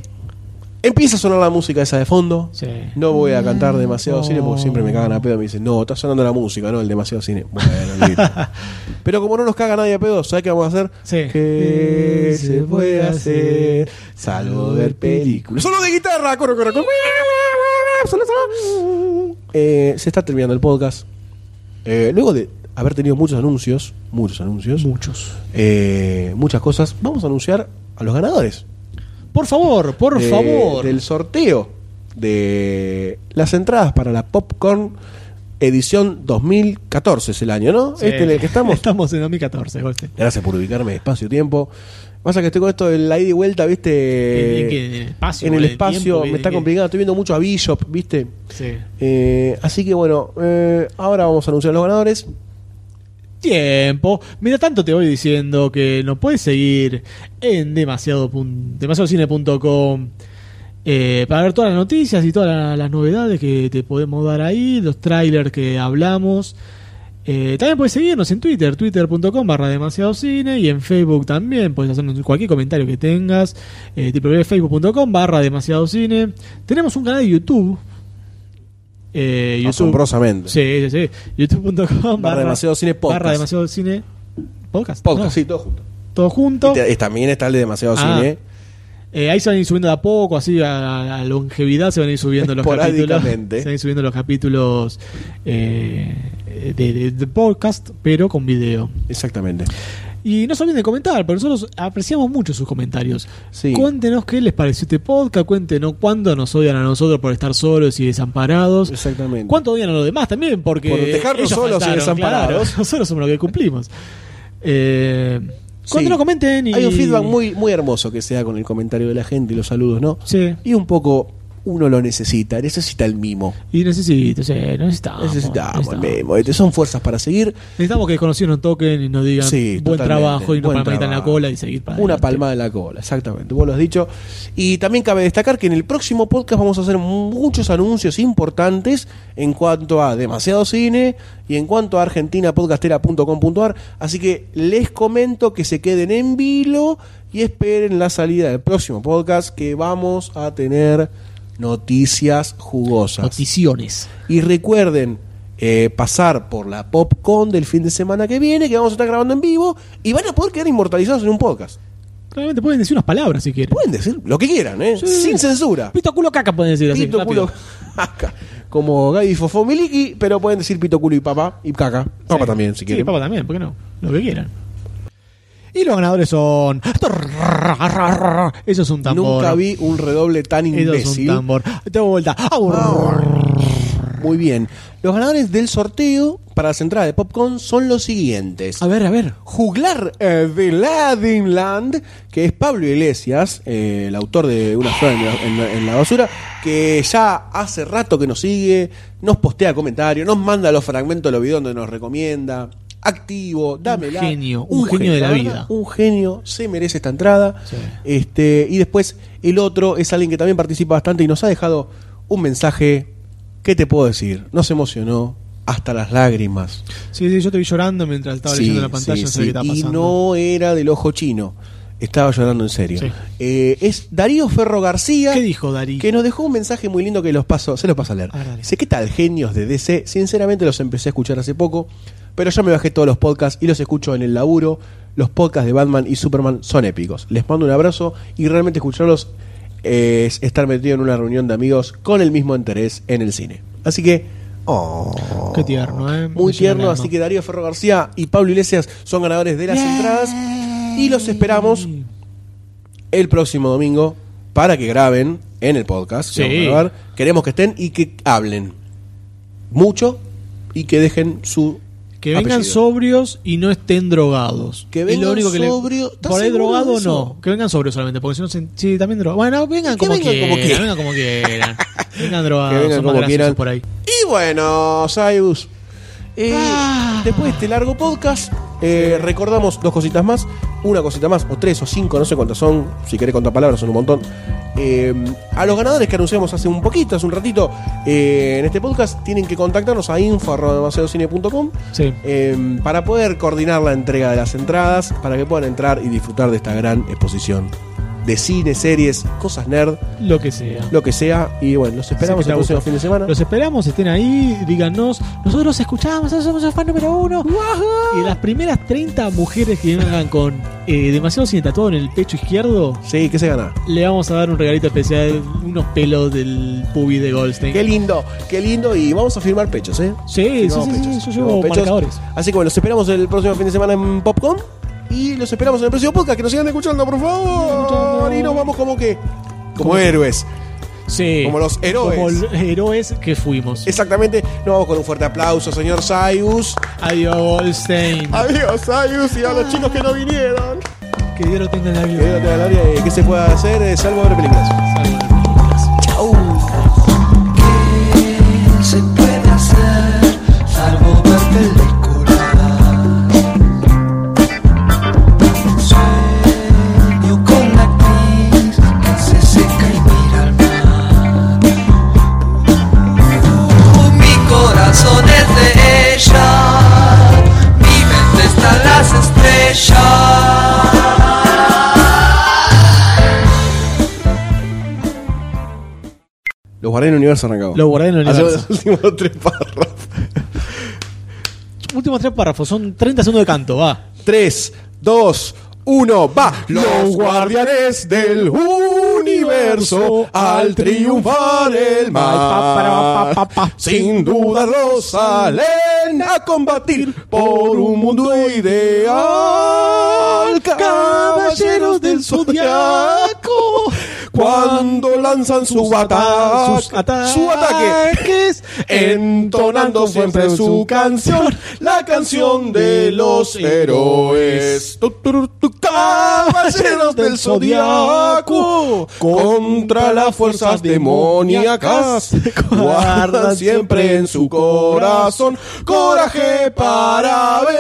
Speaker 4: Empieza a sonar la música esa de fondo.
Speaker 1: Sí.
Speaker 4: No voy a cantar demasiado cine porque siempre me cagan a pedo. Me dicen, no, está sonando la música, no el demasiado cine. Bueno, listo. Pero como no nos caga nadie a pedo, ¿sabes qué vamos a hacer?
Speaker 1: Sí.
Speaker 4: ¿Qué se puede hacer? Salvo ver películas. ¡Solo de guitarra! ¡Coro, coro, coro! Solo, solo. Eh, se está terminando el podcast. Eh, luego de haber tenido muchos anuncios, muchos anuncios,
Speaker 1: Muchos.
Speaker 4: eh, muchas cosas, vamos a anunciar a los ganadores.
Speaker 1: Por favor, por
Speaker 4: de-
Speaker 1: favor.
Speaker 4: Del sorteo de las entradas para la Popcorn edición 2014 es el año, ¿no?
Speaker 1: Sí.
Speaker 4: Este en el que estamos.
Speaker 1: Estamos en 2014, Golce.
Speaker 4: Gracias por ubicarme espacio-tiempo. Pasa que estoy con esto de la ida y vuelta,
Speaker 1: ¿En
Speaker 4: ¿viste?
Speaker 1: qué? ¿En el espacio?
Speaker 4: En el
Speaker 1: ¿En el
Speaker 4: espacio,
Speaker 1: tiempo?
Speaker 4: me está
Speaker 1: ¿En qué?
Speaker 4: complicado. Estoy viendo mucho a Bishop, ¿viste?
Speaker 1: Sí.
Speaker 4: Eh, así que bueno, eh, ahora vamos a anunciar los ganadores.
Speaker 1: Tiempo. Mira, tanto te voy diciendo que nos puedes seguir en demasiado pun- demasiadocine.com eh, para ver todas las noticias y todas la- las novedades que te podemos dar ahí, los trailers que hablamos. Eh, también puedes seguirnos en Twitter, twitter.com barra demasiado cine y en Facebook también, puedes hacernos cualquier comentario que tengas, eh, www.facebook.com barra demasiado cine. Tenemos un canal de YouTube. Eh, YouTube-
Speaker 4: Asombrosamente.
Speaker 1: Sí, sí, sí. YouTube.com
Speaker 4: Barra Demasiado Cine Podcast.
Speaker 1: Barra demasiado cine podcast.
Speaker 4: Podcast,
Speaker 1: No,
Speaker 4: sí, todo junto.
Speaker 1: Todo junto.
Speaker 4: Y te- y también está el de demasiado
Speaker 1: Ah,
Speaker 4: cine.
Speaker 1: Eh, ahí se van a ir subiendo de a poco, así a, a longevidad se van a ir subiendo los capítulos. Se
Speaker 4: Esporádicamente.
Speaker 1: van a ir subiendo los capítulos eh, de, de- de podcast, pero con video.
Speaker 4: Exactamente.
Speaker 1: Y no se olviden de comentar, porque nosotros apreciamos mucho sus comentarios.
Speaker 4: Sí.
Speaker 1: Cuéntenos qué les pareció este podcast, cuéntenos cuándo nos odian a nosotros por estar solos y desamparados.
Speaker 4: Exactamente.
Speaker 1: ¿Cuánto odian a los demás también? Porque
Speaker 4: Por dejarnos
Speaker 1: ellos
Speaker 4: solos y
Speaker 1: faltaron,
Speaker 4: desamparados.
Speaker 1: claro. nosotros somos los que cumplimos. Eh, cuando
Speaker 4: Sí.
Speaker 1: nos comenten y...
Speaker 4: Hay un feedback muy, muy hermoso que se da con el comentario de la gente y los saludos, ¿no?
Speaker 1: Sí.
Speaker 4: Y un poco uno lo necesita, necesita el mimo.
Speaker 1: Y necesito, sí, necesitamos.
Speaker 4: Necesitamos el mimo. Este, Son fuerzas para seguir.
Speaker 1: Necesitamos que desconocidos nos toquen y nos digan
Speaker 4: Sí,
Speaker 1: buen
Speaker 4: totalmente.
Speaker 1: trabajo y una
Speaker 4: Buen
Speaker 1: palmadita en la
Speaker 4: trabajo.
Speaker 1: cola y seguir para
Speaker 4: Una
Speaker 1: adelante.
Speaker 4: palmada en la cola, exactamente. Vos lo has dicho. Y también cabe destacar que en el próximo podcast vamos a hacer muchos anuncios importantes en cuanto a demasiado cine y en cuanto a argentinapodcastera.com.ar. Así que les comento que se queden en vilo y esperen la salida del próximo podcast que vamos a tener noticias jugosas.
Speaker 1: Noticiones.
Speaker 4: Y recuerden eh, pasar por la PopCon del fin de semana que viene, que vamos a estar grabando en vivo, y van a poder quedar inmortalizados en un podcast.
Speaker 1: Claramente pueden decir unas palabras si quieren.
Speaker 4: Pueden decir lo que quieran, ¿eh?
Speaker 1: Sí.
Speaker 4: Sin censura.
Speaker 1: Pito culo caca pueden decir así.
Speaker 4: Pito,
Speaker 1: rápido.
Speaker 4: culo, caca. Como Gaby Fofo Miliki, pero pueden decir pito, culo y papá, y caca. Papá
Speaker 1: Sí.
Speaker 4: también, si
Speaker 1: Sí,
Speaker 4: quieren.
Speaker 1: papá también, ¿por qué no? Lo que quieran. Y los ganadores son. Eso es un tambor.
Speaker 4: Nunca vi un redoble tan
Speaker 1: Eso es un
Speaker 4: imbécil.
Speaker 1: tambor. Te hago vuelta.
Speaker 4: Muy bien. Los ganadores del sorteo para las entradas de Popcorn son los siguientes.
Speaker 1: A ver, a ver.
Speaker 4: Juglar eh, de Ladinland, que es Pablo Iglesias, eh, el autor de Una flor en la, en la- en la basura, que ya hace rato que nos sigue, nos postea comentarios, nos manda los fragmentos de los videos donde nos recomienda. Activo, dame
Speaker 1: genio, un genio de la vida.
Speaker 4: Un genio, se merece esta entrada.
Speaker 1: Sí.
Speaker 4: Este, y después el otro es alguien que también participa bastante y nos ha dejado un mensaje. ¿Qué te puedo decir? Nos emocionó hasta las lágrimas.
Speaker 1: Sí, sí, yo te vi llorando mientras estaba
Speaker 4: Sí,
Speaker 1: leyendo la pantalla.
Speaker 4: sí,
Speaker 1: no sé
Speaker 4: sí.
Speaker 1: qué estaba
Speaker 4: Y
Speaker 1: pasando.
Speaker 4: no era del ojo chino. Estaba llorando en serio.
Speaker 1: Sí.
Speaker 4: Eh, es Darío Ferro García.
Speaker 1: ¿Qué dijo Darío?
Speaker 4: Que nos dejó un mensaje muy lindo que los paso, se los paso a leer.
Speaker 1: A ver, dale.
Speaker 4: Dice, ¿qué tal, genios de DC? Sinceramente los empecé a escuchar hace poco, pero ya me bajé todos los podcasts y los escucho en el laburo. Los podcasts de Batman y Superman son épicos. Les mando un abrazo y realmente escucharlos es estar metido en una reunión de amigos con el mismo interés en el cine. Así que... Oh,
Speaker 1: Qué tierno, ¿eh? Me
Speaker 4: Muy
Speaker 1: llena
Speaker 4: tierno,
Speaker 1: el
Speaker 4: así
Speaker 1: alma.
Speaker 4: que Darío Ferro García y Pablo Iglesias son ganadores de las entradas y los esperamos el próximo domingo para que graben en el podcast.
Speaker 1: Sí.
Speaker 4: que vamos a grabar. Queremos que estén y que hablen mucho y que dejen su.
Speaker 1: Que vengan
Speaker 4: apellido.
Speaker 1: sobrios y no estén drogados.
Speaker 4: Que
Speaker 1: Es
Speaker 4: vengan
Speaker 1: lo único que le-
Speaker 4: sobrio- ¿Estás
Speaker 1: Por ahí
Speaker 4: seguro de
Speaker 1: drogado
Speaker 4: eso?
Speaker 1: no. Que vengan sobrios solamente. Porque si no, se... sí, también drogados. Bueno, vengan,
Speaker 4: Que
Speaker 1: como,
Speaker 4: vengan
Speaker 1: quieran,
Speaker 4: como quieran.
Speaker 1: Vengan como quieran. vengan drogados.
Speaker 4: vengan
Speaker 1: son más
Speaker 4: como
Speaker 1: graciosos
Speaker 4: quieran.
Speaker 1: por ahí.
Speaker 4: Y bueno, Saibus. eh, Después de este largo podcast, eh, recordamos dos cositas más. Una cosita más, o tres o cinco, no sé cuántas son. Si querés contar palabras, son un montón. Eh, a los ganadores que anunciamos hace un poquito, hace un ratito, eh, en este podcast, tienen que contactarnos a info.demasiadocine.com
Speaker 1: Sí.
Speaker 4: eh, para poder coordinar la entrega de las entradas, para que puedan entrar y disfrutar de esta gran exposición de cine, series, cosas nerd,
Speaker 1: Lo que sea.
Speaker 4: lo que sea. Y bueno, los esperamos
Speaker 1: Sí, que
Speaker 4: el
Speaker 1: te
Speaker 4: próximo
Speaker 1: gusta.
Speaker 4: fin de semana.
Speaker 1: Los esperamos, estén ahí, díganos. Nosotros escuchamos, nosotros somos el fan número uno. Y de las primeras 30 mujeres que vengan con eh, demasiado sin tatuado en el pecho izquierdo,
Speaker 4: Sí, ¿qué se gana?
Speaker 1: le vamos a dar un regalito especial, unos pelos del pubi de Goldstein.
Speaker 4: Qué lindo, qué lindo. Y vamos a firmar pechos, ¿eh?
Speaker 1: Sí, sí,
Speaker 4: Firmamos
Speaker 1: sí, sí,
Speaker 4: pechos,
Speaker 1: yo
Speaker 4: firmamos
Speaker 1: llevo
Speaker 4: pechos.
Speaker 1: marcadores.
Speaker 4: Así que bueno, los esperamos el próximo fin de semana en Popcorn. Y los esperamos en el próximo podcast. Que nos sigan escuchando, por favor.
Speaker 1: escuchando.
Speaker 4: Y nos vamos como que. Como
Speaker 1: Como-
Speaker 4: héroes.
Speaker 1: Sí.
Speaker 4: Como los héroes.
Speaker 1: Como los héroes que fuimos.
Speaker 4: Exactamente. Nos vamos con un fuerte aplauso, señor Sayus.
Speaker 1: Adiós, Goldstein.
Speaker 4: Adiós, Sayus. Y a los chicos que no vinieron.
Speaker 1: Que Dios lo tenga en la
Speaker 4: Que Dios
Speaker 1: vida.
Speaker 4: te dé la gloria y que se pueda hacer, eh, salvo ver películas.
Speaker 1: Salvo las películas.
Speaker 6: se puede hacer salvo ver películas. Sueño con la actriz que se seca y mira al mar. Oh, mi corazón es de ella, mi mente está en las estrellas.
Speaker 4: Los guardé en el universo arrancamos.
Speaker 1: Lo guardé en el
Speaker 4: Hacemos
Speaker 1: universo.
Speaker 4: los últimos tres párrafos.
Speaker 1: Últimos tres párrafos, son 30 segundos de canto, va.
Speaker 4: 3, 2, 1, va. Los guardianes del universo al triunfar el mal. Sin dudarlo salen a combatir por un mundo ideal. Caballeros del zodiaco. Cuando lanzan su ataque,
Speaker 1: Sus ataques.
Speaker 4: su ataque, entonando siempre su canción, la canción de los héroes. Tu, tu, tu, tu, Caballeros del zodiaco contra las fuerzas demoníacas, guardan siempre en su corazón coraje para